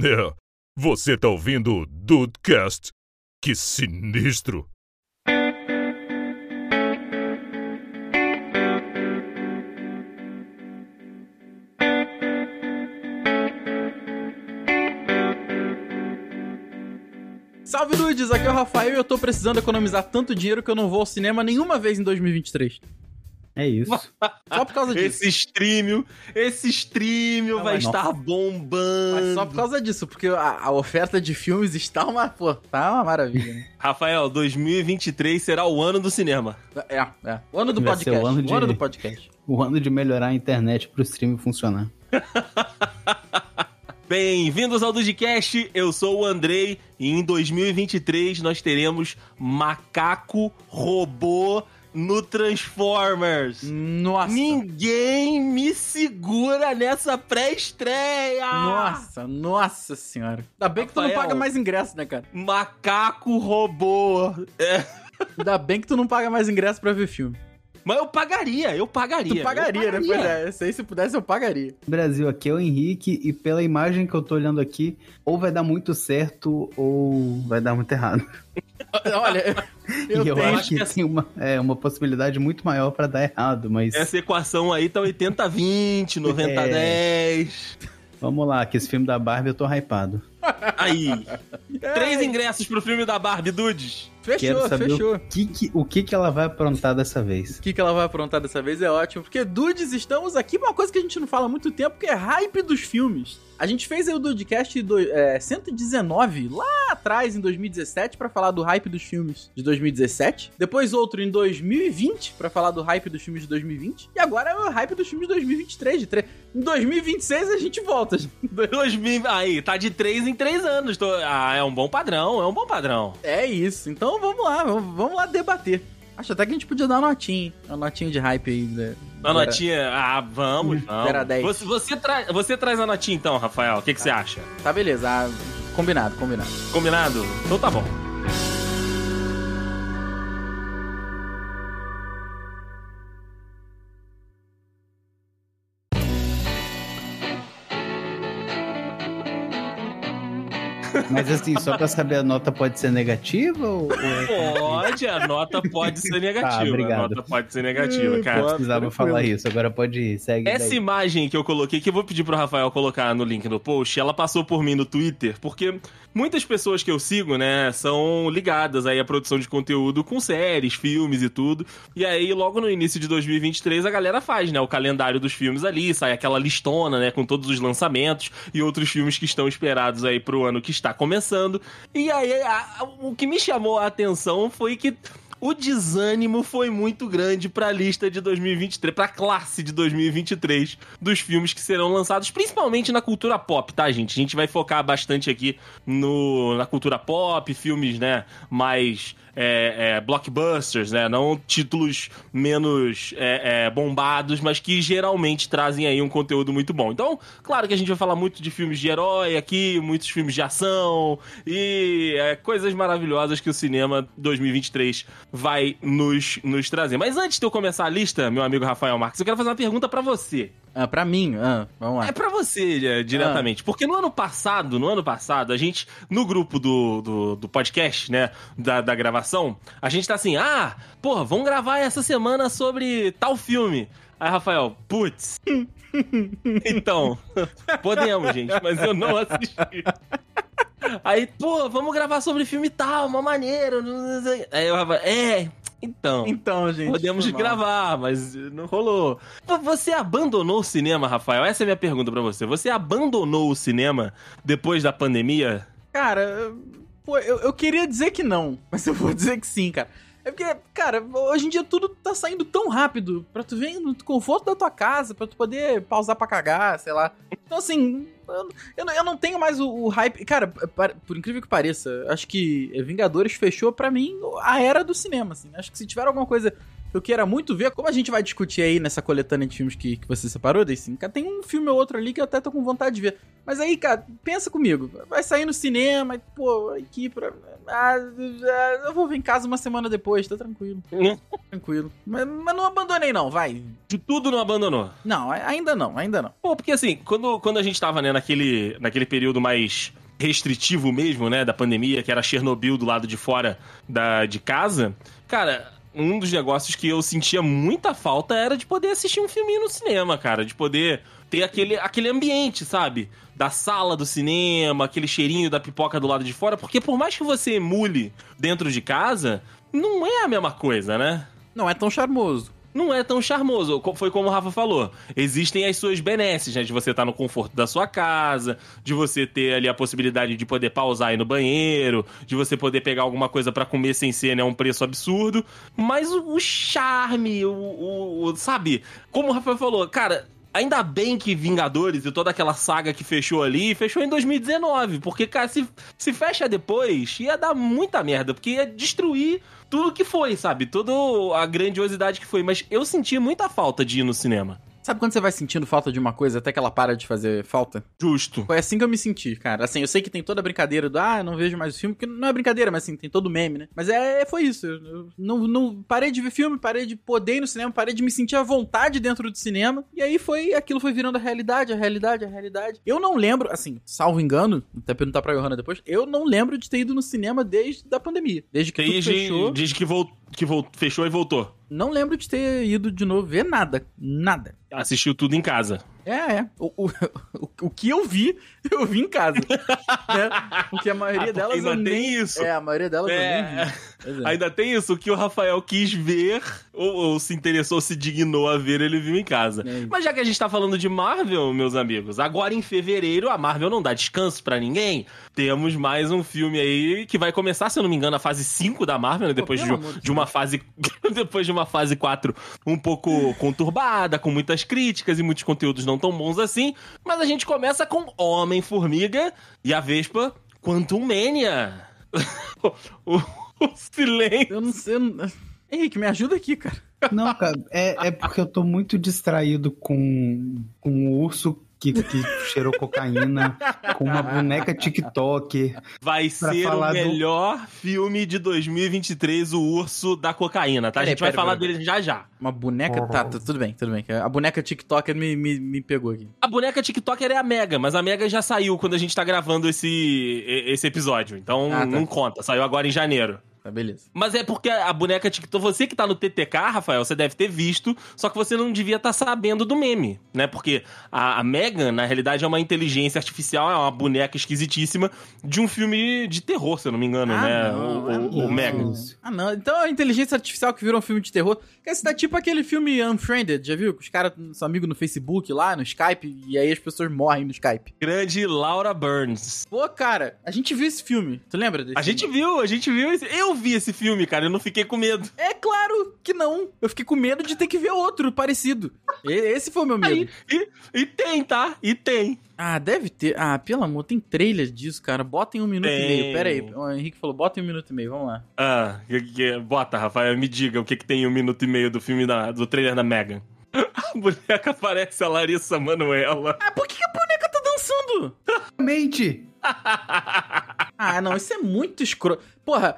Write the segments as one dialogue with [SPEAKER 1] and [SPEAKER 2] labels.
[SPEAKER 1] É, você tá ouvindo o Dudecast? Que sinistro!
[SPEAKER 2] Salve dudes, aqui é o Rafael e eu tô precisando economizar tanto dinheiro que eu não vou ao cinema nenhuma vez em 2023.
[SPEAKER 3] É isso.
[SPEAKER 2] Só por causa disso.
[SPEAKER 4] Esse streamio, esse streamio
[SPEAKER 2] Ah,
[SPEAKER 4] vai
[SPEAKER 2] mas
[SPEAKER 4] estar bombando.
[SPEAKER 2] Mas só por causa disso, porque a, a oferta de filmes está uma, pô, tá uma maravilha. né?
[SPEAKER 4] Rafael, 2023 será o ano do cinema.
[SPEAKER 2] É, é. O ano do
[SPEAKER 3] Vai ser
[SPEAKER 2] podcast.
[SPEAKER 3] o ano de-
[SPEAKER 2] o ano do podcast.
[SPEAKER 3] O ano de melhorar a internet pro stream funcionar.
[SPEAKER 4] Bem-vindos ao Dudcast, eu sou o Andrei e em 2023 nós teremos macaco robô no Transformers.
[SPEAKER 2] Nossa.
[SPEAKER 4] Ninguém me segura nessa pré-estreia!
[SPEAKER 2] Nossa, nossa senhora. Ainda bem que tu não
[SPEAKER 4] Rafael.
[SPEAKER 2] paga mais ingresso, né, cara?
[SPEAKER 4] Macaco robô! É.
[SPEAKER 2] Ainda bem que tu não paga mais ingresso pra ver filme.
[SPEAKER 4] Mas eu pagaria, eu pagaria.
[SPEAKER 2] Tu pagaria,
[SPEAKER 4] eu
[SPEAKER 2] né? Pois é, se aí se pudesse eu pagaria.
[SPEAKER 3] Brasil, aqui é o Henrique e pela imagem que eu tô olhando aqui, ou vai dar muito certo ou vai dar muito errado.
[SPEAKER 2] Olha, eu,
[SPEAKER 3] e eu
[SPEAKER 2] tenho...
[SPEAKER 3] acho que tem uma, é, uma possibilidade muito maior pra dar errado, mas
[SPEAKER 4] Essa equação aí tá 80-20,
[SPEAKER 2] É.
[SPEAKER 4] 90-10.
[SPEAKER 3] vamos lá, que esse filme da Barbie eu tô hypado.
[SPEAKER 4] Aí. Três ingressos pro filme da Barbie, dudes.
[SPEAKER 2] É, Fechou,
[SPEAKER 3] Quero saber
[SPEAKER 2] fechou.
[SPEAKER 3] O que, que- o que, que ela vai aprontar dessa vez?
[SPEAKER 2] O que, que ela vai aprontar dessa vez é ótimo, porque Dudes, estamos aqui pra uma coisa que a gente não fala há muito tempo, que é hype dos filmes. A gente fez aí o Dudecast do, é, 119 lá atrás, em 2017, pra falar do hype dos filmes de 2017. Depois outro em 2020, pra falar do hype dos filmes de 2020. E agora é o hype dos filmes de 2023. De tre... Em 2026 a gente volta. gente.
[SPEAKER 4] 2000, aí, tá de três em três anos. Tô- Ah, é um bom padrão, é um bom padrão.
[SPEAKER 2] É isso, então vamos lá, vamos, vamos lá debater. Acho até que a gente podia dar uma notinha, hein? uma notinha de hype aí. Né?
[SPEAKER 4] A notinha, ah, vamos, vamos.
[SPEAKER 2] Uhum. Zero a dez.
[SPEAKER 4] Você, você, tra- você traz a notinha então, Rafael, o que, que você acha?
[SPEAKER 2] Tá beleza, ah, combinado, combinado.
[SPEAKER 4] Combinado? Então tá bom.
[SPEAKER 3] Mas assim, só pra saber, a nota pode ser negativa ou... ou é-
[SPEAKER 4] Pode, a nota pode
[SPEAKER 2] Tá,
[SPEAKER 4] ser negativa.
[SPEAKER 3] obrigado.
[SPEAKER 4] A nota pode ser negativa, cara.
[SPEAKER 3] Eu precisava falar isso, agora pode ir, segue
[SPEAKER 4] Essa
[SPEAKER 3] daí.
[SPEAKER 4] imagem que eu coloquei, que eu vou pedir pro Rafael colocar no link no post, ela passou por mim no Twitter, porque muitas pessoas que eu sigo, né, são ligadas aí à produção de conteúdo com séries, filmes e tudo. E aí, logo no início de 2023, a galera faz, né, o calendário dos filmes ali, sai aquela listona, né, com todos os lançamentos e outros filmes que estão esperados aí pro ano que está começando. E aí, a- a- o que me chamou a atenção foi que o desânimo foi muito grande pra lista de 2023, pra classe de 2023 dos filmes que serão lançados, principalmente na cultura pop, tá, gente? A gente vai focar bastante aqui no, na cultura pop, filmes, né, mais é, é, blockbusters, né? Não títulos menos é, é, bombados, mas que geralmente trazem aí um conteúdo muito bom. Então, claro que a gente vai falar muito de filmes de herói aqui, muitos filmes de ação e é, coisas maravilhosas que o cinema 2023 vai nos, nos trazer. Mas antes de eu começar a lista, meu amigo Rafael Marques, eu quero fazer uma pergunta pra você.
[SPEAKER 2] Ah, pra mim, ah, vamos lá.
[SPEAKER 4] É pra você, é, diretamente. Porque no ano passado, no ano passado, a gente, no grupo do, do, do podcast, né, da, da gravação, a gente tá assim, ah, porra, vamos gravar essa semana sobre tal filme. Aí, Rafael, putz. então, podemos, gente, mas eu não assisti. Aí, pô, vamos gravar sobre filme tal, uma maneira. Aí eu, Rafael, é, então.
[SPEAKER 2] Então, gente.
[SPEAKER 4] Podemos
[SPEAKER 2] foi mal.
[SPEAKER 4] gravar, mas não rolou. V- Você abandonou o cinema, Rafael? Essa é a minha pergunta pra você. Você abandonou o cinema depois da pandemia?
[SPEAKER 2] Cara, eu- pô, eu, eu queria dizer que não, mas eu vou dizer que sim, cara. É porque, cara, hoje em dia tudo tá saindo tão rápido pra tu ver no conforto da tua casa, pra tu poder pausar pra cagar, sei lá. Então, assim, eu, eu não- eu não tenho mais o, o hype. Cara, pa- por incrível que pareça, acho que Vingadores fechou pra mim a era do cinema, assim. Acho que se tiver alguma coisa que eu queira muito ver. Como a gente vai discutir aí nessa coletânea de filmes que, que você separou, Deicinho, cara, tem um filme ou outro ali que eu até tô com vontade de ver. Mas aí, cara, pensa comigo. Vai sair no cinema, e, pô, aqui pra. Ah, ah, eu vou ver em casa uma semana depois, tá tranquilo. tranquilo. Mas, mas não abandonei, não, vai.
[SPEAKER 4] De tudo não abandonou.
[SPEAKER 2] Não, a- ainda não, ainda não.
[SPEAKER 4] Pô, porque assim, quando, quando a gente tava, né, naquele, naquele período mais restritivo mesmo, né, da pandemia, que era Chernobyl do lado de fora da, de casa, cara, um dos negócios que eu sentia muita falta era de poder assistir um filminho no cinema, cara, de poder ter aquele, aquele ambiente, sabe? Da sala do cinema, aquele cheirinho da pipoca do lado de fora, porque por mais que você emule dentro de casa, não é a mesma coisa, né?
[SPEAKER 2] Não é tão charmoso.
[SPEAKER 4] não é tão charmoso. Co- Foi como o Rafa falou. Existem as suas benesses, né? De você estar no conforto da sua casa, de você ter ali a possibilidade de poder pausar e ir no banheiro, de você poder pegar alguma coisa pra comer sem ser, né? Um preço absurdo. Mas o, o charme, o, o- o- Sabe? Como o Rafa falou, cara. Ainda bem que Vingadores e toda aquela saga que fechou ali, fechou em 2019. Porque, cara, se, se fecha depois, ia dar muita merda. Porque ia destruir tudo que foi, sabe? Toda a grandiosidade que foi. Mas eu senti muita falta de ir no cinema.
[SPEAKER 2] Sabe quando você vai sentindo falta de uma coisa até que ela para de fazer falta?
[SPEAKER 4] Justo.
[SPEAKER 2] Foi assim que eu me senti, cara. Assim, eu sei que tem toda a brincadeira do, ah, eu não vejo mais o filme, que não é brincadeira, mas assim, tem todo o meme, né? Mas é, foi isso. Eu- eu não, não parei de ver filme, parei de poder ir no cinema, parei de me sentir à vontade dentro do cinema. E aí foi, aquilo foi virando a realidade, a realidade, a realidade. Eu não lembro, assim, salvo engano, até perguntar pra Johanna depois, eu não lembro de ter ido no cinema desde da pandemia. Desde que tudo
[SPEAKER 4] Desde
[SPEAKER 2] fechou.
[SPEAKER 4] diz que, vol, que vol, fechou e voltou.
[SPEAKER 2] Não lembro de ter ido de novo ver nada. Nada.
[SPEAKER 4] Assistiu tudo em casa.
[SPEAKER 2] É, é. O, o, o, o que eu vi, eu vi em casa. né? Porque a maioria
[SPEAKER 4] Ah, porque
[SPEAKER 2] delas eu
[SPEAKER 4] ainda
[SPEAKER 2] nem...
[SPEAKER 4] tem isso.
[SPEAKER 2] É, a maioria delas eu nem
[SPEAKER 4] É,
[SPEAKER 2] vi. Pois é.
[SPEAKER 4] ainda tem isso que o Rafael quis ver, ou, ou se interessou, se dignou a ver, ele viu em casa.
[SPEAKER 2] É isso.
[SPEAKER 4] Mas já que a gente tá falando de Marvel, meus amigos, agora em fevereiro a Marvel não dá descanso pra ninguém. Temos mais um filme aí que vai começar, se eu não me engano, a fase 5 da Marvel, né? depois
[SPEAKER 2] pelo
[SPEAKER 4] de,
[SPEAKER 2] amor de
[SPEAKER 4] de uma fase depois de uma fase 4 um pouco conturbada, com muitas críticas e muitos conteúdos não tão bons assim, mas a gente começa com Homem-Formiga e a Vespa Quantum Mania. o, o- o silêncio.
[SPEAKER 2] Eu não sei... eu não- Henrique, me ajuda aqui, cara.
[SPEAKER 3] Não, cara, é, é porque eu tô muito distraído com, com o urso que, que cheirou cocaína, com uma boneca TikTok.
[SPEAKER 4] Vai
[SPEAKER 3] Pra
[SPEAKER 4] ser o
[SPEAKER 3] falar do-
[SPEAKER 4] melhor filme de 2023, O Urso da Cocaína, tá? a
[SPEAKER 2] Peraí,
[SPEAKER 4] gente vai
[SPEAKER 2] peraí,
[SPEAKER 4] falar
[SPEAKER 2] peraí.
[SPEAKER 4] dele já já.
[SPEAKER 2] Uma boneca... Tá, tá, tudo bem, tudo bem. A boneca TikToker me, me, me pegou aqui.
[SPEAKER 4] A boneca TikToker é a Mega, mas a Mega já saiu quando a gente tá gravando esse, e- esse episódio. Então
[SPEAKER 2] Ah, tá.
[SPEAKER 4] não conta, saiu agora em janeiro.
[SPEAKER 2] Tá, beleza.
[SPEAKER 4] Mas é porque a boneca TikTok. Você que tá no TTK, Rafael, você deve ter visto, só que você não devia estar sabendo do meme, né? Porque a, a Megan, na realidade, é uma inteligência artificial, é uma boneca esquisitíssima de um filme de terror, se eu não me engano,
[SPEAKER 2] Ah,
[SPEAKER 4] né?
[SPEAKER 2] não,
[SPEAKER 4] o o-
[SPEAKER 2] ah,
[SPEAKER 4] o
[SPEAKER 2] não.
[SPEAKER 4] Megan.
[SPEAKER 2] Ah, não. Então é a inteligência artificial que virou um filme de terror. Esse tá tipo aquele filme Unfriended, já viu? Que os caras, são amigos no Facebook lá, no Skype, e aí as pessoas morrem no Skype.
[SPEAKER 4] Grande Laura Burns.
[SPEAKER 2] Pô, cara, a gente viu esse filme. Tu lembra desse
[SPEAKER 4] A gente viu, a gente viu. esse- Eu vi esse filme, cara, eu não fiquei com medo.
[SPEAKER 2] É claro que não. Eu fiquei com medo de ter que ver outro parecido. E- Esse foi o meu medo.
[SPEAKER 4] Aí. E, e tem, tá? E tem.
[SPEAKER 2] Ah, deve ter. Ah, pelo amor, tem trailer disso, cara. Bota em um minuto e
[SPEAKER 4] Tem.
[SPEAKER 2] meio. Pera aí. O Henrique falou, bota em um minuto e meio. Vamos lá.
[SPEAKER 4] Ah, que- que- bota, Rafael, me diga o que, que tem em um minuto e meio do filme da- do trailer da Megan. A boneca parece a Larissa Manoela.
[SPEAKER 2] Ah, por que que a boneca tá dançando?
[SPEAKER 3] Mente!
[SPEAKER 2] Ah, não, isso é muito escroto. Porra.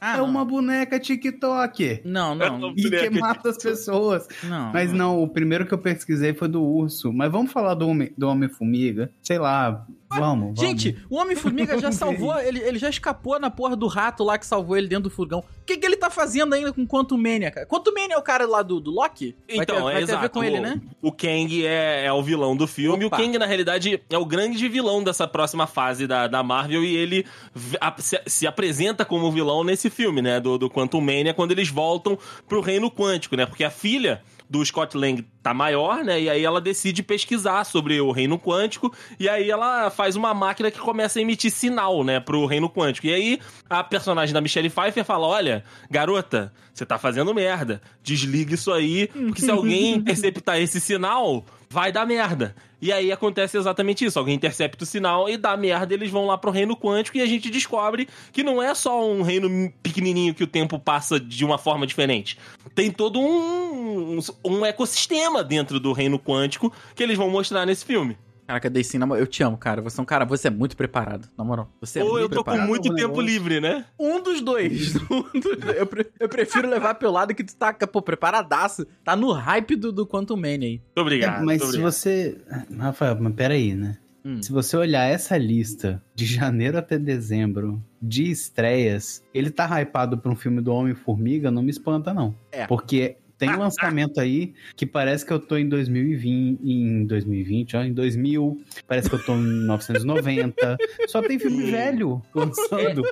[SPEAKER 2] Ah,
[SPEAKER 3] É
[SPEAKER 2] não.
[SPEAKER 3] uma boneca TikTok.
[SPEAKER 2] Não, não,
[SPEAKER 3] E que
[SPEAKER 4] Boneca
[SPEAKER 3] mata as pessoas.
[SPEAKER 2] não.
[SPEAKER 3] Mas não, o primeiro que eu pesquisei foi do urso. Mas vamos falar do homem, do homem formiga? Sei lá, vamos.
[SPEAKER 2] Gente, o Homem-Formiga já
[SPEAKER 3] Vamos ver
[SPEAKER 2] salvou, ele, ele já escapou na porra do rato lá que salvou ele dentro do furgão. O que, que ele tá fazendo ainda com Quantum Mania, cara? Quantum Mania é o cara lá do, do Loki? Vai ter-
[SPEAKER 4] Então,
[SPEAKER 2] vai
[SPEAKER 4] é
[SPEAKER 2] ter a ver
[SPEAKER 4] exato.
[SPEAKER 2] com ele, né?
[SPEAKER 4] O o Kang é, é o vilão do filme.
[SPEAKER 2] Opa.
[SPEAKER 4] O Kang, na realidade, é o grande vilão dessa próxima fase da, da Marvel e ele v- a- se, se apresenta como vilão nesse filme, né? Do, do Quantum Mania, quando eles voltam pro reino quântico, né? Porque a filha do Scott Lang tá maior, né? E aí ela decide pesquisar sobre o reino quântico e aí ela faz uma máquina que começa a emitir sinal, né, pro reino quântico. E aí a personagem da Michelle Pfeiffer fala: "Olha, garota, você tá fazendo merda. Desliga isso aí, porque se alguém interceptar esse sinal, vai dar merda". E aí acontece exatamente isso: alguém intercepta o sinal e dá merda, eles vão lá pro reino quântico e a gente descobre que não é só um reino pequenininho que o tempo passa de uma forma diferente. Tem todo um, um, um ecossistema dentro do reino quântico que eles vão mostrar nesse filme.
[SPEAKER 2] Caraca, Deicinho, na moral, eu te amo, cara. Você é um cara, você é muito preparado, na moral. Você é
[SPEAKER 4] Ou
[SPEAKER 2] muito
[SPEAKER 4] eu tô com
[SPEAKER 2] preparado.
[SPEAKER 4] muito
[SPEAKER 3] Não,
[SPEAKER 4] tempo
[SPEAKER 3] não.
[SPEAKER 4] livre, né?
[SPEAKER 2] Um dos dois. Um dos- eu, pre- eu prefiro levar pelo lado que tu tá, pô, preparadaço. Tá no hype do, do Quantum Man aí.
[SPEAKER 4] Muito obrigado.
[SPEAKER 3] É, mas
[SPEAKER 4] muito
[SPEAKER 3] se
[SPEAKER 4] obrigado.
[SPEAKER 3] você. Rafael, mas peraí, né?
[SPEAKER 2] Hum.
[SPEAKER 3] Se você olhar essa lista de janeiro até dezembro de estreias, ele tá hypado pra um filme do Homem-Formiga, não me espanta, não.
[SPEAKER 2] É.
[SPEAKER 3] Porque tem lançamento aí que parece que eu tô em 2020, em 2020, ó, em 2000, parece que eu tô em 1990. Só tem filme velho lançando.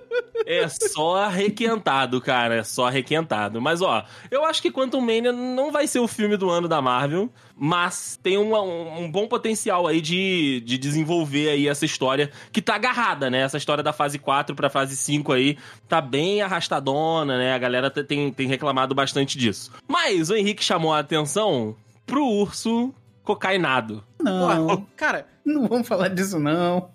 [SPEAKER 4] É só arrequentado, cara. É só arrequentado. Mas, ó, eu acho que Quantum Mania não vai ser o filme do ano da Marvel, mas tem uma- um, um bom potencial aí de, de desenvolver aí essa história que tá agarrada, né? Essa história da fase 4 pra fase 5 aí tá bem arrastadona, né? A galera te- tem, tem reclamado bastante disso. Mas o Henrique chamou a atenção pro urso cocainado.
[SPEAKER 3] Não,
[SPEAKER 2] Pô, cara,
[SPEAKER 3] não vamos falar disso, não.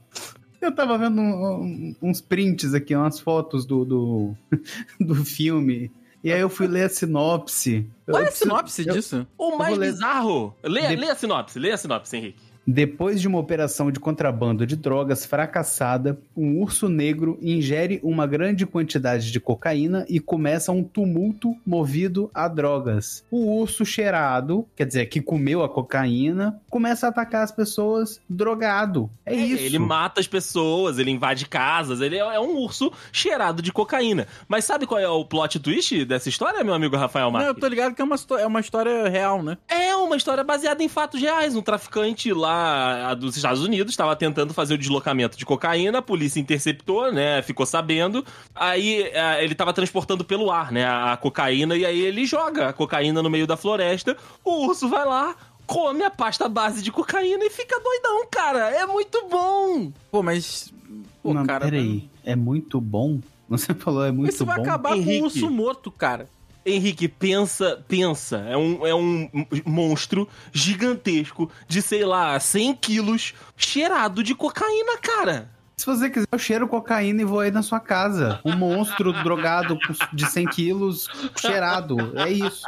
[SPEAKER 3] Eu tava vendo um- um- uns prints aqui, umas fotos do, do, do filme. E aí eu fui ler a sinopse.
[SPEAKER 2] qual é
[SPEAKER 3] Eu
[SPEAKER 2] a
[SPEAKER 3] preciso-
[SPEAKER 2] sinopse
[SPEAKER 3] eu-
[SPEAKER 2] disso?
[SPEAKER 4] O
[SPEAKER 3] vou
[SPEAKER 4] mais
[SPEAKER 3] ler-
[SPEAKER 4] bizarro. Lê,
[SPEAKER 3] De-
[SPEAKER 4] lê a sinopse, lê a sinopse, Henrique.
[SPEAKER 3] Depois de uma operação de contrabando de drogas fracassada, um urso negro ingere uma grande quantidade de cocaína e começa um tumulto movido a drogas. O urso cheirado, quer dizer, que comeu a cocaína, começa a atacar as pessoas drogado. É, isso.
[SPEAKER 4] Ele mata as pessoas, ele invade casas, ele é é um urso cheirado de cocaína. Mas sabe qual é o plot twist dessa história, meu amigo Rafael
[SPEAKER 2] Não,
[SPEAKER 4] Marques?
[SPEAKER 2] eu tô ligado que é uma, histó- é uma história real, né?
[SPEAKER 4] É uma história baseada em fatos reais. Um traficante lá ah, dos Estados Unidos estava tentando fazer o deslocamento de cocaína, a polícia interceptou, né? Ficou sabendo. Aí ah, ele estava transportando pelo ar, né? A cocaína, e aí ele joga a cocaína no meio da floresta. O urso vai lá, come a pasta base de cocaína e fica doidão, cara. É muito bom!
[SPEAKER 2] Pô, mas. Pô,
[SPEAKER 3] não,
[SPEAKER 2] cara.
[SPEAKER 3] peraí. É muito bom? Você falou, é muito
[SPEAKER 2] Isso
[SPEAKER 3] bom.
[SPEAKER 2] vai acabar com
[SPEAKER 4] Henrique.
[SPEAKER 2] o urso morto, cara.
[SPEAKER 4] Henrique, pensa, pensa. É um, é um monstro gigantesco de, sei lá, 100 quilos, cheirado de cocaína, cara.
[SPEAKER 3] Se você quiser, eu cheiro cocaína e vou aí na sua casa. Um monstro drogado com- de 100 quilos, cheirado. É isso.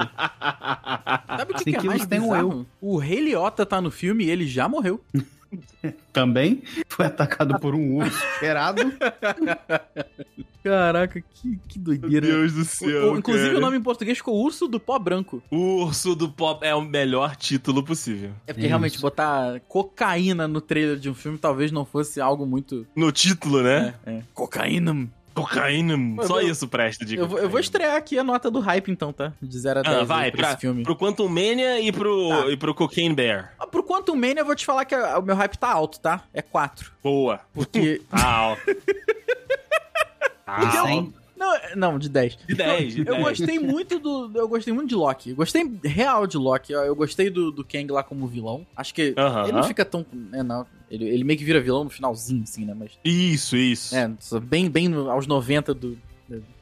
[SPEAKER 2] Sabe o que,
[SPEAKER 3] Tem
[SPEAKER 2] que é
[SPEAKER 3] que
[SPEAKER 2] mais
[SPEAKER 3] eles tenham
[SPEAKER 2] bizarro? O Rei Liotta tá no filme e ele já morreu.
[SPEAKER 3] Também foi atacado por um urso cheirado.
[SPEAKER 2] Caraca, que, que doideira.
[SPEAKER 4] do
[SPEAKER 2] O- o- inclusive, o nome em português ficou Urso do Pó Branco.
[SPEAKER 4] Urso do Pop é o melhor título possível.
[SPEAKER 2] É porque
[SPEAKER 3] Isso.
[SPEAKER 2] realmente botar cocaína no trailer de um filme talvez não fosse algo muito.
[SPEAKER 4] No título, né?
[SPEAKER 2] É. Cocaína.
[SPEAKER 4] Cocaína.
[SPEAKER 2] Eu
[SPEAKER 4] Só
[SPEAKER 2] vou-
[SPEAKER 4] isso presta de
[SPEAKER 2] Eu vou, eu vou estrear aqui a nota do hype, então, tá? De 0 a 10
[SPEAKER 4] ah,
[SPEAKER 2] aí
[SPEAKER 4] vai,
[SPEAKER 2] pra
[SPEAKER 4] pra,
[SPEAKER 2] esse filme.
[SPEAKER 4] pro Quantum Mania e pro,
[SPEAKER 2] Tá.
[SPEAKER 4] e pro Cocaine Bear.
[SPEAKER 2] Ah, Pro Quantum Mania, eu vou te falar que a- o meu hype tá alto, tá? É 4.
[SPEAKER 4] Boa.
[SPEAKER 2] Porque.
[SPEAKER 4] Ah, ó.
[SPEAKER 3] de
[SPEAKER 4] ah, ó.
[SPEAKER 3] 100.
[SPEAKER 2] não, é- não, de 10.
[SPEAKER 4] de 10, de 10.
[SPEAKER 2] Eu gostei muito do. Eu gostei muito de Loki. Gostei real de Loki. Eu eu gostei do, do Kang lá como vilão. Acho que
[SPEAKER 4] Aham.
[SPEAKER 2] ele não fica tão. É, não. Ele, ele meio que vira vilão no finalzinho, assim, né? Mas.
[SPEAKER 4] Isso, isso.
[SPEAKER 2] É, só bem, bem no- aos 90 do,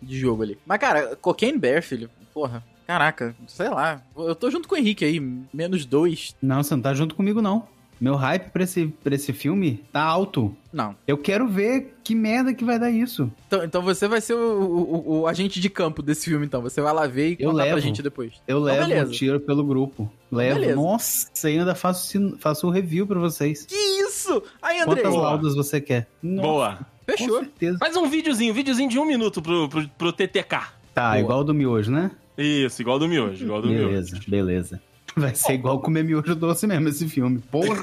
[SPEAKER 2] de jogo ali. Mas, cara, Cocaine Bear, filho, porra. Caraca, sei lá. Eu tô junto com o Henrique aí, menos dois.
[SPEAKER 3] Não, você não tá junto comigo, não. Meu hype pra esse, pra esse filme tá alto.
[SPEAKER 2] Não.
[SPEAKER 3] Eu quero ver que merda que vai dar isso.
[SPEAKER 2] Então, então você vai ser o, o- o agente de campo desse filme, então. Você vai lá ver e
[SPEAKER 3] Eu
[SPEAKER 2] contar pra
[SPEAKER 3] levo.
[SPEAKER 2] gente depois.
[SPEAKER 3] Eu levo o
[SPEAKER 2] Então, beleza.
[SPEAKER 3] tiro pelo grupo. Levo.
[SPEAKER 2] Beleza.
[SPEAKER 3] Nossa, ainda faço, sin- faço um review pra vocês.
[SPEAKER 2] Que isso? Aí, Andrei,
[SPEAKER 3] Quantas
[SPEAKER 4] Boa.
[SPEAKER 3] laudas você quer? Nossa,
[SPEAKER 4] Boa.
[SPEAKER 3] Com
[SPEAKER 2] fechou.
[SPEAKER 3] certeza.
[SPEAKER 4] Faz um videozinho, videozinho de um minuto pro, pro, pro TTK.
[SPEAKER 3] Tá,
[SPEAKER 2] Boa.
[SPEAKER 3] igual o do miojo, né?
[SPEAKER 4] Isso, igual do miojo, igual do miojo.
[SPEAKER 3] Beleza, beleza. Vai ser igual comer miojo doce mesmo esse filme. Porra!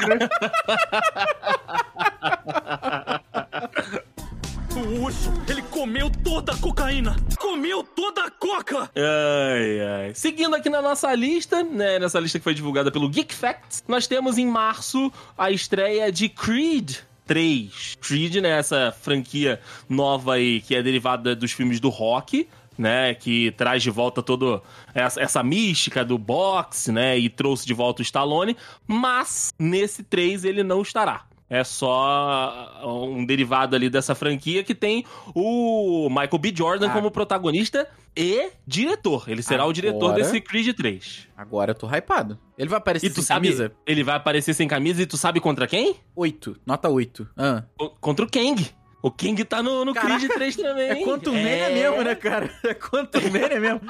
[SPEAKER 5] O urso, ele comeu toda a cocaína! Comeu toda a coca!
[SPEAKER 4] Ai, ai. Seguindo aqui na nossa lista, né, nessa lista que foi divulgada pelo Geek Facts, nós temos em março a estreia de Creed 3. Creed, né, essa franquia nova aí que é derivada dos filmes do rock. Né, que traz de volta toda essa, essa mística do boxe, né? E trouxe de volta o Stallone. Mas nesse 3 ele não estará. é só um derivado ali dessa franquia que tem o Michael B. Jordan
[SPEAKER 2] Ah.
[SPEAKER 4] como protagonista e diretor. Ele será o diretor
[SPEAKER 2] Agora-
[SPEAKER 4] desse Creed 3.
[SPEAKER 2] Agora eu tô hypado. Ele vai aparecer
[SPEAKER 4] E tu sabe,
[SPEAKER 2] camisa?
[SPEAKER 4] ele vai aparecer sem camisa e tu sabe contra quem?
[SPEAKER 2] 8, nota 8. Ah.
[SPEAKER 4] Co- Contra o Kang. O Kang tá no, no
[SPEAKER 2] Caraca,
[SPEAKER 4] Creed 3 também.
[SPEAKER 2] É quanto meia mesmo, né, cara? É quanto meia mesmo.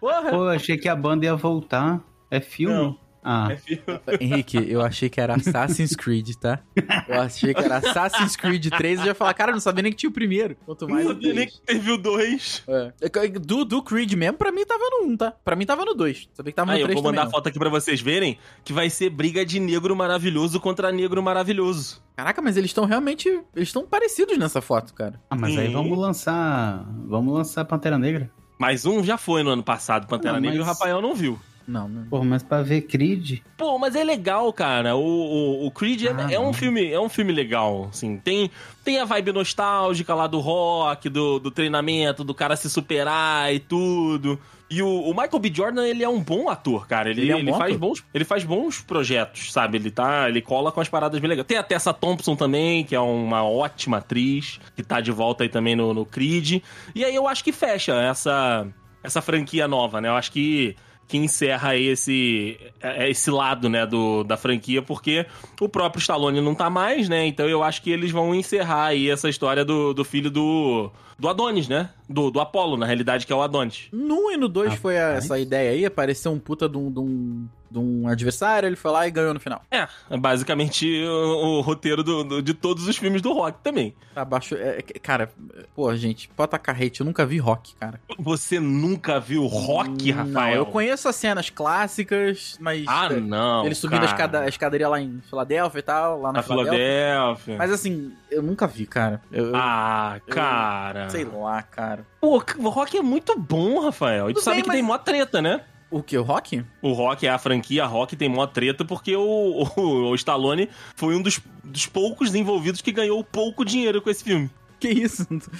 [SPEAKER 2] Porra!
[SPEAKER 3] Pô, eu achei que a banda ia voltar. É filme?
[SPEAKER 4] Não.
[SPEAKER 3] Ah,
[SPEAKER 4] É filme.
[SPEAKER 2] Henrique, eu achei que era Assassin's Creed, tá? Eu achei que era Assassin's Creed 3 e eu ia falar, cara, eu não sabia nem que tinha o primeiro. Quanto mais.
[SPEAKER 4] Não
[SPEAKER 2] o
[SPEAKER 4] sabia nem
[SPEAKER 2] três.
[SPEAKER 4] que teve o 2.
[SPEAKER 2] É. Do, do Creed mesmo, pra mim tava no 1, tá? Pra mim tava no 2. Sabia que tava
[SPEAKER 4] Aí
[SPEAKER 2] Tá no
[SPEAKER 4] eu
[SPEAKER 2] 3
[SPEAKER 4] vou mandar
[SPEAKER 2] também.
[SPEAKER 4] a foto aqui pra vocês verem que vai ser briga de negro maravilhoso contra negro maravilhoso.
[SPEAKER 2] não. Caraca, mas eles estão realmente. Eles estão parecidos nessa foto, cara.
[SPEAKER 3] Ah, mas aí
[SPEAKER 4] Sim.
[SPEAKER 3] vamos lançar. Vamos lançar Pantera Negra.
[SPEAKER 4] Mas um já foi no ano passado, Pantera
[SPEAKER 3] Não,
[SPEAKER 4] Negra, e o
[SPEAKER 3] mas-
[SPEAKER 4] Rafael não viu.
[SPEAKER 2] Não, não.
[SPEAKER 3] Pô, mas pra ver Creed.
[SPEAKER 4] Pô, mas é legal, cara. O, o, o Creed é-
[SPEAKER 3] Ah,
[SPEAKER 4] é, um
[SPEAKER 3] não.
[SPEAKER 4] filme, é um filme legal, assim. Tem, tem a vibe nostálgica lá do rock, do, do treinamento, do cara se superar e tudo. E o, o Michael B. Jordan, ele é um bom ator, cara. Ele,
[SPEAKER 2] Ele é um
[SPEAKER 4] ele
[SPEAKER 2] bom
[SPEAKER 4] faz
[SPEAKER 2] ator.
[SPEAKER 4] bons, ele faz bons projetos, sabe? Ele tá, ele cola com as paradas bem legais. Tem a Tessa Thompson também, que é uma ótima atriz, que tá de volta aí também no, no Creed. E aí eu acho que fecha essa essa franquia nova, né? Eu acho que que encerra esse é- é esse lado, né, do, da franquia, porque o próprio Stallone não tá mais, né? Então eu acho que eles vão encerrar aí essa história do, do filho do do Adonis, né? Do, do Apollo, na realidade, que é o Adonis.
[SPEAKER 2] No 1 e no 2
[SPEAKER 3] Rapaz.
[SPEAKER 2] foi a- essa ideia aí, apareceu um puta de um, de um, de um adversário, ele foi lá e ganhou no final.
[SPEAKER 4] É, é basicamente o, o roteiro do- do- de todos os filmes do Rock também.
[SPEAKER 2] Abaixo. é, é, cara, é, pô, gente, pode tacar hate, eu nunca vi rock, cara.
[SPEAKER 4] Você nunca viu Rock,
[SPEAKER 2] Não,
[SPEAKER 4] Rafael?
[SPEAKER 2] eu conheço as cenas clássicas, mas. é,
[SPEAKER 4] Ah, não.
[SPEAKER 2] Ele subindo a,
[SPEAKER 4] cara.
[SPEAKER 2] escada, a escadaria lá em Filadélfia e tal, lá na,
[SPEAKER 4] Na
[SPEAKER 2] Filadélfia.
[SPEAKER 4] Filadélfia.
[SPEAKER 2] Mas assim, eu nunca vi, cara. Eu, eu-
[SPEAKER 4] Ah, cara.
[SPEAKER 2] sei lá, cara.
[SPEAKER 4] Pô, o Rock é muito bom, Rafael. E tu
[SPEAKER 2] Tudo
[SPEAKER 4] sabe
[SPEAKER 2] bem,
[SPEAKER 4] que
[SPEAKER 2] mas-
[SPEAKER 4] tem mó treta, né?
[SPEAKER 2] O que? O rock?
[SPEAKER 4] O Rock é a franquia Rock tem mó treta porque o, o, o Stallone foi um dos, dos poucos envolvidos que ganhou pouco dinheiro com esse filme.
[SPEAKER 2] Que isso? Não tô-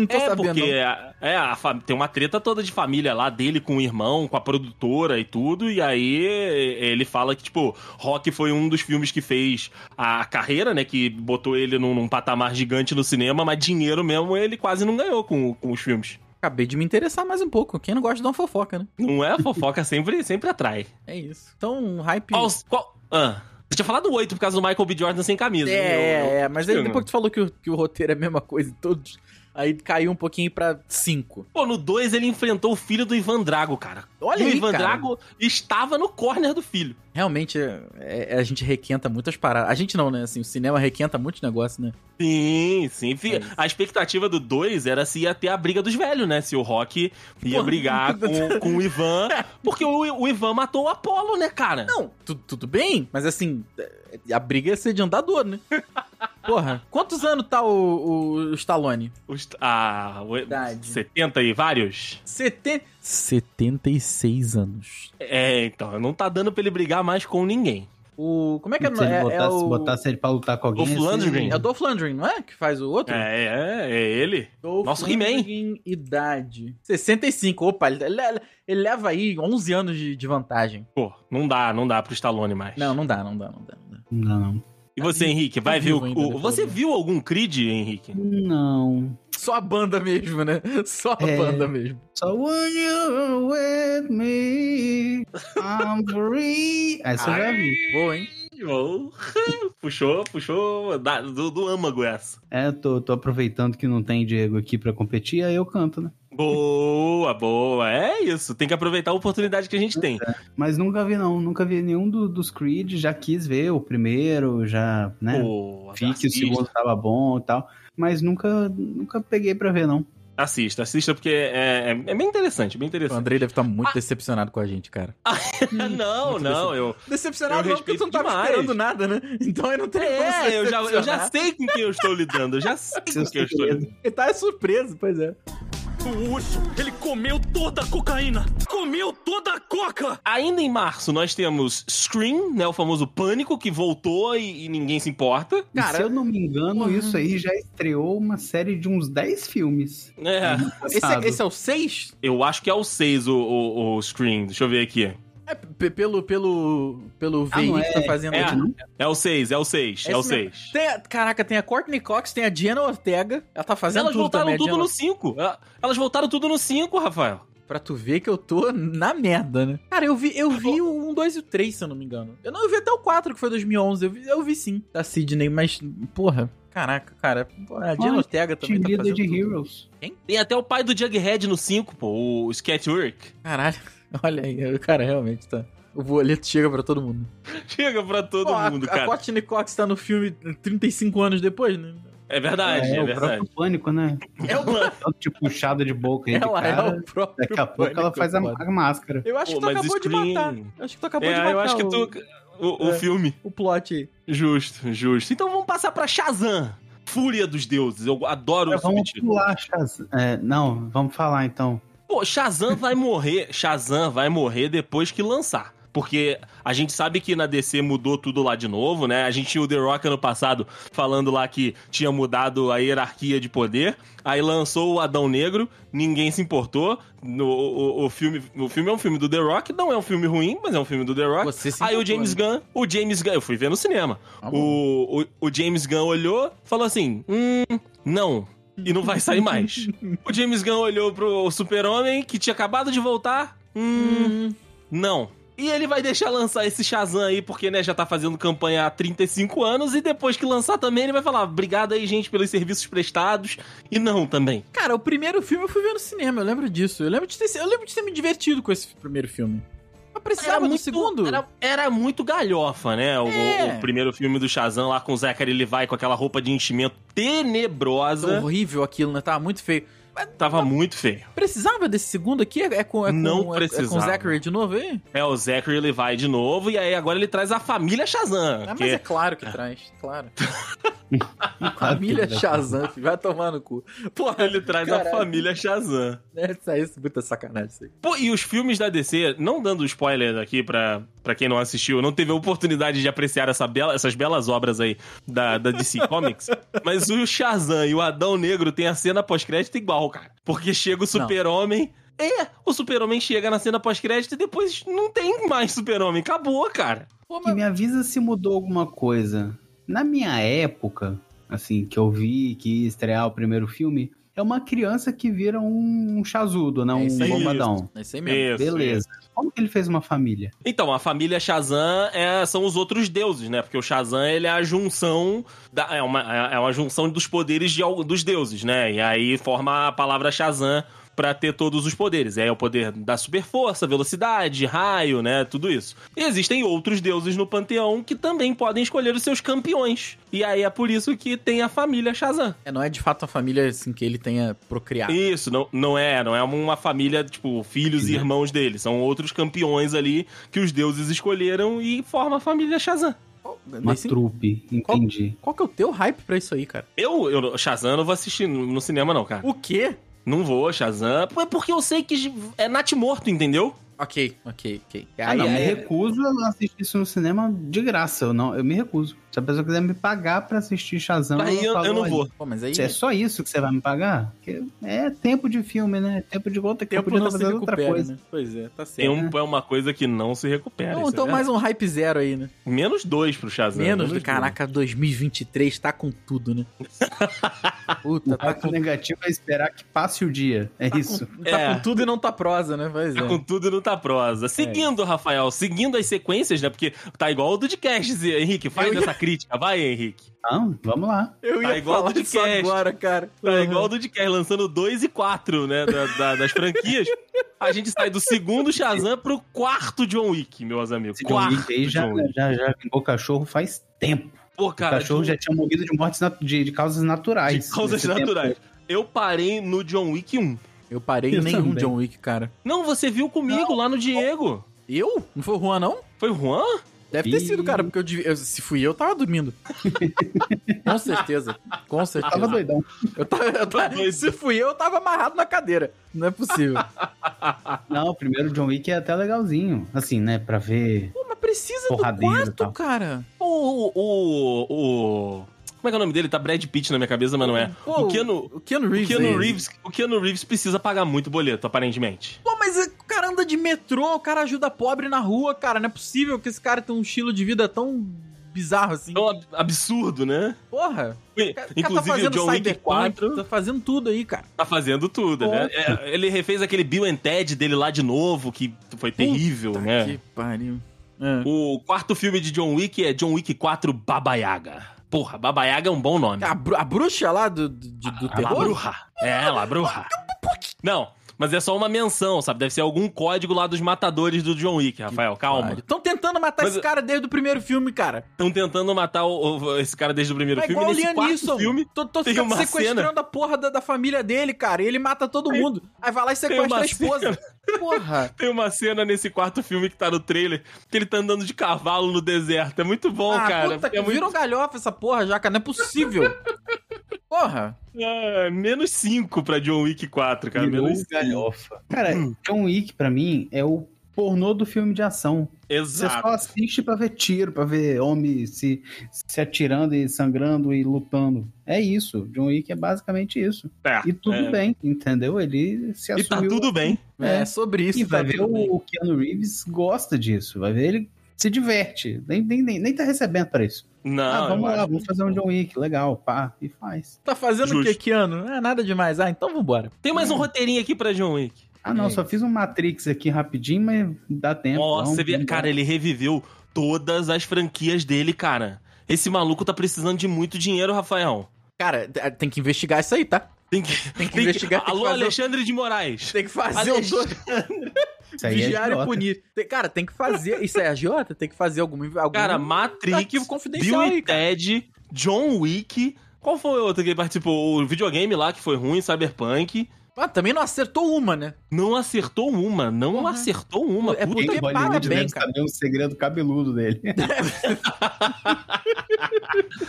[SPEAKER 2] Não tô
[SPEAKER 4] é
[SPEAKER 2] sabendo.
[SPEAKER 4] porque
[SPEAKER 2] não.
[SPEAKER 4] a- é, a fa- tem uma treta toda de família lá dele com o irmão, com a produtora e tudo, e aí ele fala que, tipo, Rock foi um dos filmes que fez a carreira, né, que botou ele num, num patamar gigante no cinema, mas dinheiro mesmo ele quase não ganhou com, com os filmes.
[SPEAKER 2] Acabei de me interessar mais um pouco. Quem não gosta de dar uma fofoca, né?
[SPEAKER 4] Não é? A fofoca sempre, sempre atrai.
[SPEAKER 2] É isso. Então, um hype.
[SPEAKER 4] Qual, qual... Ah, você tinha falado oito por causa do Michael B. Jordan sem camisa. Eu- eu-
[SPEAKER 2] É, é, é, mas aí
[SPEAKER 4] eu-
[SPEAKER 2] depois que tu falou que o, que o roteiro é a mesma coisa em todos, aí caiu um pouquinho pra 5.
[SPEAKER 4] Pô, no 2 ele enfrentou o filho do Ivan Drago, cara.
[SPEAKER 2] Olha
[SPEAKER 4] e
[SPEAKER 2] aí,
[SPEAKER 4] o Ivan
[SPEAKER 2] cara.
[SPEAKER 4] Drago estava no corner do filho.
[SPEAKER 2] Realmente, é- é- a gente requenta muitas paradas. A gente não, né? Assim, o cinema requenta muitos negócios, né?
[SPEAKER 4] Sim, sim. Fi-
[SPEAKER 2] É isso.
[SPEAKER 4] a expectativa do 2 era se ia ter a briga dos velhos, né? Se o Rock ia
[SPEAKER 2] Pô.
[SPEAKER 4] brigar com, com o Ivan. Porque o, o Ivan matou o Apollo, né, cara?
[SPEAKER 2] Não, tu- tudo bem, mas assim, é- a briga ia ser de andador, né? Porra, quantos anos tá o, o Stallone?
[SPEAKER 4] Os- ah, o-
[SPEAKER 2] Verdade.
[SPEAKER 4] 70 e vários?
[SPEAKER 2] Seten... 76 anos.
[SPEAKER 4] É, então, não tá dando pra ele brigar mais com ninguém.
[SPEAKER 2] O. Como é que é, o
[SPEAKER 3] se
[SPEAKER 2] nome?
[SPEAKER 3] ele
[SPEAKER 2] é, é
[SPEAKER 3] botasse,
[SPEAKER 2] o...
[SPEAKER 3] botasse ele pra lutar com alguém.
[SPEAKER 4] O Flandrin.
[SPEAKER 2] É o Dolph Lundgren, não é? Que faz o outro?
[SPEAKER 4] É, é, é ele.
[SPEAKER 2] Dolph
[SPEAKER 4] Nosso He-Man.
[SPEAKER 2] Lundgren, idade. 65. Opa, ele, ele- ele leva aí 11 anos de, de vantagem.
[SPEAKER 4] Pô, não dá, não dá pro Stallone mais.
[SPEAKER 2] Não, não dá, não dá, não dá. não dá.
[SPEAKER 3] Não.
[SPEAKER 4] E você,
[SPEAKER 2] Tá
[SPEAKER 4] Henrique, vai ver
[SPEAKER 2] vivo
[SPEAKER 4] o.
[SPEAKER 2] ainda,
[SPEAKER 4] o-
[SPEAKER 2] né,
[SPEAKER 4] você
[SPEAKER 2] pelo menos.
[SPEAKER 4] viu algum Creed, Henrique?
[SPEAKER 3] Não.
[SPEAKER 2] Só a banda mesmo, né? Só a
[SPEAKER 3] É.
[SPEAKER 2] banda mesmo.
[SPEAKER 3] So when you're with me, I'm free. Essa eu já vi.
[SPEAKER 2] Boa, hein?
[SPEAKER 4] Puxou, puxou. da- do, do âmago essa.
[SPEAKER 3] É, tô, tô aproveitando que não tem Diego aqui pra competir, aí eu canto, né?
[SPEAKER 4] Boa, boa. É isso. Tem que aproveitar a oportunidade que a gente
[SPEAKER 2] É,
[SPEAKER 4] tem.
[SPEAKER 3] Mas nunca vi, não. Nunca vi nenhum do- dos Creed. Já quis ver o primeiro, já, né?
[SPEAKER 4] Boa.
[SPEAKER 3] vi que o
[SPEAKER 4] assista.
[SPEAKER 3] segundo tava bom e tal. Mas nunca, nunca peguei pra ver, não.
[SPEAKER 4] Assista, assista, porque é, é, é bem interessante,
[SPEAKER 2] O
[SPEAKER 4] bem interessante.
[SPEAKER 2] Andrei deve estar muito decepcionado com a gente, cara.
[SPEAKER 4] não, não, eu.
[SPEAKER 2] Decepcionado não,
[SPEAKER 4] Eu
[SPEAKER 2] porque tu não
[SPEAKER 4] respeito
[SPEAKER 2] tava
[SPEAKER 4] demais.
[SPEAKER 2] esperando nada, né? Então aí não tem como se
[SPEAKER 4] É, eu já, eu já
[SPEAKER 2] decepcionar.
[SPEAKER 4] sei com quem eu estou lidando. Eu já sei com quem eu estou lidando.
[SPEAKER 2] Ele tá surpreso, pois é.
[SPEAKER 5] O urso, ele comeu toda a cocaína! Comeu toda a coca!
[SPEAKER 4] Ainda em março, nós temos Scream, né? O famoso Pânico, que voltou e, e ninguém se importa.
[SPEAKER 3] E
[SPEAKER 2] Cara,
[SPEAKER 3] se eu não me engano,
[SPEAKER 2] porra.
[SPEAKER 3] isso aí já estreou uma série de uns 10 filmes.
[SPEAKER 4] É,
[SPEAKER 2] Uhum. Esse é, esse é o 6?
[SPEAKER 4] eu acho que é o 6, o, o, o Scream. Deixa eu ver aqui.
[SPEAKER 2] É, pe- pelo, pelo, pelo
[SPEAKER 3] Ah,
[SPEAKER 2] VI
[SPEAKER 3] não
[SPEAKER 2] que tá fazendo
[SPEAKER 4] É,
[SPEAKER 2] aqui.
[SPEAKER 4] É o 6, é o 6, é
[SPEAKER 2] Esse
[SPEAKER 4] o
[SPEAKER 2] mesmo.
[SPEAKER 4] 6.
[SPEAKER 2] Tem a- caraca, tem a Courtney Cox, tem a Jenna Ortega. Ela tá fazendo
[SPEAKER 4] Elas
[SPEAKER 2] tudo
[SPEAKER 4] voltaram
[SPEAKER 2] também, a
[SPEAKER 4] tudo
[SPEAKER 2] Jenna-
[SPEAKER 4] no 5. Elas voltaram tudo no 5, Rafael.
[SPEAKER 2] Pra tu ver que eu tô na merda, né? Cara, eu vi, eu vi o 1, 2 e o 3, se eu não me engano. Eu não eu vi até o 4, que foi 2011. Eu vi, eu vi sim, da Sidney, mas, porra, caraca, cara. pô, A Jenna
[SPEAKER 3] Olha,
[SPEAKER 2] Ortega também
[SPEAKER 3] Team
[SPEAKER 2] tá
[SPEAKER 3] Leader
[SPEAKER 2] fazendo
[SPEAKER 3] de
[SPEAKER 2] tudo.
[SPEAKER 3] Heroes.
[SPEAKER 4] Tem até o pai do Jughead no 5, pô, o Sketchwork.
[SPEAKER 2] Caralho, olha aí, o cara realmente tá... O boleto chega pra todo mundo.
[SPEAKER 4] Chega pra todo
[SPEAKER 2] Pô, a-
[SPEAKER 4] mundo,
[SPEAKER 2] a,
[SPEAKER 4] cara.
[SPEAKER 2] Courtney Cox tá no filme 35 anos depois, né?
[SPEAKER 4] É verdade, é,
[SPEAKER 3] o
[SPEAKER 4] verdade.
[SPEAKER 3] próprio pânico, né?
[SPEAKER 2] É o...
[SPEAKER 3] Tanto de puxada de boca aí de
[SPEAKER 2] ela
[SPEAKER 3] cara.
[SPEAKER 2] é o próprio
[SPEAKER 3] Daqui a pouco ela
[SPEAKER 2] pânico,
[SPEAKER 3] faz a,
[SPEAKER 2] foda.
[SPEAKER 3] a máscara.
[SPEAKER 2] Eu acho
[SPEAKER 4] Pô,
[SPEAKER 2] que tu
[SPEAKER 4] mas
[SPEAKER 2] acabou de
[SPEAKER 4] Scream-
[SPEAKER 2] matar. Eu acho que tu acabou de
[SPEAKER 4] É,
[SPEAKER 2] matar
[SPEAKER 4] eu acho que
[SPEAKER 2] o,
[SPEAKER 4] tu. O, o
[SPEAKER 2] É.
[SPEAKER 4] filme.
[SPEAKER 2] o plot aí.
[SPEAKER 4] Justo, justo. Então vamos passar pra Shazam. Fúria dos Deuses. Eu adoro o
[SPEAKER 3] Agora É, vamos
[SPEAKER 4] subtítulo.
[SPEAKER 3] pular, Chaz. É, não, vamos falar então.
[SPEAKER 4] Pô, Shazam vai morrer. Shazam vai morrer depois que lançar. Porque a gente sabe que na DC mudou tudo lá de novo, né? A gente tinha o The Rock ano passado falando lá que tinha mudado a hierarquia de poder. Aí lançou o Adão Negro, ninguém se importou. No- o, o- o filme, o filme é um filme do The Rock, não é um filme ruim, mas é um filme do The Rock.
[SPEAKER 2] Você se
[SPEAKER 4] Aí o
[SPEAKER 2] importou,
[SPEAKER 4] James
[SPEAKER 2] né?
[SPEAKER 4] Gunn, o James Gunn, eu fui ver no cinema.
[SPEAKER 2] Tá bom.
[SPEAKER 4] O, o, o James Gunn olhou, falou assim: hum, não. E não vai sair mais. o James Gunn olhou pro Super-Homem, que tinha acabado de voltar. Hum,
[SPEAKER 2] Hum,
[SPEAKER 4] não. E ele vai deixar lançar esse Shazam aí, porque, né, já tá fazendo campanha há 35 anos. E depois que lançar também, ele vai falar: obrigado aí, gente, pelos serviços prestados. E não também.
[SPEAKER 2] Cara, o primeiro filme eu fui ver no cinema, eu lembro disso. Eu lembro de ter, eu lembro de ter me divertido com esse primeiro filme. Mas precisava do segundo?
[SPEAKER 4] Era, era muito galhofa, né? O,
[SPEAKER 2] É.
[SPEAKER 4] o primeiro filme do Shazam lá com o Zachary Levi, com aquela roupa de enchimento tenebrosa.
[SPEAKER 2] horrível aquilo, né? Tava muito feio.
[SPEAKER 4] Tava muito feio.
[SPEAKER 2] Precisava desse segundo aqui? É, é com, é com-
[SPEAKER 4] Não
[SPEAKER 2] é- é, com o
[SPEAKER 4] precisava.
[SPEAKER 2] Zachary de novo aí?
[SPEAKER 4] É, o Zachary Levi de novo, e aí agora ele traz a família Shazam.
[SPEAKER 2] Ah, mas
[SPEAKER 4] que-
[SPEAKER 2] é claro que traz, claro.
[SPEAKER 3] Claro que
[SPEAKER 2] Família
[SPEAKER 3] vai.
[SPEAKER 2] Shazam, filho, vai tomar no cu. Porra,
[SPEAKER 4] Ele traz
[SPEAKER 2] Caralho.
[SPEAKER 4] a família Shazam.
[SPEAKER 2] né? isso é isso, muita sacanagem isso aí.
[SPEAKER 4] Pô, e os filmes da DC, não dando spoiler aqui pra, pra quem não assistiu, não teve a oportunidade de apreciar essa bela- essas belas obras aí da, da DC Comics, mas o Shazam e o Adão Negro tem a cena pós-crédito igual, cara. Porque chega o super-homem... É, o super-homem chega na cena pós-crédito e depois não tem mais super-homem. Acabou, cara.
[SPEAKER 2] Pô,
[SPEAKER 3] E
[SPEAKER 2] mas
[SPEAKER 3] me avisa se mudou alguma coisa. Na minha época, assim, que eu vi que ia estrear o primeiro filme, é uma criança que vira um chazudo, né?
[SPEAKER 2] É
[SPEAKER 3] Um
[SPEAKER 2] isso aí.
[SPEAKER 3] bombadão.
[SPEAKER 2] é isso aí mesmo.
[SPEAKER 3] Beleza. Como que ele fez uma família?
[SPEAKER 4] Então, a família Shazam é- são os outros deuses, né? Porque o Shazam, ele é a junção... da- é, uma, é uma junção dos poderes de, al- dos deuses, né? E aí forma a palavra Shazam pra ter todos os poderes. É o poder da superforça, velocidade, raio, né? Tudo isso. E existem outros deuses no panteão que também podem escolher os seus campeões. E aí é por isso que tem a família Shazam.
[SPEAKER 2] É, não é de fato a família assim que ele tenha procriado.
[SPEAKER 4] Isso, não, não é, não é uma família, tipo, filhos e irmãos dele. São outros campeões ali que os deuses escolheram e forma a família Shazam.
[SPEAKER 2] Qual,
[SPEAKER 3] Uma
[SPEAKER 2] desse-
[SPEAKER 3] trupe,
[SPEAKER 2] Qual-
[SPEAKER 3] entendi.
[SPEAKER 2] qual que é o teu hype pra isso aí, cara?
[SPEAKER 4] Eu, eu Shazam, não vou assistir no no cinema, não, cara.
[SPEAKER 2] O quê?
[SPEAKER 4] Não vou, Shazam. É porque eu sei que é Nath morto, entendeu?
[SPEAKER 2] Ok, ok, ok.
[SPEAKER 3] Ah, não,
[SPEAKER 2] é-
[SPEAKER 3] me recuso a assistir isso no cinema de graça. Eu, não, eu me recuso. Se a pessoa quiser me pagar pra assistir Shazam,
[SPEAKER 4] Aí eu,
[SPEAKER 3] falo,
[SPEAKER 4] eu não
[SPEAKER 3] "Olha,
[SPEAKER 4] vou.
[SPEAKER 2] Pô, mas aí né?
[SPEAKER 3] É só isso que você vai me pagar? Porque é tempo de filme, né? É Tempo de volta que eu
[SPEAKER 2] tempo
[SPEAKER 3] podia
[SPEAKER 2] não
[SPEAKER 3] estar
[SPEAKER 2] se
[SPEAKER 3] fazendo outra
[SPEAKER 2] recupera,
[SPEAKER 3] coisa.
[SPEAKER 2] né? Pois é, tá certo.
[SPEAKER 3] um
[SPEAKER 4] Tempo é uma coisa que não se recupera.
[SPEAKER 2] Então,
[SPEAKER 4] isso é
[SPEAKER 2] então
[SPEAKER 4] verdade.
[SPEAKER 2] mais um hype zero aí, né?
[SPEAKER 4] Menos dois pro Shazam.
[SPEAKER 2] Menos do
[SPEAKER 4] dois.
[SPEAKER 2] caraca, 2023 tá com tudo, né?
[SPEAKER 3] O
[SPEAKER 2] Puta, tá
[SPEAKER 3] impacto
[SPEAKER 2] com,
[SPEAKER 3] negativo é esperar que passe o dia. É isso.
[SPEAKER 2] tá
[SPEAKER 4] É.
[SPEAKER 2] com tudo e não tá prosa, né? Pois
[SPEAKER 4] Tá com
[SPEAKER 2] é.
[SPEAKER 4] tudo e não tá prosa. Seguindo, Rafael, seguindo as sequências, né? Porque tá igual o do de Henrique. Faz
[SPEAKER 2] Eu ia-
[SPEAKER 4] essa crítica, vai, Henrique.
[SPEAKER 3] Então, vamos lá.
[SPEAKER 2] Eu
[SPEAKER 4] tá
[SPEAKER 2] ia
[SPEAKER 4] igual
[SPEAKER 2] falar
[SPEAKER 4] podcast.
[SPEAKER 2] disso agora, cara.
[SPEAKER 4] Tá igual o Dudcast, lançando 2 e 4, né? da- da- das franquias. A gente sai do segundo Shazam pro quarto John Wick, meus amigos.
[SPEAKER 3] Esse John
[SPEAKER 4] quarto
[SPEAKER 3] Wick aí já,
[SPEAKER 4] John Wick.
[SPEAKER 3] já, já vingou cachorro faz tempo.
[SPEAKER 4] Pô, cara,
[SPEAKER 3] o cachorro
[SPEAKER 4] de,
[SPEAKER 3] já tinha morrido de mortes nat- de, de causas naturais.
[SPEAKER 4] de causas
[SPEAKER 3] nesse tempo.
[SPEAKER 4] naturais. Eu parei no John Wick 1.
[SPEAKER 2] Uhum. Eu parei em
[SPEAKER 3] Eu
[SPEAKER 2] nenhum
[SPEAKER 3] também.
[SPEAKER 2] John Wick, cara.
[SPEAKER 4] Não, você viu comigo lá no Diego.
[SPEAKER 2] Eu? Não foi o Juan, não?
[SPEAKER 4] Foi o Juan?
[SPEAKER 2] Deve ter
[SPEAKER 3] Ih.
[SPEAKER 2] sido, cara, porque eu, devia- eu- se fui eu, eu tava dormindo. com certeza, com certeza.
[SPEAKER 3] Tava doidão.
[SPEAKER 2] Eu tava, eu tava-
[SPEAKER 4] Tô doido.
[SPEAKER 2] se fui eu, eu tava amarrado na cadeira. Não é possível.
[SPEAKER 3] Não, o primeiro John Wick é até legalzinho. Assim, né? Pra ver.
[SPEAKER 2] Pô, mas precisa
[SPEAKER 3] Porradeiro e
[SPEAKER 2] do quarto,
[SPEAKER 3] tal.
[SPEAKER 2] cara.
[SPEAKER 4] O, o, o, o- Como é que é o nome dele? Tá Brad Pitt na minha cabeça, mas não é.
[SPEAKER 2] Pô,
[SPEAKER 4] o Keanu...
[SPEAKER 2] O Keanu
[SPEAKER 4] O
[SPEAKER 2] Reeves.
[SPEAKER 4] Keanu,
[SPEAKER 2] aí.
[SPEAKER 4] Reeves, o Keanu Reeves precisa pagar muito boleto, aparentemente.
[SPEAKER 2] Pô, mas o cara anda anda de metrô, o cara ajuda pobre na rua, cara. Não é possível que esse cara tenha um estilo de vida tão bizarro assim.
[SPEAKER 4] Tão É um ab- absurdo, né?
[SPEAKER 2] Porra. O cara
[SPEAKER 4] Inclusive,
[SPEAKER 2] tá
[SPEAKER 4] o
[SPEAKER 2] fazendo
[SPEAKER 4] John Wick
[SPEAKER 2] Cyberpunk,
[SPEAKER 4] 4
[SPEAKER 2] Tá fazendo tudo aí, cara.
[SPEAKER 4] tá fazendo tudo, né? É, Ele refez aquele Bill and Ted dele lá de novo, que foi terrível, né?
[SPEAKER 2] Tá Que pariu. É.
[SPEAKER 4] O quarto filme de John Wick é John Wick 4 Baba Yaga. Porra, Baba Yaga é um bom nome.
[SPEAKER 2] A, bru- a bruxa lá do, do, do
[SPEAKER 4] A
[SPEAKER 2] terror?
[SPEAKER 4] Labruja. É, Labruja. Não, mas é só uma menção, sabe? Deve ser algum código lá dos matadores do John Wick, Rafael. Calma.
[SPEAKER 2] Estão tentando matar
[SPEAKER 4] Mas-
[SPEAKER 2] esse cara desde o primeiro filme, cara.
[SPEAKER 4] Estão tentando matar o- o- esse cara desde o primeiro
[SPEAKER 2] É
[SPEAKER 4] filme.
[SPEAKER 2] igual o
[SPEAKER 4] Nesse
[SPEAKER 2] Liam
[SPEAKER 4] quarto
[SPEAKER 2] Neeson.
[SPEAKER 4] filme,
[SPEAKER 2] tô tô
[SPEAKER 4] tem
[SPEAKER 2] fica-
[SPEAKER 4] uma
[SPEAKER 2] sequestrando a porra da, da família dele, cara. E ele mata todo mundo. Aí vai lá e sequestra
[SPEAKER 4] uma
[SPEAKER 2] a esposa. Porra.
[SPEAKER 4] tem uma cena nesse quarto filme que tá no trailer que ele tá andando de cavalo no deserto. É muito bom,
[SPEAKER 2] ah,
[SPEAKER 4] cara.
[SPEAKER 2] puta que
[SPEAKER 4] é muito...
[SPEAKER 2] viram galhofa essa porra já, cara. Não é possível. porra.
[SPEAKER 4] Ah, menos 5 pra John Wick 4, cara. Hum.
[SPEAKER 3] Virou
[SPEAKER 4] Menos 5.
[SPEAKER 3] galhofa. Cara, John Wick, pra mim, é o pornô do filme de ação. Você
[SPEAKER 4] Exato.
[SPEAKER 3] só assiste pra ver tiro, pra ver homem se, se atirando e sangrando e lutando. É isso. John Wick é basicamente isso.
[SPEAKER 4] Tá,
[SPEAKER 3] E tudo
[SPEAKER 4] é.
[SPEAKER 3] bem, entendeu? Ele se
[SPEAKER 4] E
[SPEAKER 3] assumiu.
[SPEAKER 4] tá tudo né, bem.
[SPEAKER 2] É,
[SPEAKER 3] É.
[SPEAKER 2] sobre isso.
[SPEAKER 3] E vai
[SPEAKER 2] tá
[SPEAKER 3] ver
[SPEAKER 2] tudo bem.
[SPEAKER 3] o, o Keanu Reeves gosta disso. Vai ver ele se diverte. Nem, nem, nem, nem tá recebendo pra isso.
[SPEAKER 4] Não,
[SPEAKER 3] ah, vamos
[SPEAKER 4] eu
[SPEAKER 3] lá,
[SPEAKER 4] acho-
[SPEAKER 3] vamos fazer um John Wick. Legal, pá. E faz.
[SPEAKER 2] Tá fazendo o que,
[SPEAKER 4] Justo.
[SPEAKER 2] Keanu? É nada demais. Ah, então vambora.
[SPEAKER 4] Tem mais um roteirinho aqui pra John Wick.
[SPEAKER 3] Ah, não,
[SPEAKER 2] É
[SPEAKER 3] só fiz um Matrix aqui rapidinho, mas dá tempo.
[SPEAKER 4] Nossa,
[SPEAKER 3] não,
[SPEAKER 4] você vê-
[SPEAKER 3] não dá.
[SPEAKER 4] cara, ele reviveu todas as franquias dele, cara. Esse maluco tá precisando de muito dinheiro, Rafael.
[SPEAKER 2] Cara, t- tem que investigar isso aí, tá?
[SPEAKER 4] Tem que,
[SPEAKER 2] Tem que investigar. Tem
[SPEAKER 4] Alô,
[SPEAKER 2] que fazer,
[SPEAKER 4] Alexandre de Moraes.
[SPEAKER 2] Tem que fazer um dois.
[SPEAKER 3] Isso aí é
[SPEAKER 2] Vigiar e
[SPEAKER 3] idiota.
[SPEAKER 2] punir. Tem- cara, tem que fazer. Isso é agiota? Tem que fazer alguma. alguma
[SPEAKER 4] Cara,
[SPEAKER 2] arquivo
[SPEAKER 4] Matrix,
[SPEAKER 2] confidencial
[SPEAKER 4] Bill
[SPEAKER 2] aí,
[SPEAKER 4] e
[SPEAKER 2] cara.
[SPEAKER 4] Ted, John Wick. Qual foi o outro que ele participou? O videogame lá que foi ruim, Cyberpunk.
[SPEAKER 2] Ah, também não acertou uma, né?
[SPEAKER 4] Não acertou uma, não acertou uma.
[SPEAKER 2] É
[SPEAKER 4] puta.
[SPEAKER 2] porque-
[SPEAKER 3] Quem Bollywood
[SPEAKER 2] parabéns,
[SPEAKER 3] deve
[SPEAKER 2] cara.
[SPEAKER 3] saber o segredo cabeludo dele.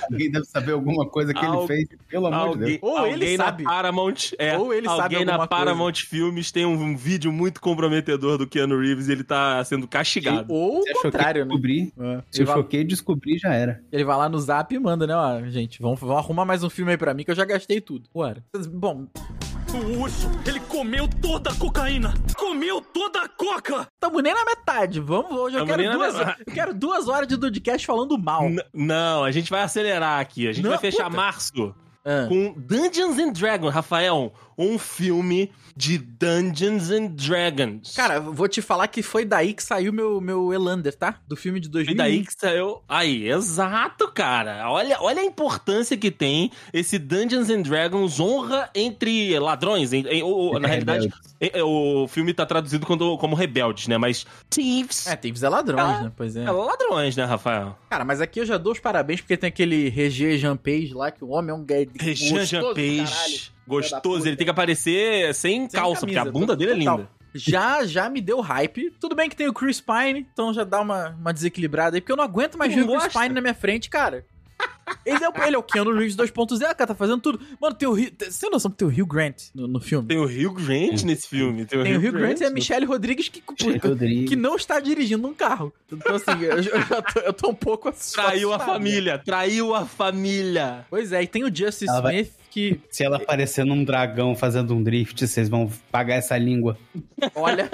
[SPEAKER 3] Alguém deve saber alguma coisa que
[SPEAKER 4] Algu-
[SPEAKER 3] ele fez, pelo amor de Deus.
[SPEAKER 4] Alguém,
[SPEAKER 2] Ou ele
[SPEAKER 4] alguém na
[SPEAKER 2] sabe.
[SPEAKER 4] Paramount, é,
[SPEAKER 2] Ou ele sabe
[SPEAKER 4] alguém
[SPEAKER 2] alguma coisa.
[SPEAKER 4] na Paramount Filmes tem um, um vídeo muito comprometedor do Keanu Reeves e ele tá sendo castigado.
[SPEAKER 2] Ou
[SPEAKER 3] Se
[SPEAKER 2] o
[SPEAKER 3] eu
[SPEAKER 2] contrário, né?
[SPEAKER 3] descobrir,
[SPEAKER 2] É. Ele
[SPEAKER 3] se eu
[SPEAKER 2] vai,
[SPEAKER 3] choquei descobrir, já era.
[SPEAKER 2] ele vai lá no zap e manda, né? Ó, gente, vamos, vamos arrumar mais um filme aí pra mim que eu já gastei tudo. Ué. Bom,
[SPEAKER 5] O urso, ele comeu toda a cocaína! Comeu toda a coca!
[SPEAKER 2] estamos nem na metade. Vamos, hoje eu
[SPEAKER 4] Tamo nem
[SPEAKER 2] quero,
[SPEAKER 4] na
[SPEAKER 2] duas,
[SPEAKER 4] metade.
[SPEAKER 2] eu quero duas horas de podcast falando mal.
[SPEAKER 4] N- Não, a gente vai acelerar aqui. A gente
[SPEAKER 2] Não,
[SPEAKER 4] vai fechar
[SPEAKER 2] puta.
[SPEAKER 4] março
[SPEAKER 2] Ah.
[SPEAKER 4] com Dungeons and Dragons, Rafael. Um filme de Dungeons and Dragons.
[SPEAKER 2] Cara, vou te falar que foi daí que saiu meu, meu Elander, tá? Do filme de
[SPEAKER 4] E
[SPEAKER 2] 2000.
[SPEAKER 4] daí que saiu. Aí, exato, cara. Olha, olha a importância que tem esse Dungeons and Dragons honra entre ladrões. em- em- ou-
[SPEAKER 3] é
[SPEAKER 4] ou, na realidade, em- o filme tá traduzido quando- como rebeldes, né? Mas thieves
[SPEAKER 2] É, tem Zé Ladrões,
[SPEAKER 4] Ah.
[SPEAKER 2] né? Pois é.
[SPEAKER 4] é ladrões, né, Rafael?
[SPEAKER 2] Cara, mas aqui eu já dou os parabéns porque tem aquele Regier Jean Page lá, que o homem é um gay.
[SPEAKER 4] Rejan
[SPEAKER 2] gostoso, caralho.
[SPEAKER 4] Jampês. Gostoso.
[SPEAKER 2] puta.
[SPEAKER 4] Ele tem que aparecer sem,
[SPEAKER 2] camisa,
[SPEAKER 4] calça, porque a bunda
[SPEAKER 2] to-
[SPEAKER 4] dele é
[SPEAKER 2] total.
[SPEAKER 4] linda.
[SPEAKER 2] Já, já me deu hype. Tudo bem que tem o Chris Pine, então já dá uma, uma desequilibrada aí, porque eu não aguento mais
[SPEAKER 4] Tu
[SPEAKER 2] ver
[SPEAKER 4] não
[SPEAKER 2] o Chris
[SPEAKER 4] gosta?
[SPEAKER 2] Pine na minha frente, cara. Ele é, o- ele é o Keanu Reeves 2.0, cara, tá fazendo tudo. Mano, tem o Rio. Você tem noção que tem o Rio Grant no, no filme?
[SPEAKER 4] Tem o Rio Grande nesse filme. Tem o,
[SPEAKER 2] Tem o Rio Grant e a
[SPEAKER 4] no-
[SPEAKER 2] Michelle Rodrigues que,
[SPEAKER 3] Rodrigo.
[SPEAKER 2] que não está dirigindo um carro. Então, assim, eu, eu já tô, eu tô um pouco assustado.
[SPEAKER 4] Traiu a família, traiu a família.
[SPEAKER 2] Pois é, e tem o Justice
[SPEAKER 3] Ela vai-
[SPEAKER 2] Smith que,
[SPEAKER 3] Se ela aparecer num dragão fazendo um drift, vocês vão pagar essa língua.
[SPEAKER 2] olha.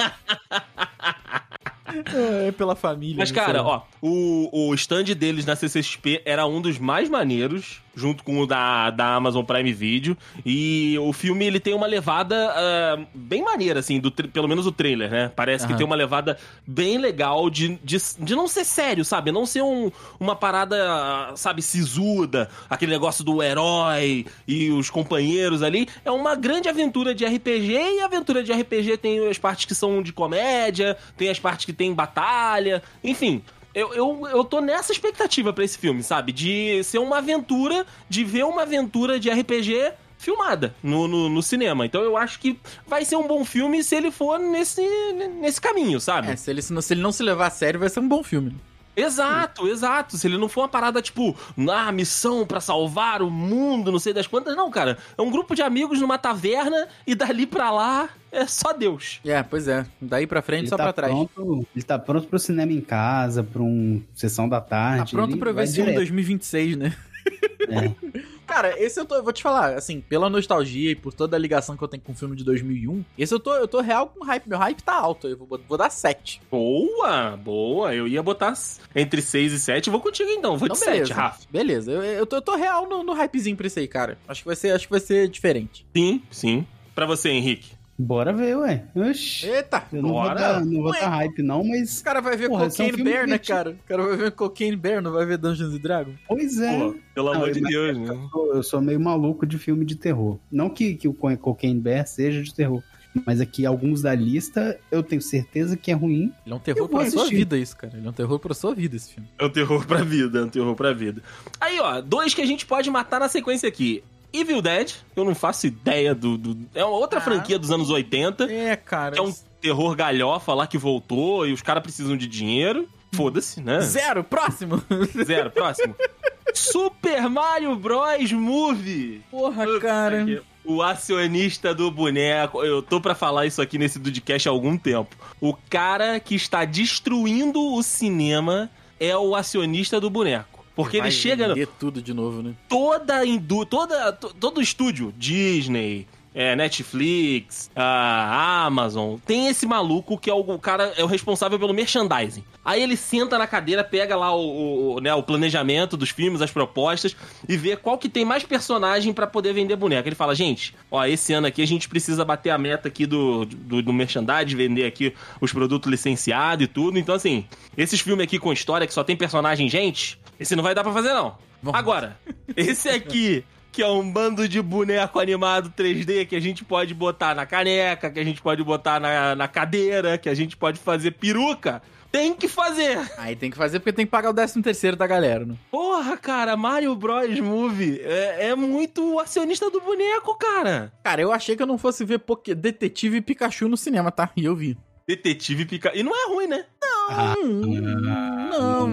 [SPEAKER 2] é, pela família.
[SPEAKER 4] Mas,
[SPEAKER 2] né,
[SPEAKER 4] cara,
[SPEAKER 2] sei lá.
[SPEAKER 4] ó, o, o stand deles na CCXP era um dos mais maneiros, junto com o da, da Amazon Prime Video. E o filme, ele tem uma levada ah, bem maneira, assim, do, tra- pelo menos o trailer, né? Parece que
[SPEAKER 2] Aham.
[SPEAKER 4] tem uma levada bem legal de, de, de não ser sério, sabe? Não ser um, uma parada, sabe, sisuda, aquele negócio do herói e os companheiros ali. É uma grande aventura de RPG e a aventura de RPG tem as partes que são de comédia, tem as partes que tem batalha, enfim. Eu, eu, eu tô nessa expectativa pra esse filme, sabe? De ser uma aventura, de ver uma aventura de RPG filmada no, no, no cinema. Então eu acho que vai ser um bom filme se ele for nesse, nesse caminho, sabe?
[SPEAKER 2] É, se ele, se, não, se ele não se levar a sério, vai ser um bom filme.
[SPEAKER 4] Exato, exato. Se ele não for uma parada tipo, ah, missão pra salvar o mundo, não sei das quantas. Não, cara. É um grupo de amigos numa taverna e dali pra lá é só Deus.
[SPEAKER 2] É, pois é. Daí pra frente, só pra trás.
[SPEAKER 3] tá Pronto, ele tá pronto pro cinema em casa, pra um sessão da
[SPEAKER 2] Tá
[SPEAKER 3] tarde.
[SPEAKER 2] pronto
[SPEAKER 3] ele
[SPEAKER 2] pra eu ver
[SPEAKER 3] vai É.
[SPEAKER 2] esse filme em
[SPEAKER 3] direto.
[SPEAKER 2] 2026, né? Cara, esse eu tô. Eu vou te falar, assim, pela nostalgia e por toda a ligação que eu tenho com o filme de 2001, esse eu tô, eu tô real com hype. Meu hype tá alto. Eu vou, vou dar 7.
[SPEAKER 4] Boa, boa. Eu ia botar s- entre 6 e 7. Vou contigo então, vou de 7, Rafa.
[SPEAKER 2] Beleza, eu, eu, tô, eu tô real no, no hypezinho pra isso aí, cara. Acho que vai ser, acho que vai ser diferente.
[SPEAKER 4] Sim, sim. Pra você, Henrique.
[SPEAKER 3] Bora ver, ué. Oxi.
[SPEAKER 2] Eita!
[SPEAKER 3] Eu não vou,
[SPEAKER 4] bora.
[SPEAKER 3] dar, não vou
[SPEAKER 2] Ué.
[SPEAKER 3] dar hype, não, mas.
[SPEAKER 2] Esse cara vai ver
[SPEAKER 3] Porra, esse é um
[SPEAKER 2] Cocaine
[SPEAKER 3] filme
[SPEAKER 2] Bear, né,
[SPEAKER 3] divertido.
[SPEAKER 2] cara? O cara vai ver Cocaine Bear, não vai ver Dungeons Dragons?
[SPEAKER 3] Pois é.
[SPEAKER 4] Pô, pelo
[SPEAKER 3] Não,
[SPEAKER 4] amor
[SPEAKER 3] eu-
[SPEAKER 4] de Deus, né?
[SPEAKER 3] Eu- Eu sou meio maluco de filme de terror. Não que, que o Co- Cocaine Bear seja de terror, mas aqui alguns da lista eu tenho certeza que é ruim.
[SPEAKER 2] Ele é um
[SPEAKER 3] Eu
[SPEAKER 2] terror
[SPEAKER 3] vou
[SPEAKER 2] pra sua
[SPEAKER 3] assistir.
[SPEAKER 2] vida, isso, cara. Ele é um terror pra sua vida, esse filme.
[SPEAKER 4] É um terror pra vida, é um terror pra vida. Aí, ó, dois que a gente pode matar na sequência aqui. Evil Dead, eu não faço ideia do. do- é uma outra
[SPEAKER 2] Ah.
[SPEAKER 4] franquia dos anos 80.
[SPEAKER 2] É, cara.
[SPEAKER 4] É um terror galhofa lá que voltou e os caras precisam de dinheiro. Foda-se, né?
[SPEAKER 2] Zero, próximo!
[SPEAKER 4] Zero, próximo. Super Mario Bros. Movie.
[SPEAKER 2] Porra,
[SPEAKER 4] Puta
[SPEAKER 2] Ah, cara.
[SPEAKER 4] que- O acionista do boneco. Eu tô pra falar isso aqui nesse Dudcast há algum tempo. O cara que está destruindo o cinema é o acionista do boneco. Porque ele
[SPEAKER 2] Vai
[SPEAKER 4] chega. no-
[SPEAKER 2] vender tudo de novo, né?
[SPEAKER 4] toda a indú toda to- todo estúdio Disney é, Netflix, a Amazon, tem esse maluco que é o, o cara é o responsável pelo merchandising. Aí ele senta na cadeira, pega lá o, o- o, né, o planejamento dos filmes, as propostas e vê qual que tem mais personagem pra poder vender boneca. Ele fala, gente, ó, esse ano aqui a gente precisa bater a meta aqui do, do, do merchandising, vender aqui os produtos licenciados e tudo. Então assim, esses filmes aqui com história que só tem personagem gente, esse não vai dar pra fazer não.
[SPEAKER 2] Bom.
[SPEAKER 4] Agora, esse aqui, que é um bando de boneco animado 3D que a gente pode botar na caneca, que a gente pode botar na, na cadeira, que a gente pode fazer peruca, tem que fazer!
[SPEAKER 2] Aí tem que fazer porque tem que pagar o 13 terceiro da galera, né?
[SPEAKER 4] Porra, cara, Mario Bros. Movie é, é muito o acionista do boneco, cara.
[SPEAKER 2] Cara, eu achei que eu não fosse ver Poké- Detetive Pikachu no cinema, tá? E eu vi.
[SPEAKER 4] Detetive Pica. E não é ruim, né?
[SPEAKER 3] Ah,
[SPEAKER 2] Hum, não.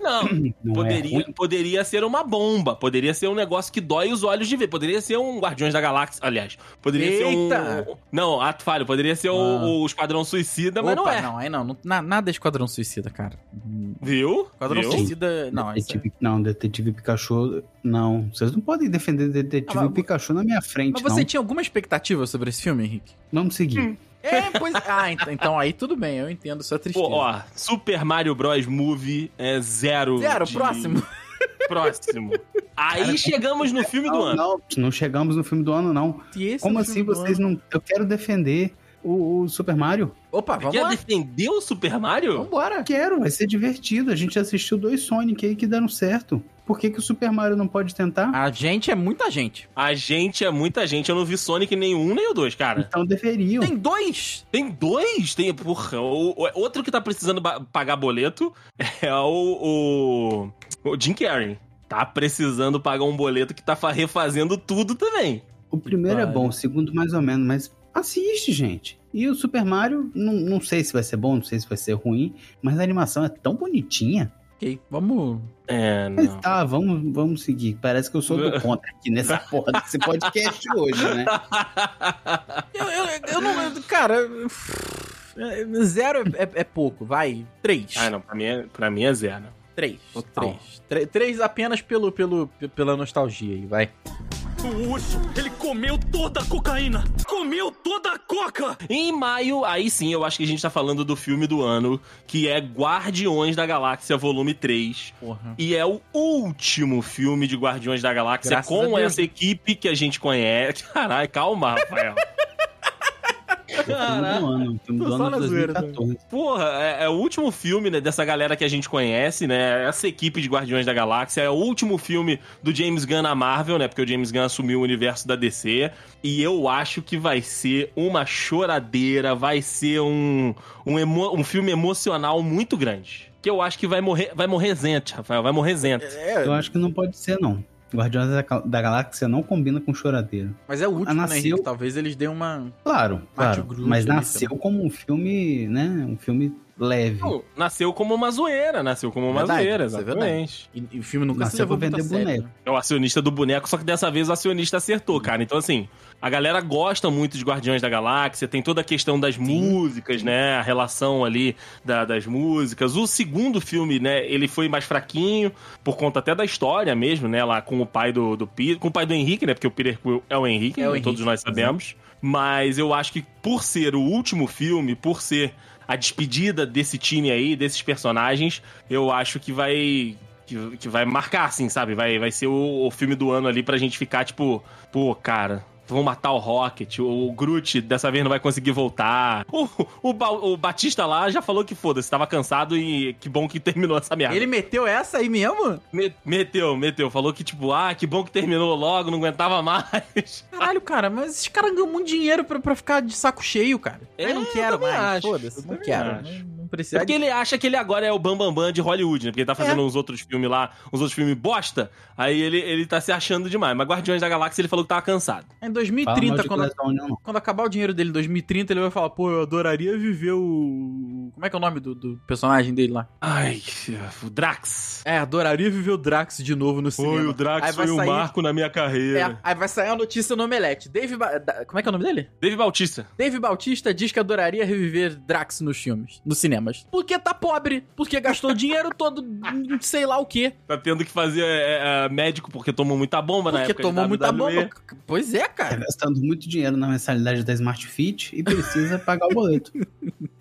[SPEAKER 4] Não.
[SPEAKER 3] não é
[SPEAKER 4] Poderia,
[SPEAKER 3] ruim.
[SPEAKER 4] poderia ser uma bomba, poderia ser um negócio que dói os olhos de ver, poderia ser um Guardiões da Galáxia, aliás, poderia ser um...
[SPEAKER 2] Eita!
[SPEAKER 4] Não, ato falho, poderia ser
[SPEAKER 2] Ah.
[SPEAKER 4] o, o Esquadrão Suicida, mas não
[SPEAKER 2] Opa,
[SPEAKER 4] é.
[SPEAKER 2] não, aí não. não- na- nada é Esquadrão Suicida, cara. Hum,
[SPEAKER 4] Viu?
[SPEAKER 2] Esquadrão
[SPEAKER 4] Viu?
[SPEAKER 2] Suicida. Não, isso é...
[SPEAKER 3] Detetive, não, Detetive Pikachu, não. Vocês não podem defender Detetive
[SPEAKER 2] Ah, mas-
[SPEAKER 3] Pikachu na minha frente,
[SPEAKER 2] Mas você
[SPEAKER 3] não.
[SPEAKER 2] tinha alguma expectativa sobre esse filme, Henrique?
[SPEAKER 3] Não me seguir.
[SPEAKER 2] É, pois. Ah, ent- então aí tudo bem, eu entendo sua tristeza.
[SPEAKER 4] Pô, ó, Super Mario Bros. Movie é zero.
[SPEAKER 2] Zero,
[SPEAKER 4] de-
[SPEAKER 2] próximo.
[SPEAKER 4] Próximo. Aí chegamos no filme do
[SPEAKER 3] Não,
[SPEAKER 4] ano.
[SPEAKER 3] não, não chegamos no filme do ano, não.
[SPEAKER 2] E esse é
[SPEAKER 3] Como
[SPEAKER 2] o
[SPEAKER 3] assim
[SPEAKER 2] filme do
[SPEAKER 3] vocês
[SPEAKER 2] ano.
[SPEAKER 3] não... Eu quero defender o, o Super Mario.
[SPEAKER 2] Opa, vamos
[SPEAKER 4] Quer
[SPEAKER 2] lá.
[SPEAKER 4] defender o Super Mario?
[SPEAKER 2] Vambora.
[SPEAKER 3] Quero, vai ser divertido. A gente assistiu dois Sonic aí que deram certo. Por que, que o Super Mario não pode tentar?
[SPEAKER 2] A gente é muita gente.
[SPEAKER 4] A gente é muita gente. Eu não vi Sonic nenhum nem o dois, cara.
[SPEAKER 3] Então deveriam.
[SPEAKER 2] Ah, é. Tem dois!
[SPEAKER 4] Tem dois? Tem, porra. O, o- outro que tá precisando ba- pagar boleto é o, o. O Jim Carrey. Tá precisando pagar um boleto que tá fa- refazendo tudo também.
[SPEAKER 3] O primeiro
[SPEAKER 2] Vale.
[SPEAKER 3] é bom, o segundo mais ou menos, mas assiste, gente. E o Super Mario, não, não sei se vai ser bom, não sei se vai ser ruim, mas a animação é tão bonitinha.
[SPEAKER 2] Ok, vamos.
[SPEAKER 4] É,
[SPEAKER 3] Mas
[SPEAKER 4] não.
[SPEAKER 3] tá, vamos, vamos seguir. Parece que eu sou do contra aqui nessa porra desse podcast hoje, né?
[SPEAKER 2] Eu, eu, eu não. eu- Cara. eu- é- Zero é, é- é pouco, vai. Três.
[SPEAKER 4] Ah, não. Pra mim é, pra mim é zero.
[SPEAKER 2] Três.
[SPEAKER 4] Total.
[SPEAKER 2] Três. Tre- Três apenas pelo, pelo, p- pela nostalgia aí, vai.
[SPEAKER 5] O urso, ele comeu toda a cocaína! Comeu toda a coca!
[SPEAKER 4] Em maio, aí sim, eu acho que a gente tá falando do filme do ano, que é Guardiões da Galáxia Volume 3.
[SPEAKER 2] Porra.
[SPEAKER 4] E é o último filme de Guardiões da Galáxia
[SPEAKER 2] Graças a
[SPEAKER 4] com
[SPEAKER 2] Deus.
[SPEAKER 4] essa equipe que a gente conhece. Caralho, calma, Rafael.
[SPEAKER 3] O filme do
[SPEAKER 4] Caralho.
[SPEAKER 3] ano, o filme
[SPEAKER 2] Tô
[SPEAKER 3] do
[SPEAKER 2] só
[SPEAKER 3] ano
[SPEAKER 2] na
[SPEAKER 3] de
[SPEAKER 2] zoeira,
[SPEAKER 3] 2014.
[SPEAKER 4] Porra, é, é o último filme né, dessa galera que a gente conhece, né? Essa equipe de Guardiões da Galáxia é o último filme do James Gunn na Marvel, né? Porque o James Gunn assumiu o universo da DC. E eu acho que vai ser uma choradeira, vai ser um, um, emo- um filme emocional muito grande. Que eu acho que vai morrer, vai morrer gente, Rafael, vai morrer gente.
[SPEAKER 2] É,
[SPEAKER 3] Eu acho que não pode ser, não. Guardiões da, Gal- da Galáxia não combina com choradeiro.
[SPEAKER 2] mas é o último, né,
[SPEAKER 3] nasceu-
[SPEAKER 2] Henrique? Talvez eles dêem uma.
[SPEAKER 3] Claro, claro.
[SPEAKER 2] Groot
[SPEAKER 3] mas
[SPEAKER 2] ali
[SPEAKER 3] nasceu como um filme, né? Um filme leve.
[SPEAKER 4] Não, Nasceu como uma zoeira, nasceu como uma
[SPEAKER 2] É. Verdade,
[SPEAKER 4] zoeira,
[SPEAKER 2] isso é
[SPEAKER 4] exatamente.
[SPEAKER 2] E, e o filme nunca se
[SPEAKER 3] Nasceu
[SPEAKER 2] levou
[SPEAKER 3] pra
[SPEAKER 2] muito a
[SPEAKER 3] vender
[SPEAKER 2] sério,
[SPEAKER 3] boneco.
[SPEAKER 2] né?
[SPEAKER 4] É o acionista do boneco, só que dessa vez o acionista
[SPEAKER 2] Uhum.
[SPEAKER 4] acertou, cara. Então, assim, a galera gosta muito de Guardiões da Galáxia, tem toda a questão das músicas, né? A relação ali da- das músicas. O segundo filme, né, ele foi mais fraquinho, por conta até da história mesmo, né? Lá com o pai do, do Peter, com o pai do Henrique, né? Porque o Peter Quill é o Henrique,
[SPEAKER 2] É o
[SPEAKER 4] né, todos
[SPEAKER 2] Henrique,
[SPEAKER 4] nós sabemos. Mas eu acho que por ser o último filme, por ser a despedida desse time aí, desses personagens, eu acho que vai. Que, que vai marcar, assim, sabe? Vai, vai ser o, o filme do ano ali pra gente ficar, tipo, pô, cara. Vão matar o Rocket, o, o Groot dessa vez não vai conseguir voltar. O, o, Ba- o Batista lá já falou que foda-se, tava cansado e que bom que terminou essa merda.
[SPEAKER 2] né? Ele meteu essa aí mesmo?
[SPEAKER 4] Me- Meteu, meteu. Falou que, tipo, ah, que bom que terminou logo, não aguentava mais.
[SPEAKER 2] Caralho, cara, mas esses caras ganham muito dinho pra, pra ficar de saco cheio, cara.
[SPEAKER 4] É,
[SPEAKER 2] eu não
[SPEAKER 4] eu
[SPEAKER 2] quero
[SPEAKER 4] também
[SPEAKER 2] mais.
[SPEAKER 4] acho,
[SPEAKER 2] Foda-se,
[SPEAKER 4] eu
[SPEAKER 2] não
[SPEAKER 4] também
[SPEAKER 2] quero.
[SPEAKER 4] acho.
[SPEAKER 2] Não, não
[SPEAKER 4] É
[SPEAKER 2] precisa.
[SPEAKER 4] porque ele acha que ele agora é o Bambambam Bam Bam de Hollywood, né? Porque ele tá
[SPEAKER 2] É.
[SPEAKER 4] fazendo uns outros filmes lá, uns outros filmes bosta. Aí ele, ele tá se achando demais. Mas Guardiões da Galáxia ele falou que tava cansado.
[SPEAKER 2] É Em
[SPEAKER 3] Fala mal
[SPEAKER 2] 2030,
[SPEAKER 3] de
[SPEAKER 2] quando,
[SPEAKER 3] Glass Onion, não.
[SPEAKER 2] quando acabar o dinheiro dele em 2030, ele vai falar, pô, eu adoraria viver o. Como é que é o nome do, do personagem dele lá?
[SPEAKER 4] Ai, o Drax.
[SPEAKER 2] É, adoraria viver o Drax de novo no cinema.
[SPEAKER 4] Oi, o Drax
[SPEAKER 2] Aí vai
[SPEAKER 4] foi um
[SPEAKER 2] sair-
[SPEAKER 4] marco na minha carreira.
[SPEAKER 2] É, aí vai sair a notícia no Omelete. Dave ba... da- Como é que é o nome dele?
[SPEAKER 4] Dave Bautista.
[SPEAKER 2] Dave Bautista diz que adoraria reviver Drax nos filmes, nos cinemas. Porque tá pobre, porque gastou dinheiro todo, em sei lá o quê.
[SPEAKER 4] Tá tendo que fazer é, é, médico porque tomou muita bomba na
[SPEAKER 2] Porque
[SPEAKER 4] época. de
[SPEAKER 2] tomou muita
[SPEAKER 4] WWE.
[SPEAKER 2] bomba. Pois é,
[SPEAKER 3] Tá
[SPEAKER 2] cara.
[SPEAKER 3] gastando muito dinheiro na mensalidade da Smart Fit e precisa pagar o boleto.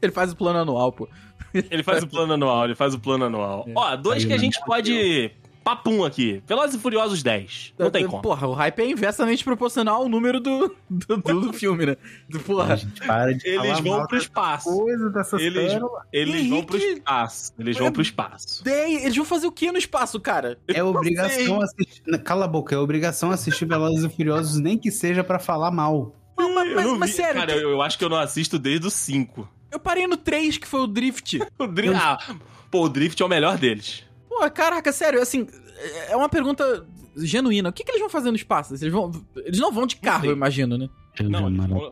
[SPEAKER 2] Ele faz o plano anual, pô.
[SPEAKER 4] Ele faz o plano anual, ele faz o plano anual.
[SPEAKER 2] É.
[SPEAKER 4] Ó, dois
[SPEAKER 3] Aí,
[SPEAKER 4] que a
[SPEAKER 3] né?
[SPEAKER 4] gente pode. Papum aqui. Velozes e Furiosos 10. Não tem como.
[SPEAKER 2] Porra, o hype é inversamente proporcional ao número do, do, do filme, né? Do,
[SPEAKER 3] A
[SPEAKER 2] porra.
[SPEAKER 3] gente para de
[SPEAKER 4] Eles
[SPEAKER 3] falar
[SPEAKER 4] vão
[SPEAKER 3] mal
[SPEAKER 4] pro espaço.
[SPEAKER 3] coisa dessas
[SPEAKER 4] Eles-
[SPEAKER 3] pérolas.
[SPEAKER 4] Eles vão pro
[SPEAKER 2] Henrique-
[SPEAKER 4] espaço. Eles vão pro espaço.
[SPEAKER 2] Dei, eles vão fazer o que no espaço, cara?
[SPEAKER 3] É obrigação
[SPEAKER 4] assim?
[SPEAKER 3] assistir. na- Cala a boca, é obrigação assistir Velozes e Furiosos, nem que seja pra falar mal.
[SPEAKER 2] Mas, mas-
[SPEAKER 4] Eu
[SPEAKER 2] mas-
[SPEAKER 4] não
[SPEAKER 2] mas
[SPEAKER 4] vi-
[SPEAKER 2] sério,
[SPEAKER 4] Cara,
[SPEAKER 2] que-
[SPEAKER 4] eu, eu acho que eu não assisto desde o 5.
[SPEAKER 2] eu parei no 3, que foi o Drift.
[SPEAKER 4] O Drift. Ah, pô, o Drift é o melhor deles.
[SPEAKER 2] Pô, caraca, sério, assim, é uma pergunta genuína. O que, que eles vão fazer no espaço? Eles, vão, eles não vão de carro,
[SPEAKER 4] sei.
[SPEAKER 2] eu imagino, né? O
[SPEAKER 3] Eu
[SPEAKER 4] Não, já eles falam-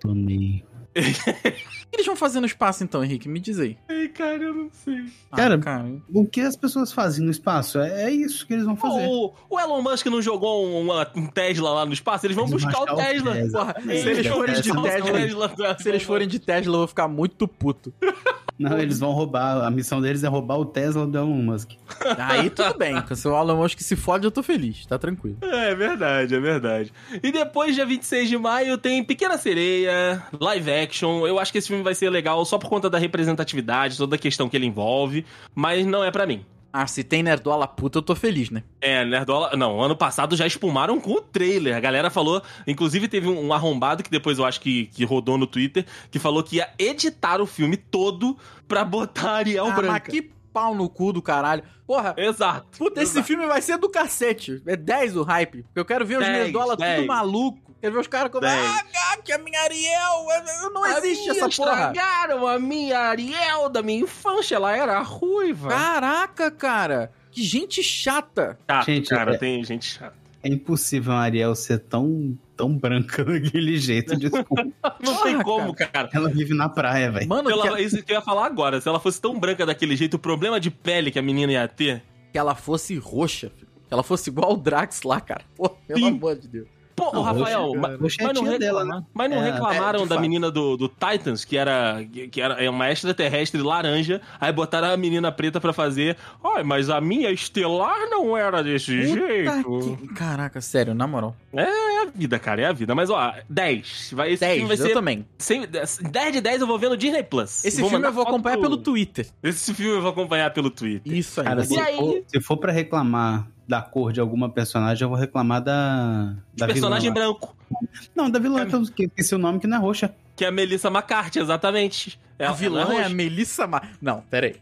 [SPEAKER 2] que que eles vão fazer no espaço, então, Henrique? Me diz aí.
[SPEAKER 4] Ei, cara, eu não sei.
[SPEAKER 2] Ah,
[SPEAKER 3] Cara,
[SPEAKER 2] cara.
[SPEAKER 3] O que as pessoas fazem no espaço? É, é isso que eles vão fazer.
[SPEAKER 4] O, o Elon Musk não jogou um, uma- um Tesla lá no espaço? Eles vão
[SPEAKER 3] Eles
[SPEAKER 4] buscar o
[SPEAKER 3] baixar o
[SPEAKER 4] Tesla.
[SPEAKER 3] Tesla.
[SPEAKER 2] Porra,
[SPEAKER 3] Eles
[SPEAKER 2] se eles
[SPEAKER 3] vão
[SPEAKER 2] forem de
[SPEAKER 3] testar o
[SPEAKER 2] Tesla. Se eles forem de Tesla, eu vou ficar muito puto.
[SPEAKER 3] Não, eles vão roubar. A missão deles é roubar o Tesla do Elon Musk.
[SPEAKER 2] Aí tudo bem. Se o Elon Musk se fode, eu tô feliz. Tá tranquilo.
[SPEAKER 4] É verdade, é verdade. E depois, dia 26 de maio, tem Pequena Sereia, live action. Eu acho que esse filme vai ser legal só por conta da representatividade, toda a questão que ele envolve, mas não é pra mim.
[SPEAKER 2] Ah, se tem nerdola puta, eu tô feliz, né?
[SPEAKER 4] É, Nerdola. Não, ano passado já espumaram com o trailer. A galera falou. Inclusive, teve um um arrombado que depois eu acho que, que rodou no Twitter, que falou que ia editar o filme todo pra botar Ariel
[SPEAKER 2] ah, mas
[SPEAKER 4] Então, Branca.
[SPEAKER 2] que pau no cu do caralho. Porra,
[SPEAKER 4] Exato.
[SPEAKER 2] Puta, esse
[SPEAKER 4] exato.
[SPEAKER 2] filme vai ser do cacete. É 10 o hype. Porque eu quero ver os
[SPEAKER 4] 10,
[SPEAKER 2] nerdola tudo
[SPEAKER 4] 10.
[SPEAKER 2] maluco. Quero ver os caras como.
[SPEAKER 4] 10.
[SPEAKER 2] Ah, ah, que a minha Ariel. eu- eu- Não existe
[SPEAKER 4] A minha
[SPEAKER 2] essa porra.
[SPEAKER 4] Estragaram a minha Ariel da minha infância. Ela era ruiva.
[SPEAKER 2] Caraca, cara. Que gente chata.
[SPEAKER 4] Chato,
[SPEAKER 3] Gente,
[SPEAKER 4] cara,
[SPEAKER 3] é-
[SPEAKER 4] tem gente chata.
[SPEAKER 3] É impossível a Ariel ser tão, tão branca daquele jeito. Desculpa.
[SPEAKER 4] Não
[SPEAKER 2] Ah, Porra,
[SPEAKER 4] tem como, cara.
[SPEAKER 3] Ela vive na praia, velho.
[SPEAKER 2] Mano,
[SPEAKER 4] Se
[SPEAKER 2] que,
[SPEAKER 4] ela- Isso que eu ia falar agora. Se ela fosse tão branca daquele jeito, o problema de pele que a menina ia ter.
[SPEAKER 2] que ela fosse roxa. filho. Que ela fosse igual o Drax lá, cara. Pô, pelo
[SPEAKER 4] Sim.
[SPEAKER 2] amor de Deus.
[SPEAKER 4] Pô,
[SPEAKER 3] Não,
[SPEAKER 4] ô, Rafael,
[SPEAKER 3] roxa,
[SPEAKER 4] ma-
[SPEAKER 3] cara.
[SPEAKER 4] mas,
[SPEAKER 3] Roxa é a
[SPEAKER 4] não
[SPEAKER 3] tia
[SPEAKER 4] reclama-
[SPEAKER 3] dela, né?
[SPEAKER 4] mas não
[SPEAKER 3] É,
[SPEAKER 4] reclamaram
[SPEAKER 2] é, de
[SPEAKER 4] da
[SPEAKER 2] fato.
[SPEAKER 4] menina do, do Titans, que era, que era é uma extraterrestre laranja, aí botaram a menina preta pra fazer. Ai, mas a minha estelar não era desse jeito.
[SPEAKER 2] que... Caraca, sério, na moral.
[SPEAKER 4] É a vida, cara, é a vida. Mas ó, 10. Vai, esse
[SPEAKER 2] 10,
[SPEAKER 4] filme vai
[SPEAKER 2] eu
[SPEAKER 4] ser.
[SPEAKER 2] também.
[SPEAKER 4] 100, 10 de 10 eu vou ver no Disney Plus.
[SPEAKER 2] Esse filme
[SPEAKER 4] mandar
[SPEAKER 2] eu vou acompanhar
[SPEAKER 4] foto-
[SPEAKER 2] pelo Twitter.
[SPEAKER 4] Esse filme eu vou acompanhar pelo Twitter.
[SPEAKER 2] Isso aí.
[SPEAKER 3] Cara, se,
[SPEAKER 4] aí?
[SPEAKER 3] For, se for pra reclamar da cor de alguma personagem, eu vou reclamar da. da
[SPEAKER 4] Personagem
[SPEAKER 3] vilã.
[SPEAKER 4] branco.
[SPEAKER 3] lá. Não, da vilã, que eu esque- esqueci o nome que não é roxa.
[SPEAKER 4] Que é a Melissa McCarthy, exatamente.
[SPEAKER 2] a vilã é, a
[SPEAKER 4] roxa.
[SPEAKER 2] Melissa Ma... Não, peraí.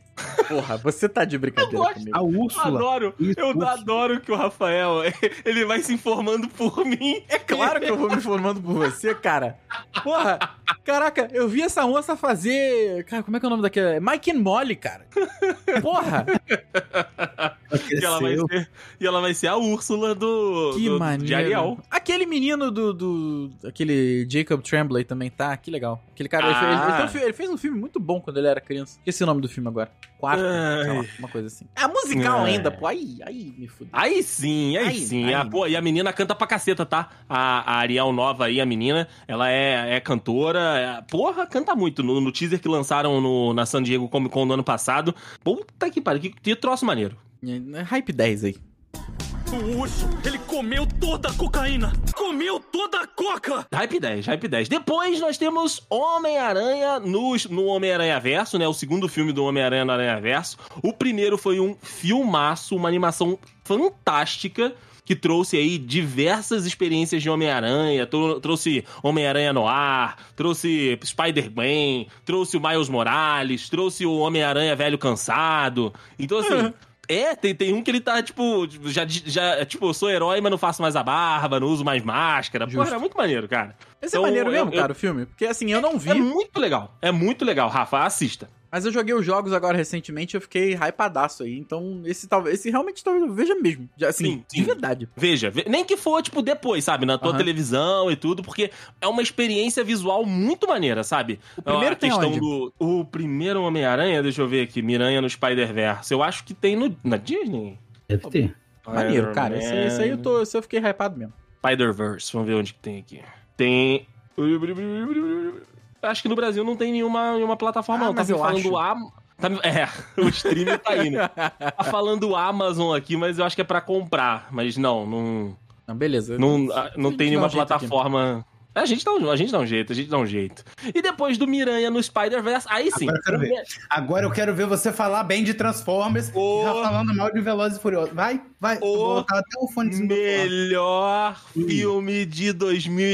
[SPEAKER 2] Porra, você tá de brincadeira
[SPEAKER 4] gosto.
[SPEAKER 2] comigo.
[SPEAKER 3] A
[SPEAKER 4] Eu
[SPEAKER 3] Úrsula.
[SPEAKER 4] adoro,
[SPEAKER 3] Isso,
[SPEAKER 4] eu
[SPEAKER 3] Úrsula.
[SPEAKER 4] adoro que o Rafael, ele vai se informando por mim.
[SPEAKER 2] É claro que eu vou me formando por você, cara. Porra, Caraca, eu vi essa moça fazer. Cara, como é que é o nome daquela? Mike and Molly, cara. Porra!
[SPEAKER 4] E ela, vai
[SPEAKER 3] Aconteceu.
[SPEAKER 4] ser, e ela vai ser a Úrsula do,
[SPEAKER 2] Que
[SPEAKER 4] do- de Ariel.
[SPEAKER 2] maneiro. Aquele menino do, do. Aquele Jacob Tremblay também tá. Que legal. Aquele cara. ele
[SPEAKER 4] Ah.
[SPEAKER 2] fez- Ele, tem um fi- ele fez um filme muito bom quando ele era criança. Esqueci o nome do filme agora. Quarto.
[SPEAKER 4] Ai.
[SPEAKER 2] sei lá, uma coisa assim. É musical
[SPEAKER 4] Ai.
[SPEAKER 2] ainda, pô. Aí, aí me fudeu.
[SPEAKER 4] Aí sim, aí,
[SPEAKER 2] Aí,
[SPEAKER 4] sim.
[SPEAKER 2] aí.
[SPEAKER 4] Ah, pô, e a menina canta pra caceta, tá? A, a Ariel Nova aí, a menina, ela é, é cantora. é- porra, canta muito. No, no teaser que lançaram no- na San Diego Comic Con no ano passado. Puta que pariu, que, que troço maneiro.
[SPEAKER 2] É, Hype 10 aí.
[SPEAKER 5] O urso, ele comeu toda a cocaína! Comeu toda a coca!
[SPEAKER 4] Hype 10, Hype 10. Depois nós temos Homem-Aranha no, no Homem-Aranha Verso, né? O segundo filme do Homem-Aranha no Aranha Verso. O primeiro foi um filmaço, uma animação fantástica que trouxe aí diversas experiências de Homem-Aranha. Tro- Trouxe Homem-Aranha no ar, trouxe Spider-Man, trouxe o Miles Morales, trouxe o Homem-Aranha Velho Cansado. Então, assim. É, tem, tem um que ele tá, tipo, já, já, tipo, eu sou herói, mas não faço mais a barba, não uso mais máscara. Porra,
[SPEAKER 2] Justo.
[SPEAKER 4] era muito maneiro, cara.
[SPEAKER 2] Esse
[SPEAKER 4] Então,
[SPEAKER 2] é maneiro
[SPEAKER 4] eu-
[SPEAKER 2] mesmo,
[SPEAKER 4] eu-
[SPEAKER 2] cara, o filme. Porque assim, eu não vi,
[SPEAKER 4] É muito legal. É muito legal, Rafa. Assista.
[SPEAKER 2] mas eu joguei os jogos agora recentemente e eu fiquei hypadaço aí. Então, esse talvez. Esse realmente talvez eu veja mesmo. Já, assim,
[SPEAKER 4] Sim,
[SPEAKER 2] de
[SPEAKER 4] sim.
[SPEAKER 2] verdade.
[SPEAKER 4] Veja, ve- nem que for, tipo, depois, sabe? Na tua
[SPEAKER 2] Aham.
[SPEAKER 4] televisão e tudo, porque é uma experiência visual muito maneira, sabe?
[SPEAKER 2] O primeiro
[SPEAKER 4] a
[SPEAKER 2] tem
[SPEAKER 4] questão
[SPEAKER 2] onde?
[SPEAKER 4] do. O primeiro Homem-Aranha, deixa eu ver aqui, Miranha no Spider-Verse. Eu acho que tem no, na Disney.
[SPEAKER 3] Deve ter.
[SPEAKER 2] Maneiro, cara. Esse, esse aí eu tô. Esse eu fiquei hypado mesmo.
[SPEAKER 4] Spider-Verse, vamos ver onde que tem aqui. Tem. Acho que no Brasil não tem nenhuma, nenhuma plataforma,
[SPEAKER 2] Ah,
[SPEAKER 4] não. Tá
[SPEAKER 2] mas
[SPEAKER 4] me
[SPEAKER 2] eu
[SPEAKER 4] falando a. tá me- É, o streaming tá aí, né? Tá falando Amazon aqui, mas eu acho que é pra comprar. Mas não, não,
[SPEAKER 2] Não, beleza.
[SPEAKER 4] não, a- não
[SPEAKER 2] gente
[SPEAKER 4] tem
[SPEAKER 2] dá
[SPEAKER 4] nenhuma
[SPEAKER 2] um jeito aqui.
[SPEAKER 4] plataforma. A gente, dá um, a gente dá um jeito, a gente dá um jeito. E depois do Miranha no Spider-Verse, aí sim.
[SPEAKER 3] Agora eu quero ver. Agora eu quero ver você falar bem de Transformers.
[SPEAKER 4] Ô.
[SPEAKER 3] Já falando mal de Velozes e Furiosos. Vai, vai.
[SPEAKER 4] Ô.
[SPEAKER 3] Vou botar até o fone
[SPEAKER 4] Melhor filme de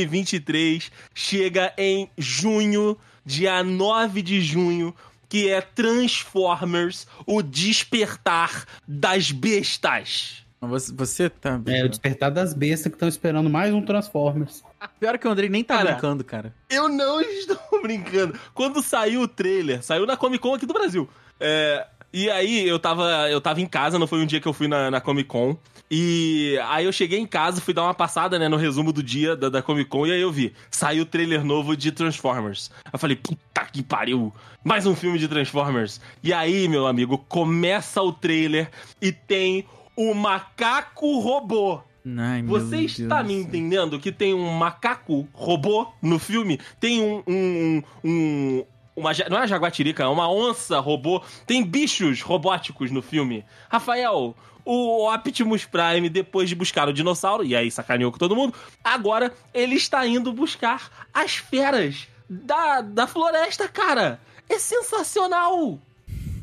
[SPEAKER 4] 2023 chega em junho, dia 9 de junho, que é Transformers: O Despertar das Bestas.
[SPEAKER 2] Mas Você, você tá.
[SPEAKER 3] É, o despertar das bestas que estão esperando mais um Transformers.
[SPEAKER 2] Pior que o Andrei nem tá
[SPEAKER 4] Cara.
[SPEAKER 2] brincando, cara.
[SPEAKER 4] Eu não estou brincando. Quando saiu o trailer, saiu na Comic Con aqui do Brasil. É, e aí eu tava, eu tava em casa, não foi um dia que eu fui na, na Comic Con. E aí eu cheguei em casa, fui dar uma passada, né, no resumo do dia da, da Comic Con, e aí eu vi, saiu o trailer novo de Transformers. Eu falei, puta que pariu, mais um filme de Transformers. E aí, meu amigo, começa o trailer e tem o macaco robô.
[SPEAKER 2] Ai, meu
[SPEAKER 4] Você
[SPEAKER 2] Deus
[SPEAKER 4] está
[SPEAKER 2] do
[SPEAKER 4] me
[SPEAKER 2] céu.
[SPEAKER 4] entendendo que tem um macaco robô no filme? Tem um. um, um- uma, ja- não é uma jaguatirica, é uma onça robô. Tem bichos robóticos no filme. Rafael, o Optimus Prime, depois de buscar o dinossauro, e aí sacaneou com todo mundo, agora ele está indo buscar as feras da, da floresta, cara. É sensacional!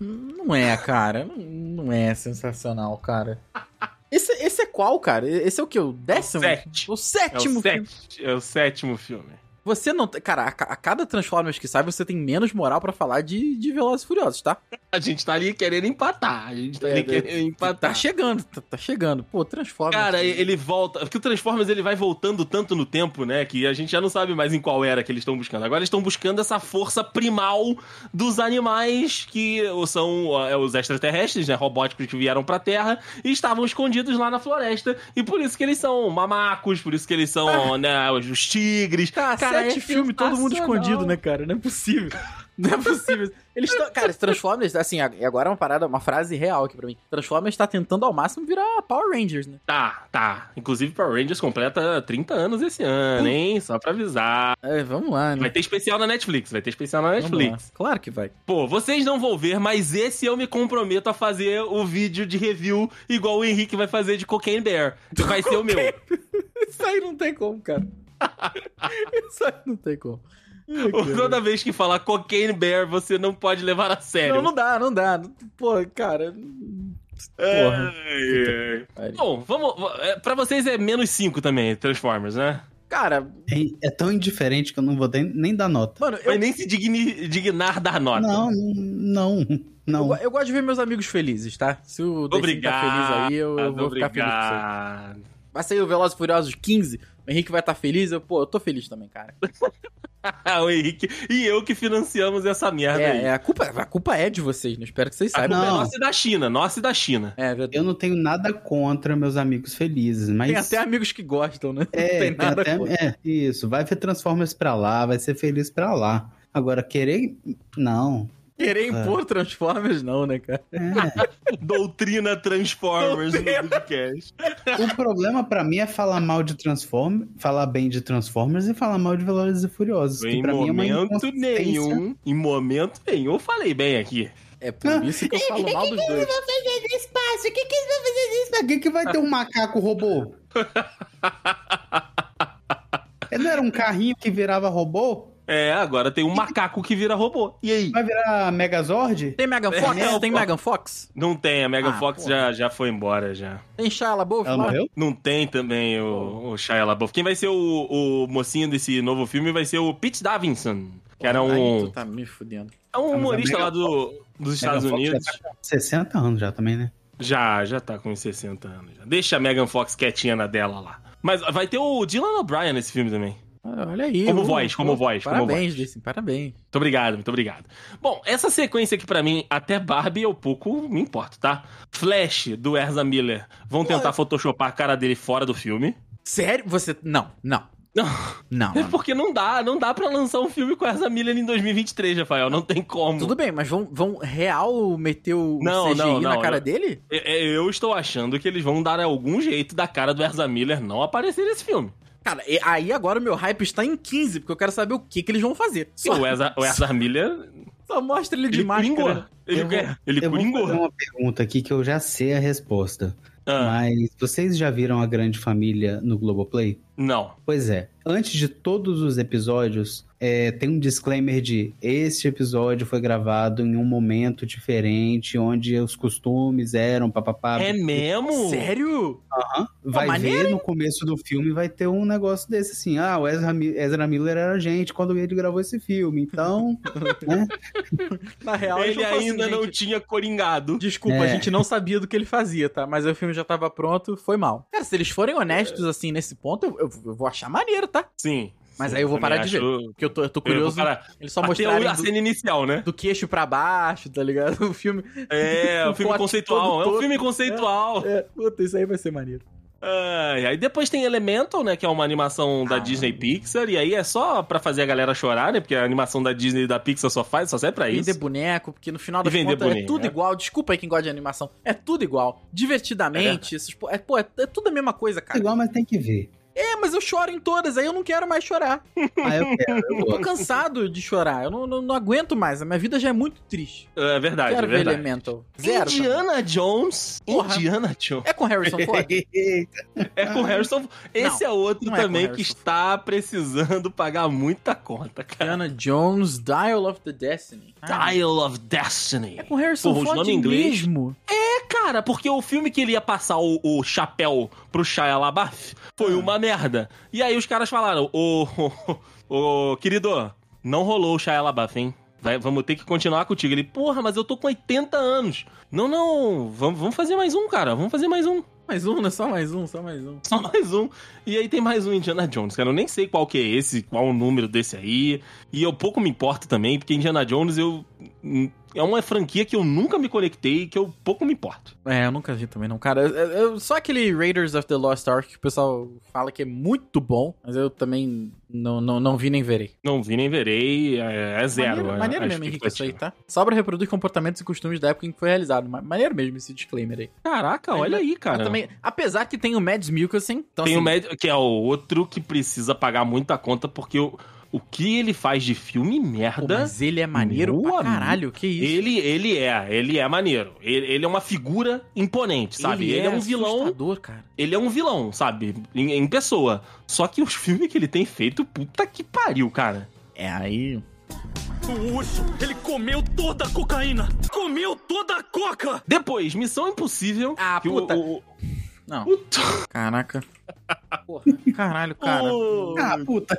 [SPEAKER 2] Não é, cara. Não, não é sensacional, cara. Esse, esse é qual, cara? Esse é o quê? O décimo?
[SPEAKER 4] sete.
[SPEAKER 2] O
[SPEAKER 4] É o,
[SPEAKER 2] sétimo filme.
[SPEAKER 4] sete- é o sétimo filme.
[SPEAKER 2] Você não. tem- Cara, a, ca- a cada Transformers que sai, você tem menos moral pra falar de, de Velozes e Furiosos, tá?
[SPEAKER 4] A gente tá ali querendo empatar. A gente tá
[SPEAKER 2] É,
[SPEAKER 4] ali
[SPEAKER 2] é,
[SPEAKER 4] querendo empatar.
[SPEAKER 2] Tá chegando, tá, tá chegando. Pô, Transformers.
[SPEAKER 4] Cara, ele volta. Porque o Transformers ele vai voltando tanto no tempo, né? Que a gente já não sabe mais em qual era que eles estão buscando. Agora eles estão buscando essa força primal dos animais que são ó, é, os extraterrestres, né? Robóticos que vieram pra Terra e estavam escondidos lá na floresta. E por isso que eles são mamacos, por isso que eles são, né? Os os tigres.
[SPEAKER 2] Tá,
[SPEAKER 4] Cara,
[SPEAKER 2] sete
[SPEAKER 4] é
[SPEAKER 2] filmes, todo mundo
[SPEAKER 4] sensacional.
[SPEAKER 2] escondido, né, cara? Não é possível. Não é possível. Eles estão. Cara, esse Transformers, assim, ag- agora é uma parada, uma frase real aqui pra mim. Transformers tá tentando ao máximo virar Power Rangers, né?
[SPEAKER 4] Tá, tá. Inclusive, Power Rangers completa 30 anos esse ano, hein? Só pra avisar.
[SPEAKER 2] É, vamos lá,
[SPEAKER 4] Ah. Vai
[SPEAKER 2] né?
[SPEAKER 4] ter especial na Netflix, vai ter especial na
[SPEAKER 2] Vamos
[SPEAKER 4] Netflix.
[SPEAKER 2] lá. Claro que vai.
[SPEAKER 4] Pô, vocês não vão ver, mas esse eu me comprometo a fazer o vídeo de review igual o Henrique vai fazer de Cocaine Bear. Que vai ser o meu.
[SPEAKER 2] Isso aí não tem como, cara. Isso aí não tem como. Ai,
[SPEAKER 4] Ou
[SPEAKER 2] cara.
[SPEAKER 4] Toda vez que falar Cocaine Bear, você não pode levar a sério.
[SPEAKER 2] Não, não dá, não dá. Pô, cara.
[SPEAKER 3] É.
[SPEAKER 2] Porra.
[SPEAKER 4] Ai, ai.
[SPEAKER 2] Pariu.
[SPEAKER 4] Bom, vamos. é, Pra vocês é menos 5 também, Transformers, né?
[SPEAKER 2] Cara,
[SPEAKER 3] É, é tão indiferente que eu não vou nem, nem dar nota.
[SPEAKER 2] mano, eu,
[SPEAKER 4] Mas nem se digni- dignar dar nota.
[SPEAKER 3] Não, não,
[SPEAKER 2] eu,
[SPEAKER 3] não.
[SPEAKER 2] go- eu gosto de ver meus amigos felizes, tá? Se o Decinho tá feliz
[SPEAKER 4] Obrigado.
[SPEAKER 2] aí, eu, eu vou ficar feliz com isso aí.
[SPEAKER 4] obrigado.
[SPEAKER 2] tá Vai sair o Velozes e Furiosos 15, o Henrique vai estar feliz, eu, pô, eu tô feliz também, cara.
[SPEAKER 4] Ah, o Henrique e eu que financiamos essa merda
[SPEAKER 2] É,
[SPEAKER 4] aí.
[SPEAKER 2] é, a, culpa, a culpa é de vocês, né? Espero que vocês
[SPEAKER 4] A
[SPEAKER 2] saibam.
[SPEAKER 4] culpa é
[SPEAKER 3] Tá Ah, Não.
[SPEAKER 4] nossa e da China, nossa e da China.
[SPEAKER 2] É, verdade.
[SPEAKER 3] Eu não tenho nada contra meus amigos felizes, mas.
[SPEAKER 2] Tem até amigos que gostam, né? não
[SPEAKER 3] É,
[SPEAKER 2] tem nada
[SPEAKER 3] até-
[SPEAKER 2] contra.
[SPEAKER 3] é, isso. Vai ver Transformers pra lá, vai ser feliz pra lá. Agora, querer. Não. é.
[SPEAKER 2] Querer impor Transformers, não, né, cara?
[SPEAKER 4] Doutrina Transformers no podcast.
[SPEAKER 3] O problema pra mim é falar mal de Transformers, falar bem de Transformers e falar mal de Velozes e Furiosos. que
[SPEAKER 4] Em
[SPEAKER 3] pra mim é uma
[SPEAKER 4] momento
[SPEAKER 3] inconsistência.
[SPEAKER 4] nenhum, em momento nenhum, eu falei bem aqui.
[SPEAKER 2] É por isso que eu falo mal dos dois.
[SPEAKER 3] fazer no é espaço? O que, que eles vão fazer no espaço? O que, que vai ter um macaco robô? É, Não era um carrinho que virava robô?
[SPEAKER 4] É, agora tem um macaco que vira robô. E aí?
[SPEAKER 3] Vai virar Megazord?
[SPEAKER 2] Tem Megan Fox?
[SPEAKER 4] É,
[SPEAKER 2] tem
[SPEAKER 4] pô.
[SPEAKER 2] Megan Fox?
[SPEAKER 4] Não tem, a Megan
[SPEAKER 2] Ah,
[SPEAKER 4] Fox
[SPEAKER 2] porra.
[SPEAKER 4] já, já foi embora já.
[SPEAKER 2] Tem Shia LaBeouf
[SPEAKER 3] Ela
[SPEAKER 2] lá?
[SPEAKER 3] morreu?
[SPEAKER 4] Não tem também o, o Shia LaBeouf. Quem vai ser o, o mocinho desse novo filme vai ser o Pete Davidson, que era
[SPEAKER 2] Aí tu
[SPEAKER 4] um,
[SPEAKER 2] tá me fudendo.
[SPEAKER 4] é um
[SPEAKER 3] a
[SPEAKER 4] humorista
[SPEAKER 3] Megan
[SPEAKER 4] lá do, dos Estados
[SPEAKER 3] Megan Fox
[SPEAKER 4] Unidos.
[SPEAKER 3] já tá com 60 anos já também, né?
[SPEAKER 4] Já, já tá com uns 60 anos. já. Deixa a Megan Fox quietinha na dela lá. Mas vai ter o Dylan O'Brien nesse filme também.
[SPEAKER 2] Ah, Olha aí.
[SPEAKER 4] Como
[SPEAKER 2] ô,
[SPEAKER 4] voz, como
[SPEAKER 2] ô,
[SPEAKER 4] voz, como
[SPEAKER 2] Parabéns, Jason, parabéns.
[SPEAKER 4] Muito obrigado, muito obrigado. Bom, essa sequência aqui pra mim, até Barbie, eu pouco me importo, tá? Flash, do Erza Miller. Vão tentar photoshopar a cara dele fora do filme.
[SPEAKER 2] Sério? Você... Não, não.
[SPEAKER 4] Não.
[SPEAKER 2] Não,
[SPEAKER 4] É
[SPEAKER 2] não.
[SPEAKER 4] porque não dá, não dá pra lançar um filme com a Erza Miller em 2023, Rafael. Não tem como.
[SPEAKER 2] Tudo bem, mas vão, vão real meter o
[SPEAKER 4] Não,
[SPEAKER 2] CGI
[SPEAKER 4] não,
[SPEAKER 2] na
[SPEAKER 4] não,
[SPEAKER 2] cara
[SPEAKER 4] eu-
[SPEAKER 2] dele?
[SPEAKER 4] Eu, É, eu estou achando que eles vão dar algum jeito da cara do Erza Miller não aparecer nesse filme.
[SPEAKER 2] Cara, e- aí agora o meu hype está em 15, porque eu quero saber o que, que eles vão fazer.
[SPEAKER 4] E
[SPEAKER 2] Só,
[SPEAKER 4] O Erza, o Ezra Miller,
[SPEAKER 2] só mostra ele de
[SPEAKER 4] ele
[SPEAKER 2] máscara.
[SPEAKER 4] curingou. Ele,
[SPEAKER 3] Eu vou-
[SPEAKER 4] é, ele
[SPEAKER 3] Eu vou
[SPEAKER 4] curingou.
[SPEAKER 3] fazer uma pergunta aqui que eu já sei a resposta.
[SPEAKER 4] Ah,
[SPEAKER 3] Mas vocês já viram a grande família no Globoplay?
[SPEAKER 4] não.
[SPEAKER 3] Pois é, antes de todos os episódios, é, tem um disclaimer de este episódio foi gravado em um momento diferente, onde os costumes eram papapá.
[SPEAKER 4] É mesmo?
[SPEAKER 2] Sério?
[SPEAKER 3] vai
[SPEAKER 2] Pô, maneiro,
[SPEAKER 3] ver no começo do filme, vai ter um negócio desse assim, ah, o Ezra, Mi- Ezra Miller era a gente quando ele gravou esse filme, então... né?
[SPEAKER 2] Na real, eles
[SPEAKER 4] Ele
[SPEAKER 2] vão falar assim,
[SPEAKER 4] ainda não
[SPEAKER 2] gente,
[SPEAKER 4] tinha coringado.
[SPEAKER 2] Desculpa, a
[SPEAKER 3] É.
[SPEAKER 2] gente não sabia do que ele fazia, tá? Mas aí o filme já tava pronto, foi mal. Cara, se eles forem honestos assim nesse ponto, eu, eu- eu vou achar maneiro, tá?
[SPEAKER 4] Sim.
[SPEAKER 2] Mas
[SPEAKER 4] sim,
[SPEAKER 2] aí eu vou parar
[SPEAKER 4] também
[SPEAKER 2] de
[SPEAKER 4] acho-
[SPEAKER 2] Porque eu tô, eu tô
[SPEAKER 4] Eu vou
[SPEAKER 2] curioso.
[SPEAKER 4] parar.
[SPEAKER 2] Eles só
[SPEAKER 4] Até
[SPEAKER 2] mostraram
[SPEAKER 4] a
[SPEAKER 2] do,
[SPEAKER 4] cena inicial, né?
[SPEAKER 2] do queixo pra baixo, tá ligado? O filme.
[SPEAKER 4] É,
[SPEAKER 2] O
[SPEAKER 4] o filme
[SPEAKER 2] corte
[SPEAKER 4] conceitual.
[SPEAKER 2] todo
[SPEAKER 4] É um
[SPEAKER 2] torto.
[SPEAKER 4] filme conceitual.
[SPEAKER 2] É, puta, isso aí vai ser maneiro.
[SPEAKER 4] Ai, aí depois tem Elemental, né? Que é uma animação da
[SPEAKER 2] Ah.
[SPEAKER 4] Disney Pixar. E aí é só pra fazer a galera chorar, né? Porque a animação da Disney e da Pixar só faz, só serve pra É isso.
[SPEAKER 2] Vender boneco, porque no final
[SPEAKER 4] E
[SPEAKER 2] das
[SPEAKER 4] vender
[SPEAKER 2] contas é
[SPEAKER 4] boneco,
[SPEAKER 2] tudo
[SPEAKER 4] né?
[SPEAKER 2] igual. Desculpa aí quem gosta de animação. É tudo igual. Divertidamente, esses, po- é, pô, é, é tudo a mesma coisa,
[SPEAKER 3] É
[SPEAKER 2] cara.
[SPEAKER 3] igual, mas tem que ver.
[SPEAKER 2] É, mas eu choro em todas, aí eu não quero mais chorar.
[SPEAKER 3] Ah, eu quero, eu
[SPEAKER 2] Tô
[SPEAKER 3] gosto.
[SPEAKER 2] cansado de chorar. Eu não, não, não aguento mais. A minha vida já é muito triste.
[SPEAKER 4] É verdade, é
[SPEAKER 2] quero ver
[SPEAKER 4] verdade.
[SPEAKER 2] Elemental. Zero. também.
[SPEAKER 4] Indiana Jones.
[SPEAKER 2] Porra.
[SPEAKER 4] Indiana Jones.
[SPEAKER 2] É com Harrison Ford?
[SPEAKER 4] É com o Harrison. Esse é outro
[SPEAKER 2] não é com
[SPEAKER 4] também que
[SPEAKER 2] Harrison.
[SPEAKER 4] está precisando pagar muita conta, cara.
[SPEAKER 2] Indiana Jones, Dial of the Destiny. Ah,
[SPEAKER 4] Dial of Destiny.
[SPEAKER 2] é com Harrison
[SPEAKER 4] Porra, os
[SPEAKER 2] Ford
[SPEAKER 4] nome em inglês.
[SPEAKER 2] mesmo.
[SPEAKER 4] Cara, porque o filme que ele ia passar o, o chapéu pro Shia LaBeouf foi uma merda. E aí os caras falaram, ô, ô, ô, querido, não rolou o Shia LaBeouf, hein? Vai- vamos ter que continuar contigo. Ele, porra, mas eu tô com 80 anos. Não, não, vamos, vamos fazer mais um, cara, vamos fazer mais um.
[SPEAKER 2] Mais um, né? Só mais um, só mais um.
[SPEAKER 4] Só mais um. E aí tem mais um Indiana Jones, cara. Eu nem sei qual que é esse, qual o número desse aí. E eu pouco me importo também, porque Indiana Jones eu... É uma franquia que eu nunca me conectei e que eu pouco me importo.
[SPEAKER 2] É, eu nunca vi também, não, cara. Eu- eu- só aquele Raiders of the Lost Ark que o pessoal fala que é muito bom, mas eu também não, não, não vi nem verei.
[SPEAKER 4] Não vi nem verei, é, é zero.
[SPEAKER 2] maneiro
[SPEAKER 4] é,
[SPEAKER 2] maneiro
[SPEAKER 4] a
[SPEAKER 2] mesmo, Henrique, isso aí,
[SPEAKER 4] expectativa.
[SPEAKER 2] tá? Sobra reproduz comportamentos e costumes da época em que foi realizado. Ma- Maneiro mesmo esse disclaimer aí.
[SPEAKER 4] Caraca,
[SPEAKER 2] Mas
[SPEAKER 4] olha
[SPEAKER 2] eu-
[SPEAKER 4] aí, cara.
[SPEAKER 2] Eu também, apesar que tem o Mads Mikkelsen, então
[SPEAKER 4] Tem o
[SPEAKER 2] assim,
[SPEAKER 4] médico, que é o outro que precisa pagar muita conta, porque o, o que ele faz de filme
[SPEAKER 2] pô,
[SPEAKER 4] merda,
[SPEAKER 2] mas ele é maneiro
[SPEAKER 4] Meu
[SPEAKER 2] pra
[SPEAKER 4] amigo.
[SPEAKER 2] caralho, que isso.
[SPEAKER 4] ele, ele é, ele é maneiro. Ele, ele é uma figura imponente, sabe? Ele, é, um vilão,
[SPEAKER 2] assustador, cara.
[SPEAKER 4] ele é um vilão, sabe? Em, em pessoa. Só que os filmes que ele tem feito, puta que pariu, cara.
[SPEAKER 2] É, aí...
[SPEAKER 5] O urso, ele comeu toda a cocaína! Comeu toda a coca!
[SPEAKER 4] Depois, Missão Impossível.
[SPEAKER 2] Ah,
[SPEAKER 4] que o-
[SPEAKER 2] puta.
[SPEAKER 4] o-
[SPEAKER 2] Não.
[SPEAKER 4] O Tom-
[SPEAKER 6] Caraca.
[SPEAKER 2] Porra.
[SPEAKER 6] Caralho, cara.
[SPEAKER 3] Ah, puta.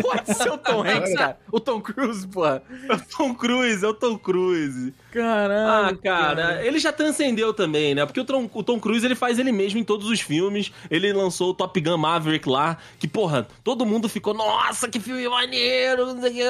[SPEAKER 2] Pode ser é o Tom Hanks, cara. O Tom Cruise, porra.
[SPEAKER 4] É o Tom Cruise, é o Tom Cruise. Ah,
[SPEAKER 2] Caralho.
[SPEAKER 4] cara, ele já transcendeu também, né? Porque o Tom, o Tom Cruise ele faz ele mesmo em todos os filmes. Ele lançou o Top Gun Maverick lá, que porra, todo mundo ficou, nossa, que filme maneiro! não sei o quê.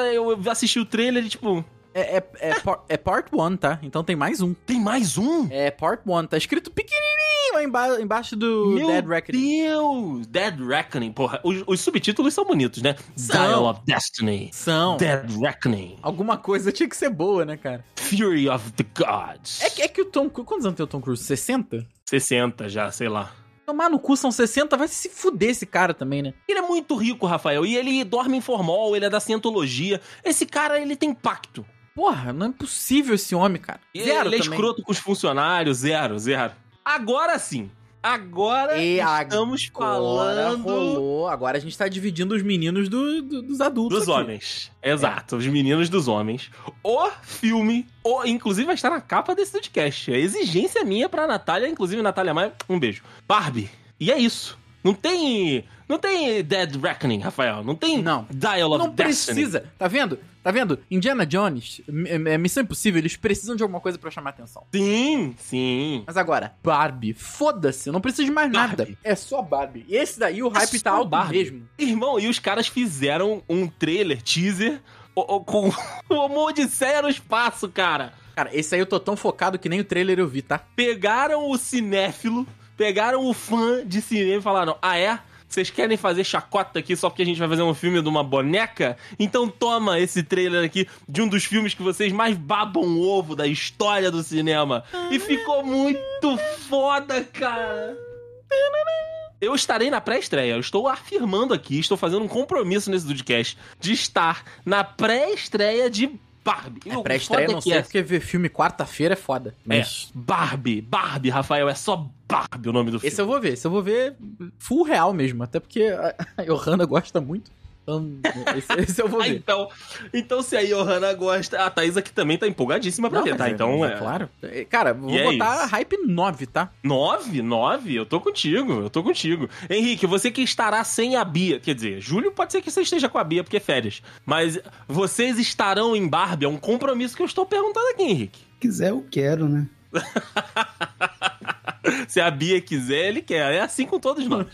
[SPEAKER 4] Eu assisti o trailer e tipo,
[SPEAKER 2] É, é, é, par- é part 1, tá? Então tem mais um.
[SPEAKER 4] tem mais um?
[SPEAKER 2] É part 1. Tá escrito pequenininho lá emba embaixo do
[SPEAKER 4] Meu
[SPEAKER 2] Dead Reckoning.
[SPEAKER 4] Deus! Dead Reckoning, porra. Os, os subtítulos são bonitos, né?
[SPEAKER 2] São.
[SPEAKER 4] Dial of Destiny.
[SPEAKER 2] São.
[SPEAKER 4] Dead Reckoning.
[SPEAKER 2] Alguma coisa tinha que ser boa, né, cara?
[SPEAKER 4] Fury of the Gods.
[SPEAKER 2] É que, é que o Tom Cruise... Quantos anos tem o Tom Cruise? 60?
[SPEAKER 4] 60 já, sei lá.
[SPEAKER 2] Tomar no cu são 60, vai se fuder esse cara também, né?
[SPEAKER 4] Ele é muito rico, Rafael, e ele dorme em formol, ele é da cientologia. Esse cara, ele tem pacto.
[SPEAKER 2] Porra, não é possível esse homem, cara.
[SPEAKER 4] E
[SPEAKER 2] Zero
[SPEAKER 4] ele é
[SPEAKER 2] também.
[SPEAKER 4] escroto com os funcionários, zero, zero. Agora sim. Agora
[SPEAKER 2] E
[SPEAKER 4] estamos
[SPEAKER 2] Agora
[SPEAKER 4] falando
[SPEAKER 2] rolou. Agora a gente tá dividindo os meninos do- do- dos adultos.
[SPEAKER 4] dos
[SPEAKER 2] aqui.
[SPEAKER 4] homens. Exato, os meninos dos homens. O filme, o, inclusive vai estar na capa desse podcast. É exigência minha pra Natália, inclusive Natália Maia, um beijo. Barbie. E é isso. Não tem, não tem Dead Reckoning, Rafael. Não tem
[SPEAKER 2] Não.
[SPEAKER 4] Dial of
[SPEAKER 2] Não
[SPEAKER 4] Destiny.
[SPEAKER 2] precisa. Tá vendo? Tá vendo? Indiana Jones, M- M- Missão Impossível, eles precisam de alguma coisa pra chamar atenção.
[SPEAKER 4] Sim, sim.
[SPEAKER 2] Mas agora, Barbie, foda-se, não precisa de mais
[SPEAKER 4] Barbie. É
[SPEAKER 2] nada. É só Barbie. E esse daí o hype
[SPEAKER 4] só
[SPEAKER 2] tá alto
[SPEAKER 4] Barbie.
[SPEAKER 2] mesmo.
[SPEAKER 4] Irmão, e os caras fizeram um trailer, teaser, o- o- com uma odisseia no espaço, cara.
[SPEAKER 2] Cara, esse aí eu tô tão focado que nem o trailer eu vi, tá?
[SPEAKER 4] Pegaram o cinéfilo, pegaram o fã de cinema e falaram, ah é? Vocês querem fazer chacota aqui só porque a gente vai fazer um filme de uma boneca? Então toma esse trailer aqui de um dos filmes que vocês mais babam o ovo da história do cinema. E ficou muito foda, cara. Eu estarei na pré-estreia. Eu estou afirmando aqui, estou fazendo um compromisso nesse podcast de estar na pré-estreia de Barbie.
[SPEAKER 2] É pré-estreia, não sei, porque ver filme quarta-feira é foda.
[SPEAKER 4] É,
[SPEAKER 2] Mas
[SPEAKER 4] Barbie, Barbie, Rafael, é só Barbie o nome do filme.
[SPEAKER 2] esse eu vou ver, esse eu vou ver full real mesmo. Até porque a a Johanna gosta muito. Então, esse, esse eu vou
[SPEAKER 4] Ah,
[SPEAKER 2] ver.
[SPEAKER 4] então, então, se a Johanna gosta. A Thaís aqui também tá empolgadíssima pra
[SPEAKER 2] Não,
[SPEAKER 4] ver,
[SPEAKER 2] mas
[SPEAKER 4] tá? Então, é.
[SPEAKER 2] Claro. É, Cara, vou
[SPEAKER 4] E é
[SPEAKER 2] botar
[SPEAKER 4] isso.
[SPEAKER 2] hype 9, tá?
[SPEAKER 4] Nove, nove, eu tô contigo, eu tô contigo. Henrique, você que estará sem a Bia, quer dizer, Júlio pode ser que você esteja com a Bia porque é férias, mas vocês estarão em Barbie, é um compromisso que eu estou perguntando aqui, Henrique.
[SPEAKER 3] Se quiser, eu quero, né?
[SPEAKER 4] Se a Bia quiser, ele quer, é assim com todos nós.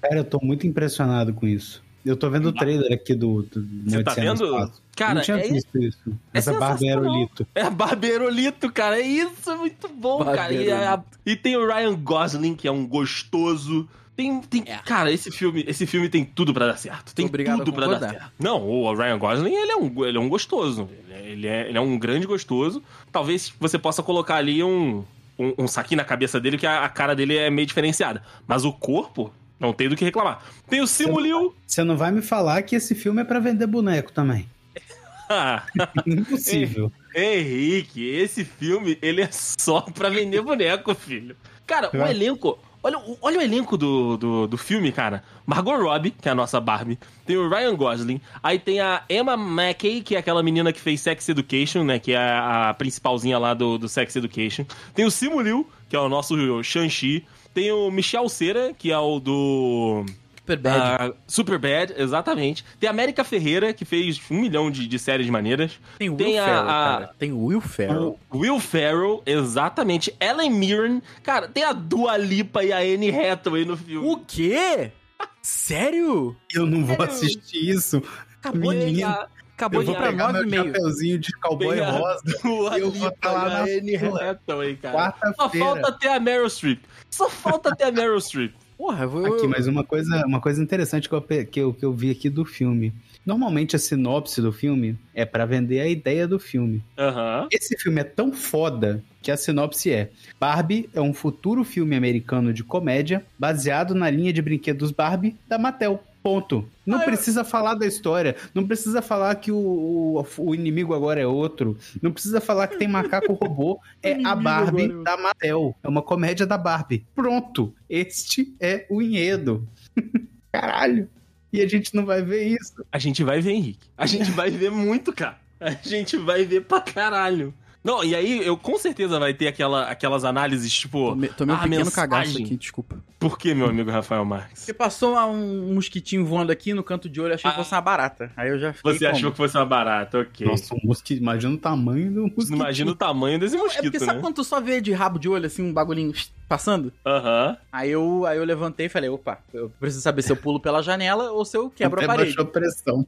[SPEAKER 3] Cara, eu tô muito impressionado com isso. Eu tô vendo o trailer aqui do, do
[SPEAKER 4] Você tá
[SPEAKER 3] Odisseia no
[SPEAKER 4] vendo?
[SPEAKER 3] Espaço.
[SPEAKER 4] Cara,
[SPEAKER 3] não tinha
[SPEAKER 4] é,
[SPEAKER 3] visto isso.
[SPEAKER 4] é
[SPEAKER 3] Essa barba é
[SPEAKER 4] sensacional.
[SPEAKER 3] aerolito.
[SPEAKER 4] É barbeirolito, cara. É isso, é muito bom, cara. E, a- e tem o Ryan Gosling, que é um gostoso. Tem, tem,
[SPEAKER 2] É.
[SPEAKER 4] Cara, esse filme, esse filme tem tudo pra dar certo. Tem
[SPEAKER 2] Obrigado
[SPEAKER 4] tudo
[SPEAKER 2] a
[SPEAKER 4] pra dar
[SPEAKER 2] concordar.
[SPEAKER 4] certo. Não, o Ryan Gosling, ele é um, go- ele é um gostoso. Ele é, ele é- ele é um grande gostoso. Talvez você possa colocar ali um, um, um saquinho na cabeça dele, que a, a cara dele é meio diferenciada. Mas o corpo, não tem do que reclamar. Tem o Simu Liu.
[SPEAKER 3] Você não vai me falar que esse filme é pra vender boneco também.
[SPEAKER 4] Ah,
[SPEAKER 3] Impossível.
[SPEAKER 4] Henrique, esse filme, ele é só pra vender boneco, filho. Cara, o
[SPEAKER 3] É.
[SPEAKER 4] elenco. Olha, o- olha o elenco do, do, do filme, cara. Margot Robbie, que é a nossa Barbie. Tem o Ryan Gosling. Aí tem a Emma Mackey, que é aquela menina que fez Sex Education, né? Que é a, a principalzinha lá do, do Sex Education. Tem o Simu Liu, que é o nosso Shang-Chi. Tem o Michel Cera, que é o do...
[SPEAKER 2] Super bad.
[SPEAKER 4] Superbad, Superbad, exatamente. Tem a América Ferreira, que fez um milhão de, de séries maneiras.
[SPEAKER 2] Tem o Will
[SPEAKER 4] tem a-
[SPEAKER 2] Ferrell,
[SPEAKER 4] a-
[SPEAKER 2] cara. Tem o Will Ferrell.
[SPEAKER 4] Will Ferrell, exatamente. Ellen Mirren. Cara, tem a Dua Lipa e a Anne Hathaway no filme.
[SPEAKER 2] O quê? Sério?
[SPEAKER 3] Eu não vou
[SPEAKER 4] Sério?
[SPEAKER 3] assistir isso.
[SPEAKER 2] Acabou de,
[SPEAKER 3] Menino.
[SPEAKER 2] acabou de
[SPEAKER 3] Eu vou
[SPEAKER 2] ir pra
[SPEAKER 3] pegar
[SPEAKER 2] nove
[SPEAKER 3] meu
[SPEAKER 2] e meio.
[SPEAKER 3] chapeuzinho de cowboy
[SPEAKER 4] Obrigado.
[SPEAKER 3] rosa
[SPEAKER 4] Dua
[SPEAKER 3] Eu vou
[SPEAKER 4] Lipa
[SPEAKER 3] tá lá
[SPEAKER 4] e a
[SPEAKER 3] na
[SPEAKER 4] Anne
[SPEAKER 3] fila.
[SPEAKER 4] Hathaway, cara. Só falta
[SPEAKER 3] quarta-feira.
[SPEAKER 4] ter a Meryl Streep. Só falta ter a Meryl Streep.
[SPEAKER 2] Porra, eu vou...
[SPEAKER 3] Aqui, mas uma coisa, uma coisa interessante que eu, pe- que, eu, que eu vi aqui do filme. Normalmente a sinopse do filme é pra vender a ideia do filme.
[SPEAKER 4] Aham.
[SPEAKER 3] Esse filme é tão foda que a sinopse é: Barbie é um futuro filme americano de comédia baseado na linha de brinquedos Barbie da Mattel. Ponto. Não
[SPEAKER 2] Ah, eu-
[SPEAKER 3] precisa falar da história. Não precisa falar que o, o, o inimigo agora é outro. Não precisa falar que tem macaco robô. É a
[SPEAKER 2] Inimigo
[SPEAKER 3] Barbie
[SPEAKER 2] agora é outro.
[SPEAKER 3] da Mattel. É uma comédia da Barbie. Pronto. Este é o enredo. Caralho. E a gente não vai ver isso.
[SPEAKER 4] A gente vai ver, Henrique. A gente vai ver muito, cara. A gente vai ver pra caralho. Não, e aí eu com certeza vai ter aquela, aquelas análises, tipo.
[SPEAKER 6] Tomei, tomei um
[SPEAKER 4] "Ah,
[SPEAKER 6] pequeno
[SPEAKER 4] mensagem.
[SPEAKER 6] cagaço aqui, desculpa.
[SPEAKER 4] Por que, meu amigo Rafael Marques?
[SPEAKER 2] Porque passou uma- um mosquitinho voando aqui no canto de olho, achei que
[SPEAKER 4] Ah.
[SPEAKER 2] fosse uma barata. Aí eu já fiquei
[SPEAKER 4] Você
[SPEAKER 2] como?
[SPEAKER 4] achou que fosse uma barata, ok.
[SPEAKER 3] Nossa, um mosquito. Imagina o tamanho do mosquito.
[SPEAKER 4] Imagina o tamanho desse
[SPEAKER 2] É porque
[SPEAKER 4] mosquito,
[SPEAKER 2] sabe
[SPEAKER 4] né?
[SPEAKER 2] quando tu só vê de rabo de olho, assim, um bagulhinho passando?
[SPEAKER 4] Aham.
[SPEAKER 2] Aí eu, aí eu levantei e falei, opa, eu preciso saber se eu pulo pela janela ou se eu quebro a
[SPEAKER 3] Até
[SPEAKER 2] parede.
[SPEAKER 3] baixou a pressão.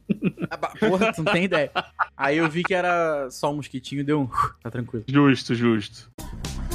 [SPEAKER 2] Ah, ba- Porra, tu não tem ideia. Aí eu vi que era só um mosquitinho, deu um... Tá tranquilo.
[SPEAKER 4] Justo, justo.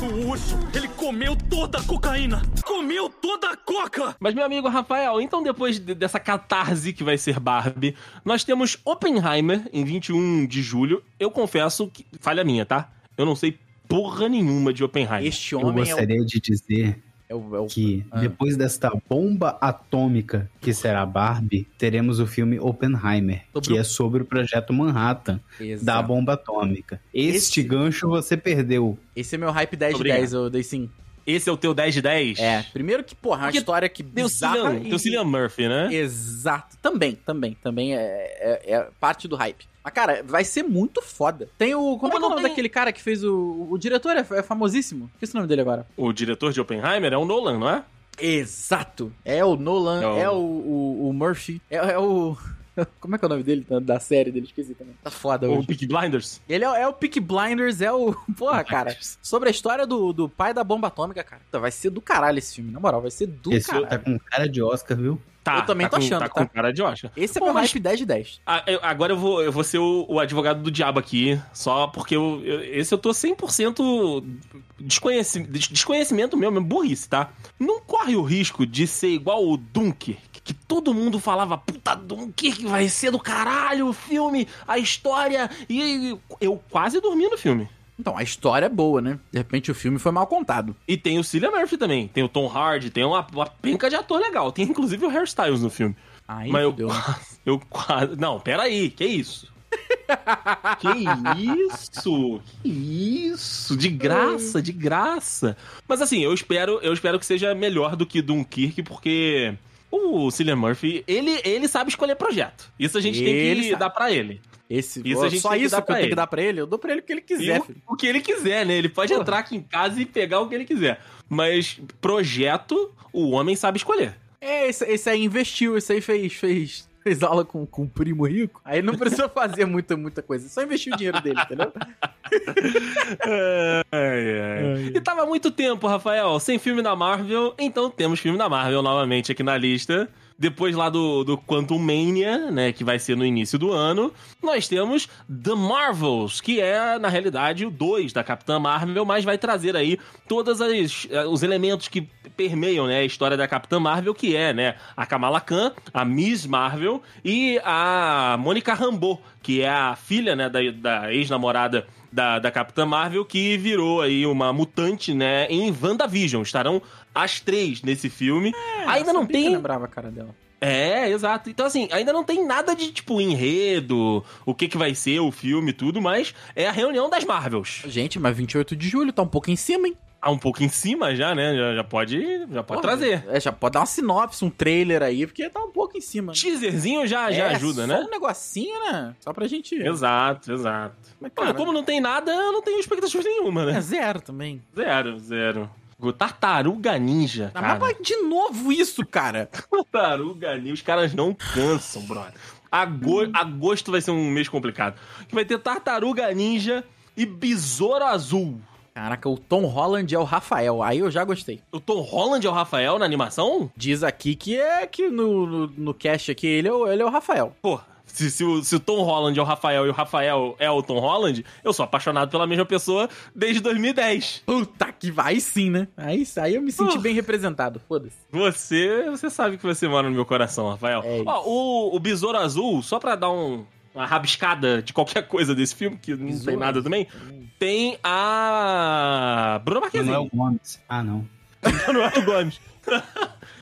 [SPEAKER 5] O urso, ele comeu toda a cocaína! Comeu toda a coca!
[SPEAKER 4] Mas, meu amigo Rafael, então depois de- dessa catarse que vai ser Barbie, nós temos Oppenheimer em 21 de julho. Eu confesso que. Falha minha, tá? Eu não sei porra nenhuma de Oppenheimer.
[SPEAKER 2] Este
[SPEAKER 3] Eu
[SPEAKER 2] homem é o,
[SPEAKER 3] gostaria de dizer
[SPEAKER 2] é o- é o-
[SPEAKER 3] que
[SPEAKER 2] Ah.
[SPEAKER 3] depois desta bomba atômica que será Barbie, teremos o filme Oppenheimer,
[SPEAKER 2] Sobre
[SPEAKER 3] que
[SPEAKER 2] o-
[SPEAKER 3] é sobre o projeto Manhattan
[SPEAKER 2] Exato.
[SPEAKER 3] da bomba atômica. Este
[SPEAKER 2] Esse-
[SPEAKER 3] gancho você perdeu.
[SPEAKER 2] Esse é meu hype 10 de
[SPEAKER 4] Obrigado.
[SPEAKER 2] 10, eu dei sim.
[SPEAKER 4] Esse é o teu 10 de 10?
[SPEAKER 2] É, primeiro que, porra, é uma
[SPEAKER 4] Porque
[SPEAKER 2] história que
[SPEAKER 4] Teu
[SPEAKER 2] bizarra
[SPEAKER 4] Cillian, teu Cillian Murphy, né?
[SPEAKER 2] Exato. Também, também, também é, é- é parte do hype. Mas, cara, vai ser muito foda. Tem o. Como,
[SPEAKER 4] Como
[SPEAKER 2] é que é o
[SPEAKER 4] não
[SPEAKER 2] nome
[SPEAKER 4] tem-
[SPEAKER 2] daquele cara que fez o. O diretor é, é famosíssimo. Esqueci o nome dele agora.
[SPEAKER 4] O diretor de Oppenheimer é o Nolan, não é?
[SPEAKER 2] Exato. É o Nolan,
[SPEAKER 4] Não.
[SPEAKER 2] é o, o, o Murphy, é, é o. Como é que é o nome dele? Da, da série dele, esqueci também. Tá foda
[SPEAKER 4] Ou
[SPEAKER 2] hoje.
[SPEAKER 4] o Peaky Blinders.
[SPEAKER 2] Ele é, é o Peak Blinders, é o. Porra, cara. Sobre a história do, do pai da bomba atômica, cara. Então, vai ser do caralho esse filme, na moral. Vai ser do
[SPEAKER 3] Esse
[SPEAKER 4] é
[SPEAKER 2] caralho.
[SPEAKER 3] tá com cara de Oscar, viu?
[SPEAKER 4] Tá,
[SPEAKER 2] Eu também
[SPEAKER 4] tá
[SPEAKER 2] tô
[SPEAKER 4] com,
[SPEAKER 2] achando,
[SPEAKER 4] tá,
[SPEAKER 2] tá?
[SPEAKER 4] com cara de Oscar.
[SPEAKER 2] Esse é
[SPEAKER 4] Pô,
[SPEAKER 2] meu
[SPEAKER 4] mas-
[SPEAKER 2] hype 10 de 10.
[SPEAKER 4] Ah, eu- agora eu vou, eu vou ser o, o advogado do diabo aqui, só porque eu, eu- esse eu tô 100% desconheci, des- desconhecimento meu, mesmo, burrice, tá? Não corre o risco de ser igual o Dunker, que, que todo mundo falava, puta, Dunker que vai ser do caralho o filme, a história, e eu quase dormi no filme.
[SPEAKER 2] Então, a história é boa, né? De repente o filme foi mal contado.
[SPEAKER 4] E tem o Cillian Murphy também, tem o Tom Hardy, tem uma, uma penca de ator legal, tem inclusive o Hairstyles no filme.
[SPEAKER 2] Aí,
[SPEAKER 4] Mas eu
[SPEAKER 2] fudeu, né?
[SPEAKER 4] quase, eu quase. Não, peraí, que isso? que isso? Que isso? De graça, de graça. Mas assim, eu espero, eu espero que seja melhor do que Dunkirk, porque o Cillian Murphy, ele, ele sabe escolher projeto. Isso a gente
[SPEAKER 2] Ele
[SPEAKER 4] tem que
[SPEAKER 2] sabe.
[SPEAKER 4] dar pra ele.
[SPEAKER 2] Esse,
[SPEAKER 4] Isso a gente
[SPEAKER 2] só
[SPEAKER 4] tem que
[SPEAKER 2] isso
[SPEAKER 4] dar
[SPEAKER 2] que eu
[SPEAKER 4] pra
[SPEAKER 2] tenho que
[SPEAKER 4] ele.
[SPEAKER 2] dar pra ele, eu dou pra ele o que ele
[SPEAKER 4] E
[SPEAKER 2] quiser,
[SPEAKER 4] o,
[SPEAKER 2] filho.
[SPEAKER 4] o que ele quiser, né? Ele pode
[SPEAKER 2] Porra.
[SPEAKER 4] entrar aqui em casa e pegar o que ele quiser. Mas projeto, o homem sabe escolher.
[SPEAKER 2] É, esse, esse aí investiu, esse aí fez, fez, fez aula com, com o primo rico. Aí não precisa fazer muita, muita coisa, só investiu o dinheiro dele, entendeu? É,
[SPEAKER 4] E tava há muito tempo, Rafael, sem filme da Marvel, então temos filme da Marvel novamente aqui na lista. Depois lá do, do Quantum Mania, né, que vai ser no início do ano, nós temos The Marvels, que é, na realidade, o 2 da Capitã Marvel, mas vai trazer aí todos os elementos que permeiam, né, a história da Capitã Marvel, que é, né, a Kamala Khan, a Miss Marvel e a Mônica Rambeau, que é a filha, né, da, da ex-namorada da, da Capitã Marvel, que virou aí uma mutante, né, em WandaVision. Estarão as três nesse filme.
[SPEAKER 2] É,
[SPEAKER 4] Ainda
[SPEAKER 2] Eu
[SPEAKER 4] não
[SPEAKER 2] sabia que eu
[SPEAKER 4] tem...
[SPEAKER 2] lembrava a cara dela.
[SPEAKER 4] É, exato. Então, assim, ainda não tem nada de, tipo, enredo, o que que vai ser o filme e tudo, mas é a reunião das Marvels.
[SPEAKER 2] Gente, mas 28 de julho, tá um pouco em cima, hein?
[SPEAKER 4] Tá um pouco em cima já, né? Já, já pode, já
[SPEAKER 2] Porra,
[SPEAKER 4] pode trazer.
[SPEAKER 2] É, já pode dar uma sinopse, um trailer aí, porque tá um pouco em cima. né?
[SPEAKER 4] Teaserzinho já, já
[SPEAKER 2] É,
[SPEAKER 4] ajuda,
[SPEAKER 2] só
[SPEAKER 4] né?
[SPEAKER 2] um negocinho, né? Só pra gente...
[SPEAKER 4] Exato, exato.
[SPEAKER 2] Mas,
[SPEAKER 4] Pô,
[SPEAKER 2] cara,
[SPEAKER 4] como não tem nada, eu não tenho expectativa nenhuma,
[SPEAKER 2] é
[SPEAKER 4] né?
[SPEAKER 2] zero também.
[SPEAKER 4] Zero, zero. O Tartaruga Ninja,
[SPEAKER 2] Ah, Mas
[SPEAKER 4] cara.
[SPEAKER 2] vai de novo isso, cara.
[SPEAKER 4] Tartaruga Ninja, os caras não cansam, brother. Ago- Agosto vai ser um mês complicado. Que vai ter Tartaruga Ninja e Besouro Azul.
[SPEAKER 2] Caraca, o Tom Holland é o Rafael. Aí eu já gostei.
[SPEAKER 4] O Tom Holland é o Rafael na animação?
[SPEAKER 2] Diz aqui que é que no, no, no cast aqui ele é, o, ele é o Rafael.
[SPEAKER 4] Pô, se, se o, se o Tom Holland é o Rafael e o Rafael é o Tom Holland, eu sou apaixonado pela mesma pessoa desde 2010.
[SPEAKER 2] Puta que vai, aí sim, né? Aí, aí eu me senti
[SPEAKER 4] Uh.
[SPEAKER 2] bem representado. Foda-se.
[SPEAKER 4] Você, você sabe que você mora no meu coração, Rafael.
[SPEAKER 2] É isso.
[SPEAKER 4] Ó, o, o Besouro Azul, só pra dar um- uma rabiscada de qualquer coisa desse filme, que não tem
[SPEAKER 2] Besouro
[SPEAKER 4] nada também, tem a Bruna Marquezine.
[SPEAKER 2] é
[SPEAKER 3] Manuel Gomes. Ah, não.
[SPEAKER 4] Manuel Gomes.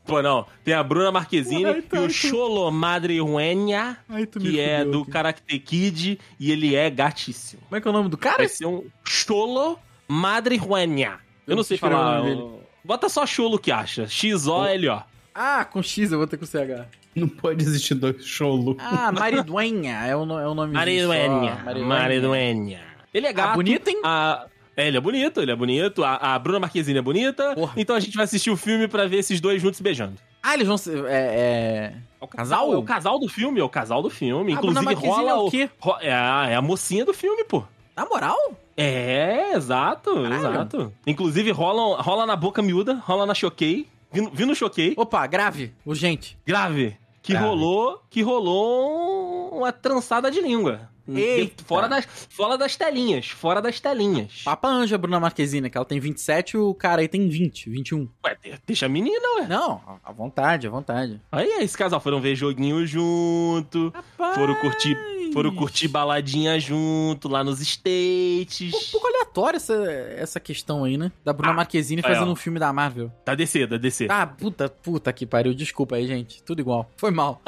[SPEAKER 4] Pô, não. Tem a Bruna Marquezine
[SPEAKER 2] Ai, tá,
[SPEAKER 4] e o
[SPEAKER 2] tá.
[SPEAKER 4] Cholo Madre Ruenia,
[SPEAKER 2] Ai, tu
[SPEAKER 4] que é do Karate Kid, e ele é gatíssimo.
[SPEAKER 2] Como é que é o nome do
[SPEAKER 4] Vai
[SPEAKER 2] cara?
[SPEAKER 4] ser um Cholo Madre Ruenia. Eu não sei
[SPEAKER 2] escrever é o
[SPEAKER 4] falar.
[SPEAKER 2] nome
[SPEAKER 4] o- Bota só Cholo que acha. X-O-L-O.
[SPEAKER 2] Ah, com X eu vou ter com CH.
[SPEAKER 3] Não pode existir dois cholo.
[SPEAKER 2] Ah, Mariduenha é o, no- é o nome
[SPEAKER 4] Mariduenha.
[SPEAKER 2] Mariduenha.
[SPEAKER 4] Mariduenha. Ele é gato.
[SPEAKER 2] Ah, bonito, hein?
[SPEAKER 4] a- É, ele é bonito, ele é bonito. A, a Bruna Marquezine é bonita.
[SPEAKER 2] Porra.
[SPEAKER 4] Então a gente vai assistir o filme pra ver esses dois juntos se beijando.
[SPEAKER 2] Ah, eles vão ser. É. é...
[SPEAKER 4] É o
[SPEAKER 2] Casal?
[SPEAKER 4] É o casal do filme, é o casal do filme.
[SPEAKER 2] A Bruna
[SPEAKER 4] Inclusive
[SPEAKER 2] Marquezine
[SPEAKER 4] rola
[SPEAKER 2] é
[SPEAKER 4] o...
[SPEAKER 2] o quê?
[SPEAKER 4] ro- É, a, é a mocinha do filme, pô.
[SPEAKER 2] Na moral?
[SPEAKER 4] É, exato,
[SPEAKER 2] Caralho.
[SPEAKER 4] exato. Inclusive rola, rola na boca miúda, rola na choquei. Vi, no- vi no choquei.
[SPEAKER 2] Opa, grave, urgente.
[SPEAKER 4] Grave. Que
[SPEAKER 3] Grave.
[SPEAKER 4] rolou, que rolou uma trançada de língua.
[SPEAKER 2] Eita.
[SPEAKER 4] Fora das, fora das telinhas, fora das telinhas.
[SPEAKER 2] Papa Anja, Bruna Marquezine, que ela tem 27 o cara aí tem 20, 21.
[SPEAKER 4] Ué, de- deixa a menina, ué.
[SPEAKER 2] Não, à vontade, à vontade.
[SPEAKER 4] Aí é esse casal foram ver joguinho junto,
[SPEAKER 2] Rapaz.
[SPEAKER 4] foram curtir, foram curtir baladinha junto lá nos States.
[SPEAKER 2] Um pouco aleatório essa, essa questão aí, né? Da
[SPEAKER 5] Ah,
[SPEAKER 2] Bruna Marquezine
[SPEAKER 4] aí,
[SPEAKER 2] fazendo
[SPEAKER 4] ó.
[SPEAKER 2] um filme da Marvel.
[SPEAKER 4] Tá descer, tá descer.
[SPEAKER 2] Ah, puta, puta que pariu. Desculpa aí, gente. Tudo igual. Foi mal.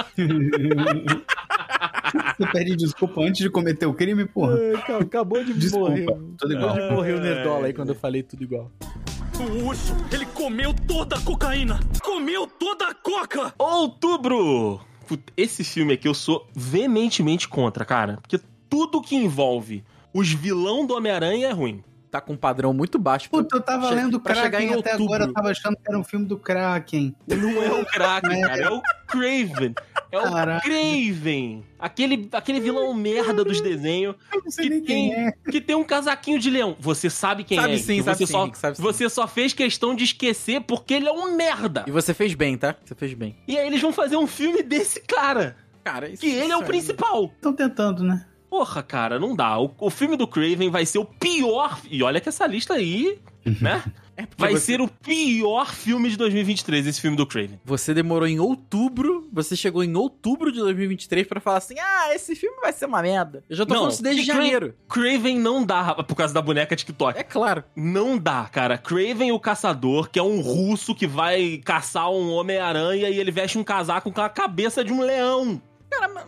[SPEAKER 3] Você pede desculpa antes de cometer o crime, porra.
[SPEAKER 2] É, Acabou de
[SPEAKER 3] Desculpa, tudo igual.
[SPEAKER 2] Morreu o Nerdola aí quando eu falei tudo igual.
[SPEAKER 5] É. O urso, ele comeu toda a cocaína! Comeu toda a coca!
[SPEAKER 4] Outubro! Puta, Esse filme aqui eu sou veementemente contra, cara. Porque tudo que envolve os vilão do Homem-Aranha é ruim.
[SPEAKER 2] Tá com um padrão muito baixo.
[SPEAKER 3] Puta, eu tava
[SPEAKER 2] Che-
[SPEAKER 3] lendo
[SPEAKER 2] pra chegar
[SPEAKER 3] Kraken
[SPEAKER 2] em
[SPEAKER 3] até
[SPEAKER 2] outubro.
[SPEAKER 3] agora, eu tava achando que era um filme do Kraken.
[SPEAKER 4] Não é o Kraken, cara. É o Craven. É
[SPEAKER 2] Então,
[SPEAKER 4] o
[SPEAKER 3] Caralho.
[SPEAKER 4] Craven. Aquele, aquele vilão merda dos desenhos
[SPEAKER 3] Eu não sei
[SPEAKER 4] Que
[SPEAKER 3] nem quem é.
[SPEAKER 4] que tem um casaquinho de leão. Você sabe quem
[SPEAKER 2] Sabe
[SPEAKER 4] é.
[SPEAKER 2] sim,
[SPEAKER 4] que
[SPEAKER 2] sabe
[SPEAKER 4] você
[SPEAKER 2] sim,
[SPEAKER 4] só,
[SPEAKER 2] Henrique, sabe sim.
[SPEAKER 4] Você só fez questão de esquecer porque ele é um merda.
[SPEAKER 2] E você fez bem, tá? Você fez bem.
[SPEAKER 4] E aí eles vão fazer um filme desse cara.
[SPEAKER 2] Cara, isso
[SPEAKER 4] Que ele é o
[SPEAKER 2] aí-
[SPEAKER 4] principal.
[SPEAKER 3] Estão tentando, né?
[SPEAKER 4] Porra, cara, não dá. O, o filme do Craven vai ser o pior. E olha que essa lista aí, né?
[SPEAKER 2] É porque
[SPEAKER 4] Vai
[SPEAKER 2] você-
[SPEAKER 4] ser o pior filme de 2023, esse filme do Craven.
[SPEAKER 2] Você demorou em outubro, você chegou em outubro de 2023 pra falar assim: ah, esse filme vai ser uma merda. Eu já tô
[SPEAKER 4] Não,
[SPEAKER 2] falando isso desde
[SPEAKER 4] e quem-
[SPEAKER 2] janeiro.
[SPEAKER 4] Craven não dá, rapaz, por causa da boneca TikTok.
[SPEAKER 2] É claro.
[SPEAKER 4] Não dá, cara. Craven o Caçador, que é um russo que vai caçar um Homem-Aranha e ele veste um casaco com a cabeça de um leão.
[SPEAKER 2] Cara, mas,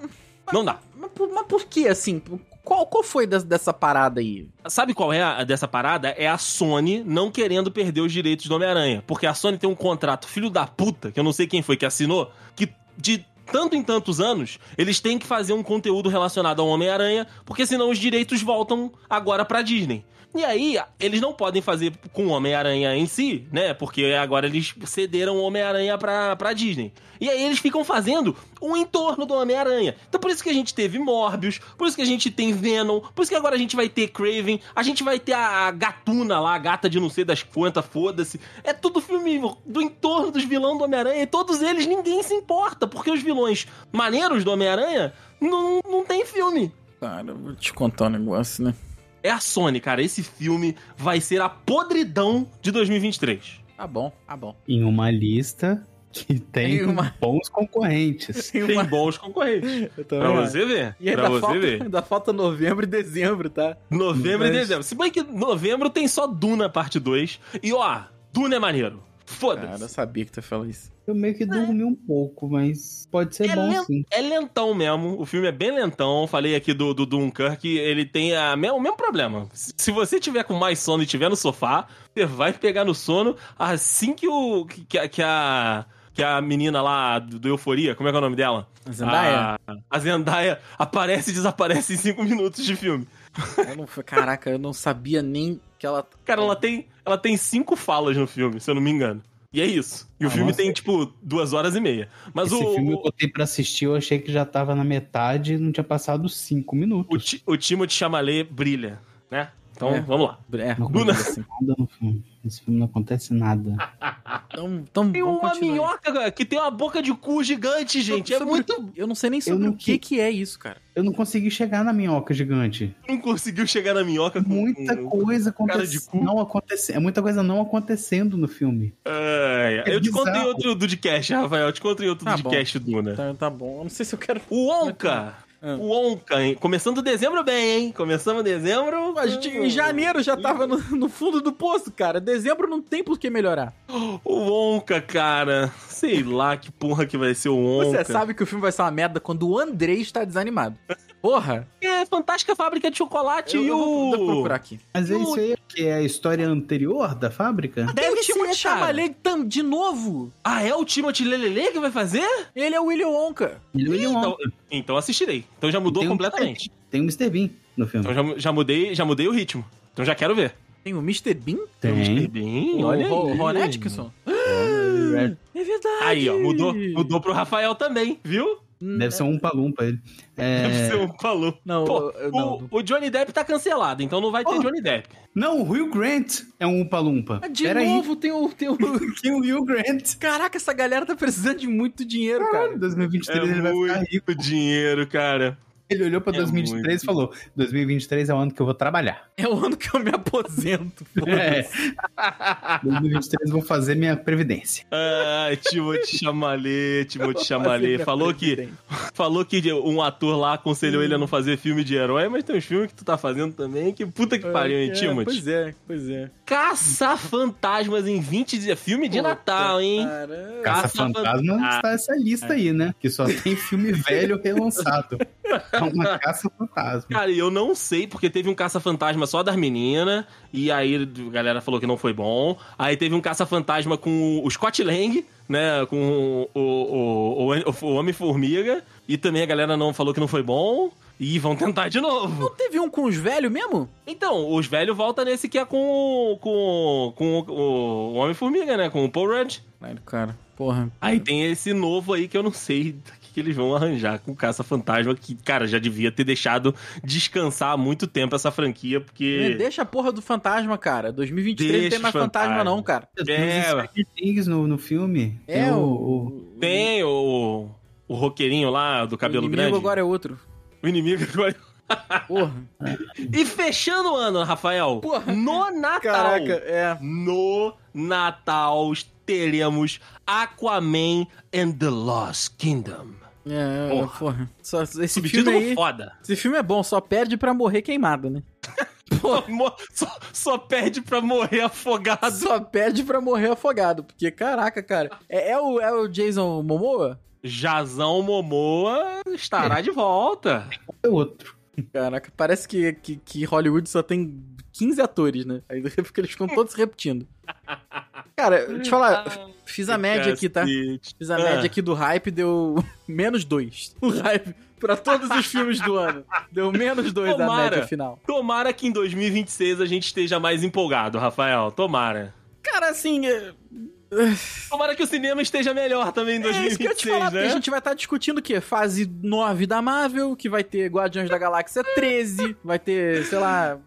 [SPEAKER 4] Não dá.
[SPEAKER 2] mas, por, mas por que assim? Qual, qual foi des- dessa parada aí?
[SPEAKER 4] Sabe qual é a dessa parada? É a Sony não querendo perder os direitos do Homem-Aranha. Porque a Sony tem um contrato, filho da puta, que eu não sei quem foi que assinou, que de tanto em tantos anos, eles têm que fazer um conteúdo relacionado ao Homem-Aranha, porque senão os direitos voltam agora pra Disney. E aí, eles não podem fazer com o Homem-Aranha em si, né? Porque agora eles cederam o Homem-Aranha pra, pra Disney. E aí eles ficam fazendo um o entorno do Homem-Aranha. Então por isso que a gente teve Morbius, por isso que a gente tem Venom, por isso que agora a gente vai ter Craven, a gente vai ter a, a gatuna lá, a gata de não sei das quantas, foda-se. É tudo filme do entorno dos vilões do Homem-Aranha e todos eles ninguém se importa, porque os vilões maneiros do Homem-Aranha não, não tem filme.
[SPEAKER 2] Cara, eu vou te contar um negócio, né?
[SPEAKER 4] É a Sony, cara. Esse filme vai ser a podridão de 2023.
[SPEAKER 2] Tá bom, tá bom.
[SPEAKER 3] Em uma lista que tem,
[SPEAKER 2] Tem uma-
[SPEAKER 3] bons concorrentes.
[SPEAKER 2] Tem
[SPEAKER 4] Tem bons concorrentes.
[SPEAKER 2] Eu
[SPEAKER 4] Pra
[SPEAKER 2] também acho.
[SPEAKER 4] você ver.
[SPEAKER 2] É E
[SPEAKER 4] Pra
[SPEAKER 2] ainda
[SPEAKER 4] você
[SPEAKER 2] falta,
[SPEAKER 4] ver.
[SPEAKER 2] ainda falta novembro e dezembro, tá?
[SPEAKER 4] Novembro e
[SPEAKER 2] Mas-
[SPEAKER 4] dezembro. Se bem que novembro tem só Duna parte 2. E ó, Duna é maneiro.
[SPEAKER 2] Cara, eu
[SPEAKER 4] Foda-se.
[SPEAKER 2] sabia que tu ia falar isso.
[SPEAKER 3] Eu meio que dormi um pouco, mas pode ser
[SPEAKER 4] É
[SPEAKER 3] bom
[SPEAKER 4] lento.
[SPEAKER 3] sim.
[SPEAKER 4] É lentão mesmo. O filme é bem lentão. Falei aqui do, do Dunkirk. Ele tem a, me- o mesmo problema. Se se você tiver com mais sono e tiver no sofá, você vai pegar no sono assim que o. que, a- que a. Que a menina lá do, do Euforia, como é que é o nome dela?
[SPEAKER 2] Zendaya?
[SPEAKER 4] A, a Zendaya aparece e desaparece em 5 minutos de filme.
[SPEAKER 2] Eu não- caraca, eu não sabia nem que ela.
[SPEAKER 4] Cara, ela tem, ela tem cinco falas no filme, se eu não me engano. E é isso. E o
[SPEAKER 3] Ah,
[SPEAKER 4] filme
[SPEAKER 3] nossa.
[SPEAKER 4] tem, tipo, duas horas e meia. Mas
[SPEAKER 3] Esse
[SPEAKER 4] o,
[SPEAKER 3] filme eu
[SPEAKER 4] o,
[SPEAKER 3] botei pra assistir, eu achei que já tava na metade, não tinha passado cinco
[SPEAKER 4] o,
[SPEAKER 3] minutos.
[SPEAKER 4] Ti- o Timothée Chalamet brilha, né? Então,
[SPEAKER 2] É.
[SPEAKER 4] vamos lá.
[SPEAKER 2] É,
[SPEAKER 3] Não
[SPEAKER 4] Bruna.
[SPEAKER 3] acontece nada no filme. Nesse filme não acontece nada.
[SPEAKER 2] então, então
[SPEAKER 4] Tem
[SPEAKER 2] vamos
[SPEAKER 4] uma
[SPEAKER 2] continuar.
[SPEAKER 4] minhoca cara, que tem uma boca de cu gigante, gente. É
[SPEAKER 2] Sobre-
[SPEAKER 4] muito...
[SPEAKER 2] Eu não sei nem sobre
[SPEAKER 3] não
[SPEAKER 2] o que, que é isso, cara.
[SPEAKER 3] Eu não consegui chegar na minhoca gigante.
[SPEAKER 4] Não conseguiu chegar na minhoca com...
[SPEAKER 3] Muita
[SPEAKER 4] com-
[SPEAKER 3] coisa
[SPEAKER 4] cara de
[SPEAKER 3] acontecendo.
[SPEAKER 4] cu.
[SPEAKER 3] Não acontecendo. É muita coisa não acontecendo no filme.
[SPEAKER 4] Ai,
[SPEAKER 3] É
[SPEAKER 4] eu te
[SPEAKER 3] bizarro.
[SPEAKER 4] contei outro Dudcast, Rafael. Eu te contei outro
[SPEAKER 2] Tá
[SPEAKER 4] Dudcast, Duna.
[SPEAKER 2] Tá, tá bom, eu não sei se eu quero.
[SPEAKER 4] O Onca...
[SPEAKER 2] Ah.
[SPEAKER 4] O Onca, hein? Começando dezembro bem, hein? Começamos dezembro... Ah.
[SPEAKER 2] A gente em janeiro já tava no, no fundo do poço, cara. Dezembro não tem por que melhorar.
[SPEAKER 4] O Onca, cara. Sei lá que porra que vai ser o Onca.
[SPEAKER 2] Você sabe que o filme vai ser uma merda quando o Andrei está desanimado. Porra!
[SPEAKER 4] É Fantástica Fábrica de Chocolate
[SPEAKER 2] Eu,
[SPEAKER 4] e
[SPEAKER 2] eu vou vou
[SPEAKER 4] o... Ah,
[SPEAKER 2] procurar aqui.
[SPEAKER 3] Mas é
[SPEAKER 4] Eu-
[SPEAKER 3] isso aí que é a história anterior da fábrica?
[SPEAKER 4] Deve
[SPEAKER 2] Tem o Timothée
[SPEAKER 4] ser, cara.
[SPEAKER 2] Chalamet tam- de novo.
[SPEAKER 4] ah, é o Timothy Lelele que vai fazer?
[SPEAKER 2] Ele é o William Wonka.
[SPEAKER 3] Ele é o Leon.
[SPEAKER 4] Então, então assistirei. Então já mudou
[SPEAKER 3] Tem um-
[SPEAKER 4] completamente.
[SPEAKER 3] Tem o Mr. Bean no filme.
[SPEAKER 4] Então já, mu- já mudei, já mudei o ritmo. Então já quero ver.
[SPEAKER 2] Tem o Mr. Bean?
[SPEAKER 4] Então, Mr.
[SPEAKER 3] Tem. Ah.
[SPEAKER 4] Bean,
[SPEAKER 2] O
[SPEAKER 4] olha
[SPEAKER 2] Ro-
[SPEAKER 4] aí.
[SPEAKER 2] Ron Atkinson? É verdade!
[SPEAKER 4] Aí, ó, mudou, mudou pro Rafael também, viu?
[SPEAKER 3] Deve ser um palumpa ele. É,
[SPEAKER 4] Deve ser um falou.
[SPEAKER 2] Não,
[SPEAKER 4] Pô,
[SPEAKER 2] eu- eu-
[SPEAKER 4] o,
[SPEAKER 2] não.
[SPEAKER 4] o Johnny Depp tá cancelado, então não vai ter
[SPEAKER 3] Oh.
[SPEAKER 4] Johnny Depp.
[SPEAKER 3] Não, o Hugh Grant é um palumpa.
[SPEAKER 2] Ah, De
[SPEAKER 3] Peraí.
[SPEAKER 2] novo, tem o, tem o...
[SPEAKER 3] Tem o Hugh Grant.
[SPEAKER 2] Caraca, essa galera tá precisando de muito dinheiro,
[SPEAKER 3] Caralho,
[SPEAKER 2] cara.
[SPEAKER 3] 2023 ele vai ficar rico.
[SPEAKER 4] É dinheiro, cara.
[SPEAKER 3] Ele olhou pra
[SPEAKER 4] É
[SPEAKER 3] 2023 e
[SPEAKER 4] muito.
[SPEAKER 3] falou: 2023 é o ano que eu vou trabalhar.
[SPEAKER 2] É o ano que eu me aposento.
[SPEAKER 3] É. 2023 eu vou fazer minha previdência.
[SPEAKER 4] Ah, Timothy Chamalet, Timothy
[SPEAKER 2] Fazer
[SPEAKER 4] Chamalet.
[SPEAKER 2] minha
[SPEAKER 4] Falou que,
[SPEAKER 2] presidente.
[SPEAKER 4] falou que um ator lá aconselhou ele a não fazer filme de herói, mas tem uns filmes que tu tá fazendo também, que puta que pariu, hein,
[SPEAKER 2] É,
[SPEAKER 4] Timothy?
[SPEAKER 2] Pois é, pois é.
[SPEAKER 4] Caça fantasmas em 20 dias. Filme de
[SPEAKER 2] Puta,
[SPEAKER 4] Natal, hein?
[SPEAKER 2] Caramba.
[SPEAKER 3] Caça
[SPEAKER 4] Caça
[SPEAKER 3] Fantasma
[SPEAKER 4] Fantasma.
[SPEAKER 3] está essa lista aí, né? Que só tem filme velho relançado. É uma Caça Fantasma.
[SPEAKER 4] Cara, e eu não sei, porque teve um caça-fantasma só das meninas, e aí a galera falou que não foi bom. Aí teve um caça-fantasma com o Scott Lang, né? Com o, o, o, o- o Homem-Formiga, e também a galera não falou que não foi bom. E vão tentar de novo.
[SPEAKER 2] Teve um com os velhos mesmo?
[SPEAKER 4] Então, os velhos voltam nesse que é com, o- com, com o, o Homem-Formiga, né? Com o Paul Rudd.
[SPEAKER 2] Velho, cara. Porra.
[SPEAKER 4] Aí tem esse novo aí que eu não sei o que, que eles vão arranjar com o Caça-Fantasma, que, cara, já devia ter deixado descansar há muito tempo essa franquia,
[SPEAKER 2] É,
[SPEAKER 4] porque.
[SPEAKER 2] Deixa a porra do fantasma, cara. 2023 não
[SPEAKER 4] Deixa
[SPEAKER 2] tem mais
[SPEAKER 4] os
[SPEAKER 2] fantasma,
[SPEAKER 4] fantasmas.
[SPEAKER 2] não, cara.
[SPEAKER 3] Tem os Stranger Things no, no filme.
[SPEAKER 2] É,
[SPEAKER 3] Tem
[SPEAKER 2] o-
[SPEAKER 4] Tem o, o roqueirinho lá do cabelo
[SPEAKER 2] o inimigo
[SPEAKER 4] grande.
[SPEAKER 2] agora é outro.
[SPEAKER 4] O inimigo agora.
[SPEAKER 2] Porra.
[SPEAKER 4] E fechando o ano, Rafael.
[SPEAKER 2] Porra.
[SPEAKER 4] No Natal.
[SPEAKER 2] é.
[SPEAKER 4] No Natal teremos Aquaman and the Lost Kingdom.
[SPEAKER 2] É, porra.
[SPEAKER 4] Porra.
[SPEAKER 2] Só, esse filme
[SPEAKER 4] Subtítulo
[SPEAKER 2] aí...
[SPEAKER 4] foda.
[SPEAKER 2] Esse filme é bom, só perde pra morrer queimado, né?
[SPEAKER 4] Só, mo- só- só perde pra morrer afogado.
[SPEAKER 2] Só perde pra morrer afogado, porque caraca, cara. É, é o, é o Jason Momoa?
[SPEAKER 4] Jazão Momoa estará de volta.
[SPEAKER 3] É outro.
[SPEAKER 2] Caraca, parece que, que, que Hollywood só tem 15 atores, né? Aí porque eles ficam todos repetindo. Cara, deixa eu te falar, fiz a média aqui, tá?
[SPEAKER 4] Cacete.
[SPEAKER 2] Fiz a
[SPEAKER 4] Ah.
[SPEAKER 2] média aqui do hype, deu menos dois. O hype pra todos os filmes do ano. Deu menos dois da
[SPEAKER 4] Tomara.
[SPEAKER 2] média final.
[SPEAKER 4] Tomara que em 2026 a gente esteja mais empolgado, Rafael. Tomara.
[SPEAKER 2] Cara, assim, é,
[SPEAKER 4] Tomara que o cinema esteja melhor também em
[SPEAKER 2] é
[SPEAKER 4] 2026,
[SPEAKER 2] isso que eu ia te falar, porque
[SPEAKER 4] né?
[SPEAKER 2] a gente vai estar discutindo o quê? Fase 9 da Marvel, que vai ter Guardiões da Galáxia 13, vai ter, sei lá...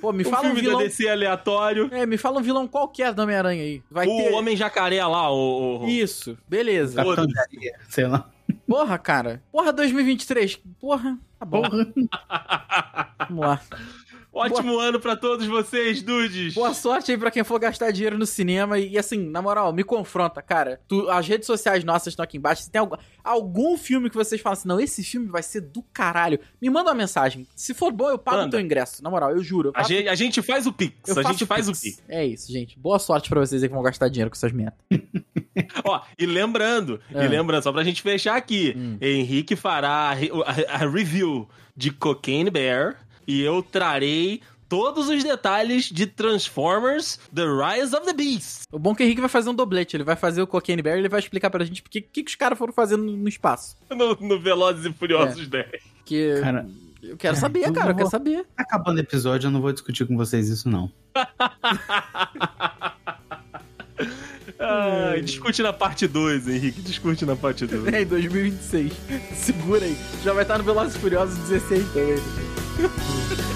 [SPEAKER 2] Pô, me
[SPEAKER 4] O
[SPEAKER 2] fala um
[SPEAKER 4] filme
[SPEAKER 2] vilão...
[SPEAKER 4] da DC aleatório.
[SPEAKER 2] É, me fala um vilão qualquer do Homem-Aranha aí. Vai
[SPEAKER 4] o
[SPEAKER 2] ter...
[SPEAKER 4] Homem Jacaré lá, o... o-
[SPEAKER 2] Isso, beleza.
[SPEAKER 4] Outro.
[SPEAKER 3] Capitão Jaria, sei lá.
[SPEAKER 2] Porra, cara. Porra, 2023. Porra, tá bom.
[SPEAKER 3] Porra.
[SPEAKER 2] Vamos lá.
[SPEAKER 4] Ótimo ano pra todos vocês, dudes.
[SPEAKER 2] Boa sorte aí pra quem for gastar dinheiro no cinema. E assim, na moral, me confronta, cara. Tu- as redes sociais nossas estão aqui embaixo. Se tem algum, algum filme que vocês falam assim, não, esse filme vai ser do caralho. Me manda uma mensagem. Se for bom, eu pago o
[SPEAKER 4] Manda.
[SPEAKER 2] teu ingresso. Na moral, eu juro. Eu
[SPEAKER 4] A
[SPEAKER 2] faço-
[SPEAKER 4] gente, a gente faz o Pix,
[SPEAKER 2] eu
[SPEAKER 4] a
[SPEAKER 2] faço
[SPEAKER 4] gente faz o Pix.
[SPEAKER 2] É isso, gente. Boa sorte pra vocês aí que vão gastar dinheiro com essas metas.
[SPEAKER 4] Ó, e lembrando,
[SPEAKER 2] É.
[SPEAKER 4] e lembrando, só pra gente fechar aqui,
[SPEAKER 2] Hum.
[SPEAKER 4] Henrique fará a, re- a- a review de Cocaine Bear e eu trarei todos os detalhes de Transformers The Rise of the Beast.
[SPEAKER 2] O bom é que o Henrique vai fazer um doblete. Ele vai fazer o Cocaine Bear e ele vai explicar pra gente o que, que, que os caras foram fazendo no, no espaço.
[SPEAKER 4] No, no Velozes e Furiosos
[SPEAKER 2] É.
[SPEAKER 4] 10.
[SPEAKER 2] Que
[SPEAKER 3] Cara,
[SPEAKER 2] eu quero saber,
[SPEAKER 3] eu
[SPEAKER 2] cara. Eu
[SPEAKER 3] vou-
[SPEAKER 2] quero saber.
[SPEAKER 3] tá acabando o episódio, eu não vou discutir com vocês isso, não.
[SPEAKER 2] Hum.
[SPEAKER 4] Ai, discute na parte 2, Henrique, discute na parte 2.
[SPEAKER 2] É, em 2026. Segura aí. Já vai estar no Velozes e Furiosos 16 também.